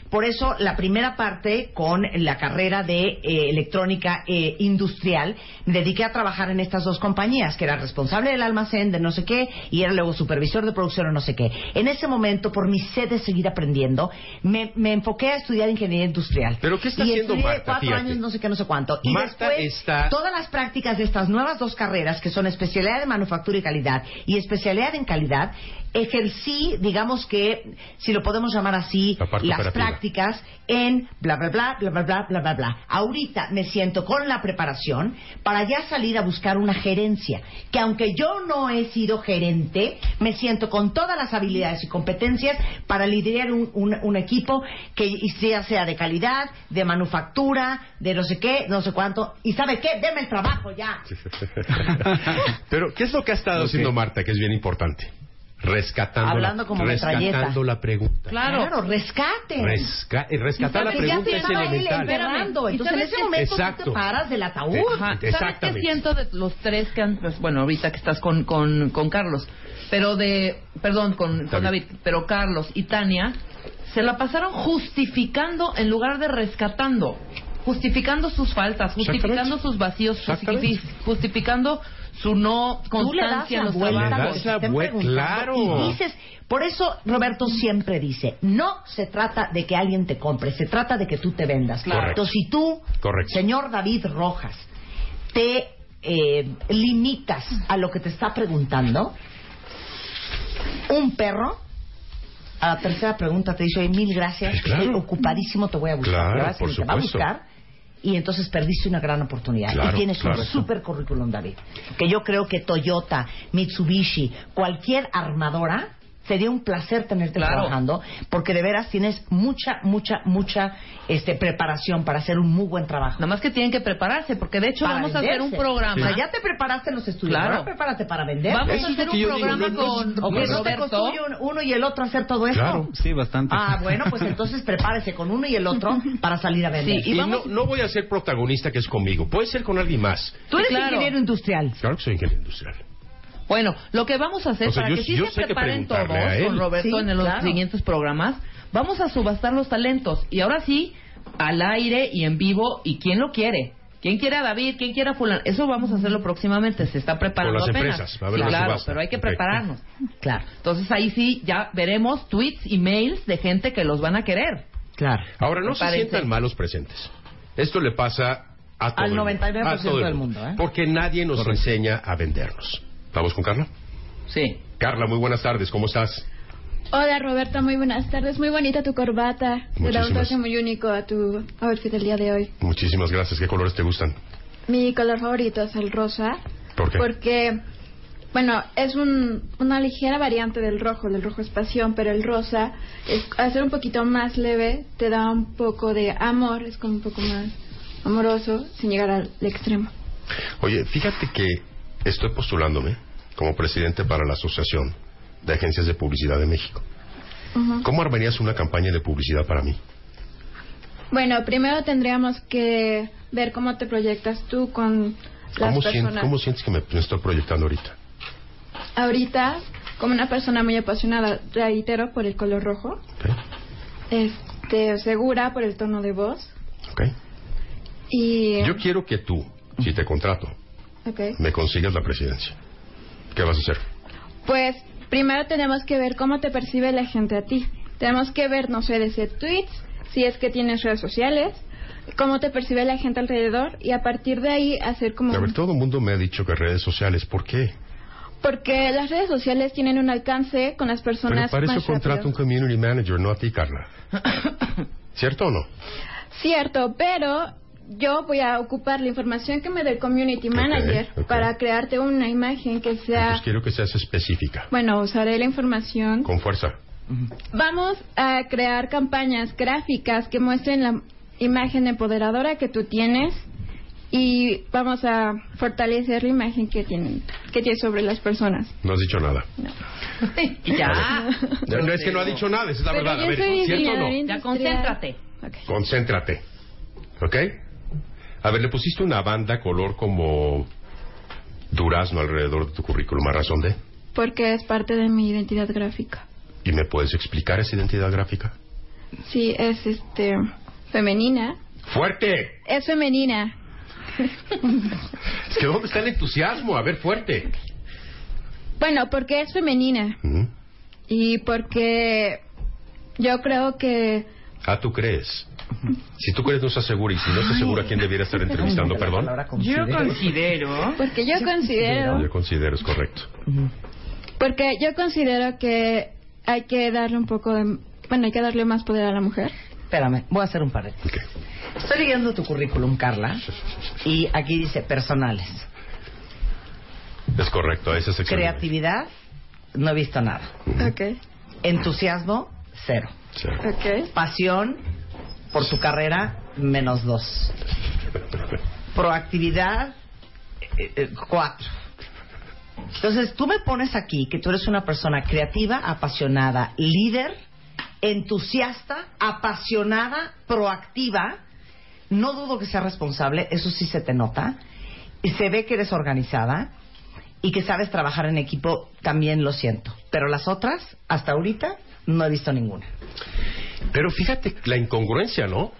Speaker 1: Por eso la primera parte con la carrera de eh, electrónica eh, industrial me dediqué a trabajar en estas dos compañías, que era responsable del almacén de no sé qué y era luego supervisor de producción o no sé qué. En ese momento, por mi sed de seguir aprendiendo, me, me enfoqué a estudiar ingeniería industrial.
Speaker 4: ¿Pero qué está
Speaker 1: y
Speaker 4: haciendo
Speaker 1: estudié
Speaker 4: Marta?
Speaker 1: cuatro
Speaker 4: Fíjate.
Speaker 1: años, no sé qué, no sé cuánto. Y
Speaker 4: Marta
Speaker 1: después,
Speaker 4: está-
Speaker 1: todas las prácticas de estas nuevas dos carreras, que son especialidad de manufactura y calidad y especialidad en calidad, ejercí, digamos que, si lo podemos llamar así,
Speaker 4: La parte
Speaker 1: las
Speaker 4: operativa.
Speaker 1: prácticas en bla, bla, bla, bla, bla, bla, bla, bla, bla. Ahorita me siento con la preparación para ya salir a buscar una gerencia, que aunque yo no he sido gerente, me siento con todas las habilidades y competencias para liderar un, un- un equipo que ya sea de calidad, de manufactura, de no sé qué, no sé cuánto. ¿Y sabe qué? Deme el trabajo ya.
Speaker 4: Pero, ¿qué es lo que ha estado haciendo Marta, que es bien importante? Rescatando,
Speaker 1: Hablando
Speaker 4: la,
Speaker 1: como metralleta.
Speaker 4: rescatando la pregunta.
Speaker 1: Claro, rescate.
Speaker 4: Resca- eh, rescatar la
Speaker 1: Porque ya
Speaker 4: pregunta
Speaker 1: te
Speaker 4: es
Speaker 1: estaba él
Speaker 4: elemental.
Speaker 1: enterrando.
Speaker 10: ¿Y
Speaker 1: Entonces, en
Speaker 10: sabes
Speaker 1: ese
Speaker 10: qué?
Speaker 1: momento tú te
Speaker 10: Exacto.
Speaker 1: paras del ataúd.
Speaker 10: Ajá. ¿Sabes qué
Speaker 4: Exactamente.
Speaker 10: siento de los tres que han, pues, bueno, ahorita que estás con, con, con Carlos, pero de, perdón, con, con David, pero Carlos y Tania se la pasaron justificando en lugar de rescatando, justificando sus faltas, justificando sus vacíos, justifi- justificando su no
Speaker 1: Tú le das
Speaker 10: constancia
Speaker 1: la
Speaker 10: en los
Speaker 1: vuelta a lo
Speaker 10: trabajos.
Speaker 1: que te estén preguntando Y dices, por eso Roberto siempre dice, no se trata de que alguien te compre, se trata de que tú te vendas.
Speaker 4: Claro. Correcto.
Speaker 1: Entonces, si tú,
Speaker 4: Correcto.
Speaker 1: señor David Rojas, te eh, limitas a lo que te está preguntando, un perro... A la tercera pregunta te dice, oye, mil gracias, estoy ocupadísimo, te voy a
Speaker 4: Claro,
Speaker 1: buscar. Te vas y
Speaker 4: por
Speaker 1: te va a
Speaker 4: supuesto.
Speaker 1: buscar y entonces perdiste una gran oportunidad.
Speaker 4: Claro,
Speaker 1: y tienes
Speaker 4: claro.
Speaker 1: un super currículum, David. Que yo creo que Toyota, Mitsubishi, cualquier armadora, sería un placer tenerte trabajando, porque de veras tienes mucha, mucha, mucha este, preparación para hacer un muy buen trabajo. Nada
Speaker 10: más que tienen que prepararse, porque de hecho vamos a hacer un programa.
Speaker 1: O sea, ya te preparaste en los estudios,
Speaker 10: Claro.
Speaker 1: ahora prepárate para vender.
Speaker 10: Vamos Eso a es hacer lo que un yo digo, programa no- con-
Speaker 1: Que
Speaker 10: con
Speaker 1: no te
Speaker 10: Roberto.
Speaker 1: construye un- uno y el otro hacer todo esto.
Speaker 6: Claro, sí, bastante.
Speaker 1: Ah, bueno, pues entonces prepárese con uno y el otro para salir a vender.
Speaker 4: y no, no voy a ser protagonista que es conmigo, puede ser con alguien más.
Speaker 1: Tú eres
Speaker 10: Claro.
Speaker 1: ingeniero industrial.
Speaker 4: Claro que soy ingeniero industrial.
Speaker 10: Bueno, lo que vamos a hacer
Speaker 4: O sea,
Speaker 10: para
Speaker 4: yo-
Speaker 10: que sí
Speaker 4: yo
Speaker 10: se
Speaker 4: sé que
Speaker 10: preparen todos
Speaker 4: preguntarle a él.
Speaker 10: con Roberto
Speaker 4: Sí,
Speaker 10: en los
Speaker 4: claro.
Speaker 10: siguientes programas, vamos a subastar los talentos. Y ahora sí, al aire y en vivo, ¿y quién lo quiere? ¿Quién quiere a David? ¿Quién quiere a Fulano? Eso vamos a hacerlo próximamente, se está preparando
Speaker 4: Con las
Speaker 10: apenas.
Speaker 4: empresas, va a haber
Speaker 10: Sí,
Speaker 4: una
Speaker 10: claro,
Speaker 4: subasta.
Speaker 10: pero hay que
Speaker 4: Ok.
Speaker 10: prepararnos.
Speaker 1: Claro.
Speaker 10: Entonces ahí sí, ya veremos tweets y mails de gente que los van a querer.
Speaker 1: Claro.
Speaker 4: Ahora, no se
Speaker 10: Prepárense.
Speaker 4: sientan malos presentes. Esto le pasa a todo
Speaker 10: Al
Speaker 4: el mundo,
Speaker 10: 99%
Speaker 4: a todo el
Speaker 10: del
Speaker 4: mundo,
Speaker 10: mundo, ¿eh?
Speaker 4: Porque nadie nos enseña a vendernos. ¿Vamos con Carla?
Speaker 10: Sí.
Speaker 4: Carla, muy buenas tardes, ¿cómo estás?
Speaker 8: Hola Roberta, muy buenas tardes. Muy bonita tu corbata. Le da un
Speaker 4: Muchísimas.
Speaker 8: toque muy único a tu outfit del día de hoy.
Speaker 4: Muchísimas gracias, ¿qué colores te gustan?
Speaker 8: Mi color favorito es el rosa.
Speaker 4: ¿Por qué?
Speaker 8: Porque, bueno, es un- una ligera variante del rojo. El rojo es pasión, pero el rosa, es, al ser un poquito más leve, te da un poco de amor. Es como un poco más amoroso, sin llegar al extremo.
Speaker 4: Oye, fíjate que estoy postulándome como presidente para la Asociación de Agencias de Publicidad de México.
Speaker 8: Ujú.
Speaker 4: ¿Cómo armarías una campaña de publicidad para mí?
Speaker 8: Bueno, primero tendríamos que ver cómo te proyectas tú con las
Speaker 4: ¿Cómo,
Speaker 8: personas.
Speaker 4: sien- cómo sientes que me, me estoy proyectando ahorita?
Speaker 8: Ahorita, como una persona muy apasionada, reitero por el color rojo. Este, segura por el tono de voz.
Speaker 4: Ok.
Speaker 8: Y.
Speaker 4: Yo quiero que tú, si te contrato,
Speaker 8: Ok.
Speaker 4: me consigas la presidencia. ¿Qué vas a hacer?
Speaker 8: Pues primero tenemos que ver cómo te percibe la gente a ti. Tenemos que ver, no sé, desde tweets, si es que tienes redes sociales, cómo te percibe la gente alrededor y a partir de ahí hacer como...
Speaker 4: A ver, todo el mundo me ha dicho que redes sociales. ¿Por qué?
Speaker 8: Porque las redes sociales tienen un alcance con las
Speaker 4: Pero
Speaker 8: personas
Speaker 4: para eso
Speaker 8: más
Speaker 4: contrato
Speaker 8: rápido.
Speaker 4: un community manager, no a ti, Carla. ¿Cierto o no?
Speaker 8: Cierto, pero yo voy a ocupar la información que me dé el community manager
Speaker 4: ok.
Speaker 8: para crearte una imagen que sea...
Speaker 4: Pues quiero que seas específica,
Speaker 8: Bueno, usaré la información
Speaker 4: con fuerza.
Speaker 8: Vamos a crear campañas gráficas que muestren la imagen empoderadora que tú tienes y vamos a fortalecer la imagen que tienen que tienes sobre las personas.
Speaker 4: No has dicho nada.
Speaker 8: Ya.
Speaker 4: No, no, es que no ha dicho nada, esa es la
Speaker 8: Pero
Speaker 4: verdad.
Speaker 8: yo
Speaker 4: A ver,
Speaker 8: soy
Speaker 4: ¿cierto o no?
Speaker 8: diseñadora
Speaker 10: Ya concéntrate.
Speaker 4: Concéntrate. ¿Ok? A ver, le pusiste una banda color como durazno alrededor de tu currículum, ¿a razón de?
Speaker 8: Porque es parte de mi identidad gráfica.
Speaker 4: ¿Y me puedes explicar esa identidad gráfica?
Speaker 8: Sí, es este femenina.
Speaker 4: ¡Fuerte!
Speaker 8: Es femenina.
Speaker 4: Es que ¿dónde está el entusiasmo? A ver, fuerte.
Speaker 8: Bueno, porque es femenina. Y porque yo creo que
Speaker 4: Ah, ¿tú crees? Si tú crees, no estás segura. Y si no estás segura, ¿quién debiera estar entrevistando? Perdón.
Speaker 10: considero.
Speaker 8: Porque yo considero
Speaker 4: Yo considero, es correcto.
Speaker 8: Porque yo considero que hay que darle un poco de... Bueno, hay que darle más poder a la mujer.
Speaker 1: Espérame, voy a hacer un par de. Estoy leyendo tu currículum, Carla, y aquí dice personales.
Speaker 4: Es correcto, esa sección.
Speaker 1: Creatividad, no he visto nada.
Speaker 8: Ok.
Speaker 1: Entusiasmo, cero. Pasión por tu carrera, menos dos. Proactividad, eh, eh, cuatro. Entonces, tú me pones aquí que tú eres una persona creativa, apasionada, líder, entusiasta, apasionada, proactiva. No dudo que seas responsable, eso sí se te nota. Y se ve que eres organizada y que sabes trabajar en equipo, también lo siento. Pero las otras, hasta ahorita, no he visto ninguna.
Speaker 4: Pero fíjate la incongruencia, ¿no?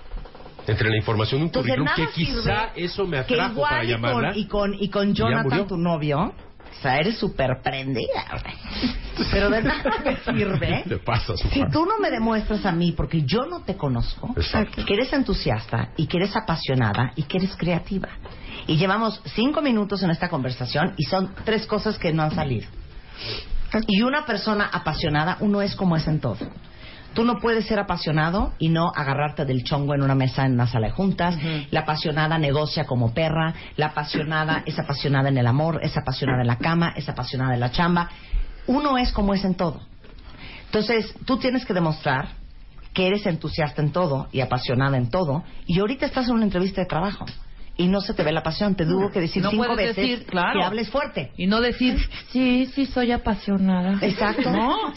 Speaker 4: Entre la información de un
Speaker 1: Entonces,
Speaker 4: currículum que
Speaker 1: nada
Speaker 4: quizá
Speaker 1: sirve
Speaker 4: eso me
Speaker 1: que
Speaker 4: atrajo
Speaker 1: igual
Speaker 4: para
Speaker 1: y con-
Speaker 4: llamarla.
Speaker 1: Y con, y con,
Speaker 4: y ya
Speaker 1: Jonathan,
Speaker 4: murió.
Speaker 1: tu novio, o sea, eres súper prendida. güey. Pero de nada me sirve
Speaker 4: Te pasas,
Speaker 1: si
Speaker 4: Juan.
Speaker 1: tú no me demuestras a mí, porque yo no te conozco, que eres entusiasta y que eres apasionada y que eres creativa. Y llevamos cinco minutos en esta conversación y son tres cosas que no han salido. Y una persona apasionada, uno es como es en todo. Tú no puedes ser apasionado y no agarrarte del chongo en una mesa en una sala de juntas. La apasionada negocia como perra. La apasionada es apasionada en el amor, es apasionada en la cama, es apasionada en la chamba. Uno es como es en todo. Entonces, tú tienes que demostrar que eres entusiasta en todo y apasionada en todo. Y ahorita estás en una entrevista de trabajo y no se te ve la pasión. Te tuvo que decir
Speaker 10: No
Speaker 1: cinco
Speaker 10: puedes
Speaker 1: veces
Speaker 10: decir, claro.
Speaker 1: que hables fuerte.
Speaker 10: Y no decir, sí, sí, soy apasionada.
Speaker 1: Exacto.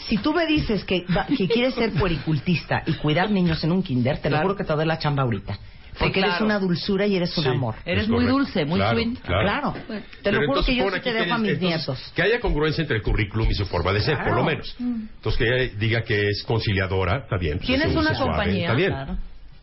Speaker 1: Si tú me dices que, va- que quieres ser puericultista y cuidar niños en un kinder, te lo juro que te doy la chamba ahorita. Porque eres
Speaker 10: claro.
Speaker 1: una dulzura y eres un
Speaker 4: Pues Sí,
Speaker 1: amor.
Speaker 4: es Eres muy correcto. dulce, muy Claro, sweet. claro.
Speaker 1: Claro. Te
Speaker 4: Pero
Speaker 1: lo juro
Speaker 4: entonces
Speaker 1: que yo
Speaker 4: pon
Speaker 1: sí
Speaker 4: aquí
Speaker 1: te dejo a
Speaker 4: tienes-
Speaker 1: mis
Speaker 4: entonces,
Speaker 1: nietos. Mm.
Speaker 4: Que haya congruencia entre el currículum y su forma de ser, por lo menos. Entonces, que ella diga que es conciliadora, está bien. pues,
Speaker 10: ¿Tienes
Speaker 4: es
Speaker 10: una
Speaker 4: suave,
Speaker 10: compañía?
Speaker 4: Está bien.
Speaker 10: Claro.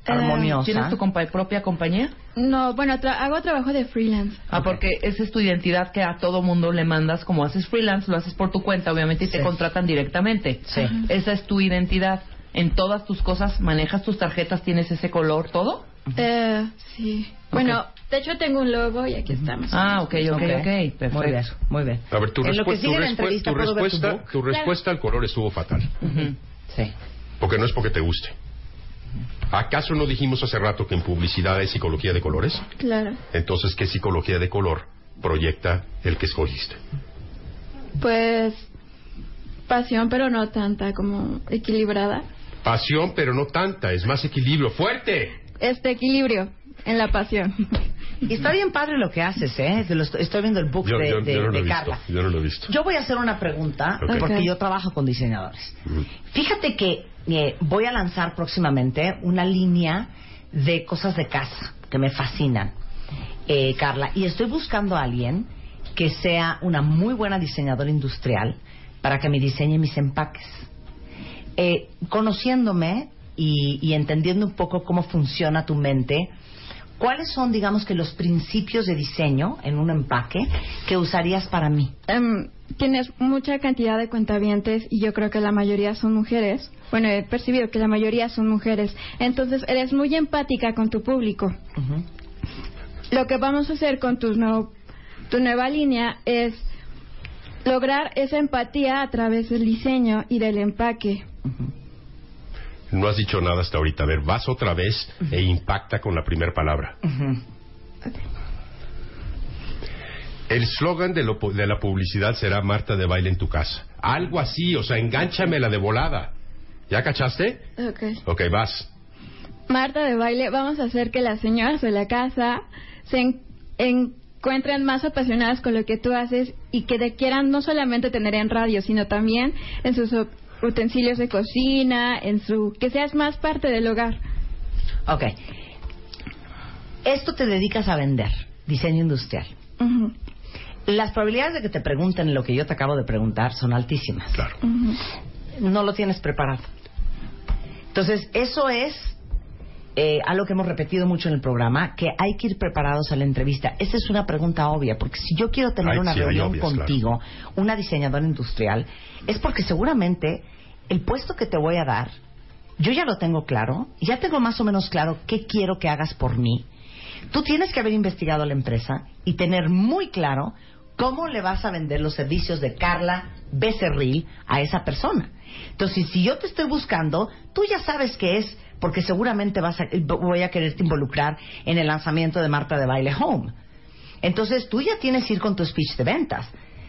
Speaker 8: Armoniosa.
Speaker 10: ¿Tienes tu compa- propia compañía?
Speaker 8: No, bueno, tra- hago trabajo de freelance.
Speaker 10: Ah, porque esa es tu identidad que a todo mundo le mandas, como haces freelance, lo haces por tu cuenta, obviamente, y te contratan directamente.
Speaker 1: Sí.
Speaker 10: Esa es tu identidad. En todas tus cosas, manejas tus tarjetas, tienes ese color, todo.
Speaker 8: Eh, sí. Bueno, de hecho tengo un logo y aquí estamos.
Speaker 10: Ah, ok, ok,
Speaker 1: Ok.
Speaker 10: ok. Perfecto.
Speaker 1: Muy bien, muy bien.
Speaker 4: A ver, tu,
Speaker 1: En lo que
Speaker 4: respu- tu
Speaker 1: sigue la
Speaker 4: respu-
Speaker 1: entrevista,
Speaker 4: tu
Speaker 1: ¿puedo ver tu
Speaker 4: respuesta,
Speaker 1: book?
Speaker 4: tu
Speaker 1: Claro.
Speaker 4: respuesta al color estuvo fatal.
Speaker 1: Sí.
Speaker 4: Porque no es porque te guste. ¿Acaso no dijimos hace rato que en publicidad es psicología de colores?
Speaker 8: Claro.
Speaker 4: Entonces, ¿qué psicología de color proyecta el que escogiste?
Speaker 8: Pues pasión, pero no tanta como equilibrada.
Speaker 4: Pasión, pero no tanta, es más equilibrio. ¡Fuerte!
Speaker 8: Este equilibrio en la pasión.
Speaker 1: Y está bien padre lo que haces, ¿eh? Te lo estoy, estoy viendo el book
Speaker 4: Yo,
Speaker 1: de,
Speaker 4: yo- yo
Speaker 1: de-
Speaker 4: no lo
Speaker 1: de
Speaker 4: he visto.
Speaker 1: Carla.
Speaker 4: Yo no lo he visto.
Speaker 1: Yo voy a hacer una pregunta
Speaker 4: Ok.
Speaker 1: porque
Speaker 4: Ok.
Speaker 1: yo trabajo con diseñadores. Fíjate que eh, voy a lanzar próximamente una línea de cosas de casa que me fascinan. eh, Carla, y estoy buscando a alguien que sea una muy buena diseñadora industrial para que me diseñe mis empaques. Eh, conociéndome y, y entendiendo un poco cómo funciona tu mente, ¿cuáles son, digamos, que los principios de diseño en un empaque que usarías para mí?
Speaker 8: Em, tienes mucha cantidad de cuentavientes y yo creo que la mayoría son mujeres. Bueno, he percibido que la mayoría son mujeres. Entonces, eres muy empática con tu público. Lo que vamos a hacer con tu, nuevo- tu nueva línea es lograr esa empatía a través del diseño y del empaque.
Speaker 4: No has dicho nada hasta ahorita. A ver, vas otra vez e impacta con la primera palabra. El slogan de, lo pu- de la publicidad será Marta de baile en tu casa. Algo así, o sea, engánchamela de volada. ¿Ya cachaste?
Speaker 8: Okay.
Speaker 4: Ok, vas.
Speaker 8: Marta de baile, vamos a hacer que las señoras de la casa se en- encuentren más apasionadas con lo que tú haces y que te quieran no solamente tener en radio, sino también en sus o- utensilios de cocina, en su que seas más parte del hogar.
Speaker 1: Ok. Esto te dedicas a vender, diseño industrial. Las probabilidades de que te pregunten lo que yo te acabo de preguntar son altísimas. Claro. No lo tienes preparado. Entonces, eso es eh, algo que hemos repetido mucho en el programa, que hay que ir preparados a la entrevista. Esa es una pregunta obvia, porque si yo quiero tener
Speaker 10: Ay,
Speaker 1: una
Speaker 10: sí, hay
Speaker 1: reunión
Speaker 10: obvias,
Speaker 1: contigo, una diseñadora industrial, es porque seguramente el puesto que te voy a dar, yo ya lo tengo claro, ya tengo más o menos claro qué quiero que hagas por mí. Tú tienes que haber investigado la empresa y tener muy claro cómo le vas a vender los servicios de Carla Becerril a esa persona. Entonces, si yo te estoy buscando, tú ya sabes qué es, porque seguramente vas a- voy a quererte involucrar en el lanzamiento de Marta de Baile Home. Entonces, tú ya tienes que ir con tu speech de ventas.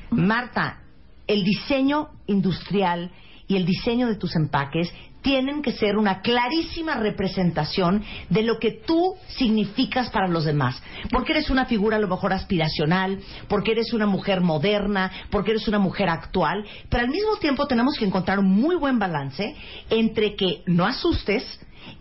Speaker 1: Marta, el diseño industrial y el diseño de tus empaques tienen que ser una clarísima representación de lo que tú significas para los demás. Porque eres una figura a lo mejor aspiracional, porque eres una mujer moderna, porque eres una mujer actual, pero al mismo tiempo tenemos que encontrar un muy buen balance entre que no asustes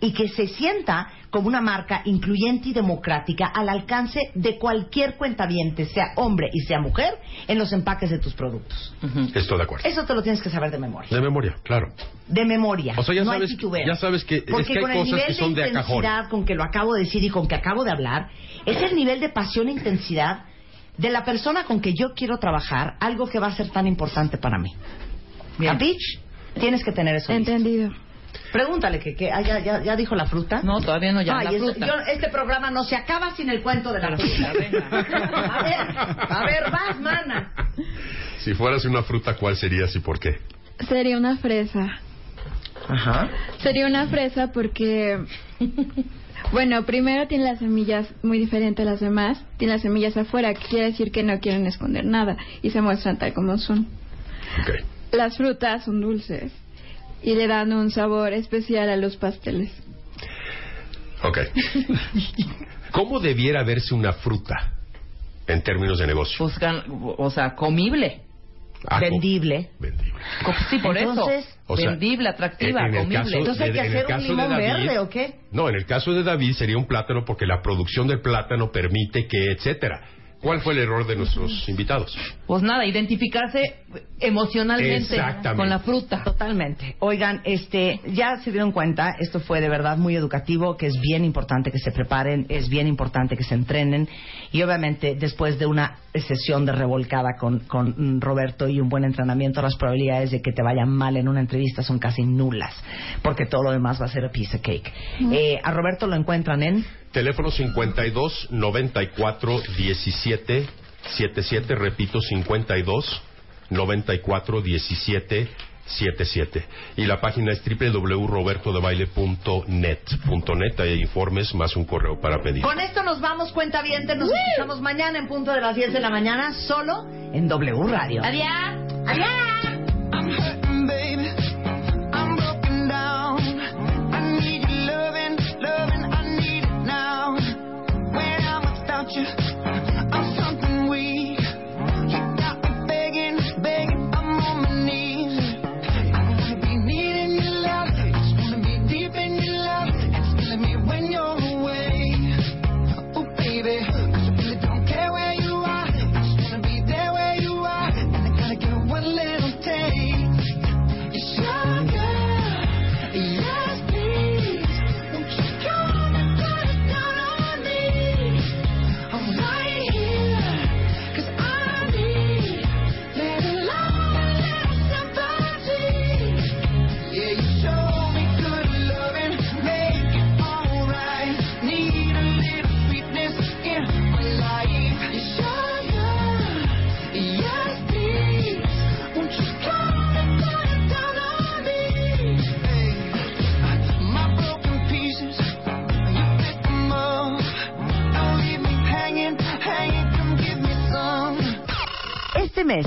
Speaker 1: y que se sienta como una marca incluyente y democrática al alcance de cualquier cuentaviente, sea hombre y sea mujer, en los empaques de tus productos.
Speaker 4: Estoy de acuerdo.
Speaker 1: Eso te lo tienes que saber de memoria.
Speaker 4: De memoria, claro.
Speaker 1: De memoria.
Speaker 4: O sea, ya
Speaker 1: no
Speaker 4: sabes-
Speaker 1: hay titubeo.
Speaker 4: ya sabes que- es
Speaker 1: Porque
Speaker 4: que hay
Speaker 1: con el
Speaker 4: cosas
Speaker 1: nivel
Speaker 4: que son de a cajón.
Speaker 1: intensidad con que lo acabo de decir y con que acabo de hablar, es el nivel de pasión e intensidad de la persona con que yo quiero trabajar, algo que va a ser tan importante para mí. ¿Capich? Tienes que tener eso.
Speaker 8: Entendido.
Speaker 1: Pregúntale que, que ah, ya, ya- ya dijo la fruta. No,
Speaker 10: todavía no, ya la fruta.
Speaker 1: este programa no se acaba sin el cuento de la fruta. A ver, a ver, vas, mana.
Speaker 4: Si fueras una fruta, ¿cuál serías y por qué?
Speaker 8: Sería una fresa.
Speaker 1: Ajá.
Speaker 8: Sería una fresa porque, bueno, primero tiene las semillas muy diferentes a las demás. Tiene las semillas afuera, que quiere decir que no quieren esconder nada y se muestran tal como son. Las frutas son dulces y le dan un sabor especial a los pasteles.
Speaker 4: Ok. ¿Cómo debiera verse una fruta en términos de negocio?
Speaker 10: Buscan, Pues o sea, comible.
Speaker 4: Ah, com-
Speaker 1: Vendible.
Speaker 10: Co- Sí, por
Speaker 1: Entonces,
Speaker 10: eso.
Speaker 4: o sea,
Speaker 10: Vendible, atractiva,
Speaker 4: en el
Speaker 10: comible.
Speaker 4: caso Entonces hay de- que en el hacer un caso de limón David- verde, ¿o
Speaker 1: qué?
Speaker 4: No, en el caso de David sería un plátano porque la producción del plátano permite que, etcétera. ¿Cuál fue el error de nuestros invitados?
Speaker 10: Pues nada, identificarse emocionalmente
Speaker 4: Exactamente.
Speaker 10: con la fruta.
Speaker 1: Totalmente. Oigan, este, ya se dieron cuenta, esto fue de verdad muy educativo, que es bien importante que se preparen, es bien importante que se entrenen y obviamente después de una sesión de revolcada con, con mm, Roberto y un buen entrenamiento, las probabilidades de que te vayan mal en una entrevista son casi nulas, porque todo lo demás va a ser a piece of cake. Eh, a Roberto lo encuentran en
Speaker 4: Teléfono 52 94 17 77, repito 52 94 17 77. Y la página es www.robertodebaile.net. punto net, Ahí hay informes más un correo para pedir.
Speaker 1: Con esto nos vamos, cuenta bien, nos escuchamos mañana en punto de las 10 de la mañana, solo en W Radio.
Speaker 3: Adiós.
Speaker 1: Adiós.
Speaker 3: I'm hurting, baby. I'm broken down. I need your loving, loving. I need it now. When I'm without you, I'm something weak. You got me begging, begging. I'm on my knees. I wanna be needing your love. Just wanna be deep in your love. It's killing me when you're away. Oh, baby, 'cause you really
Speaker 1: Este mes,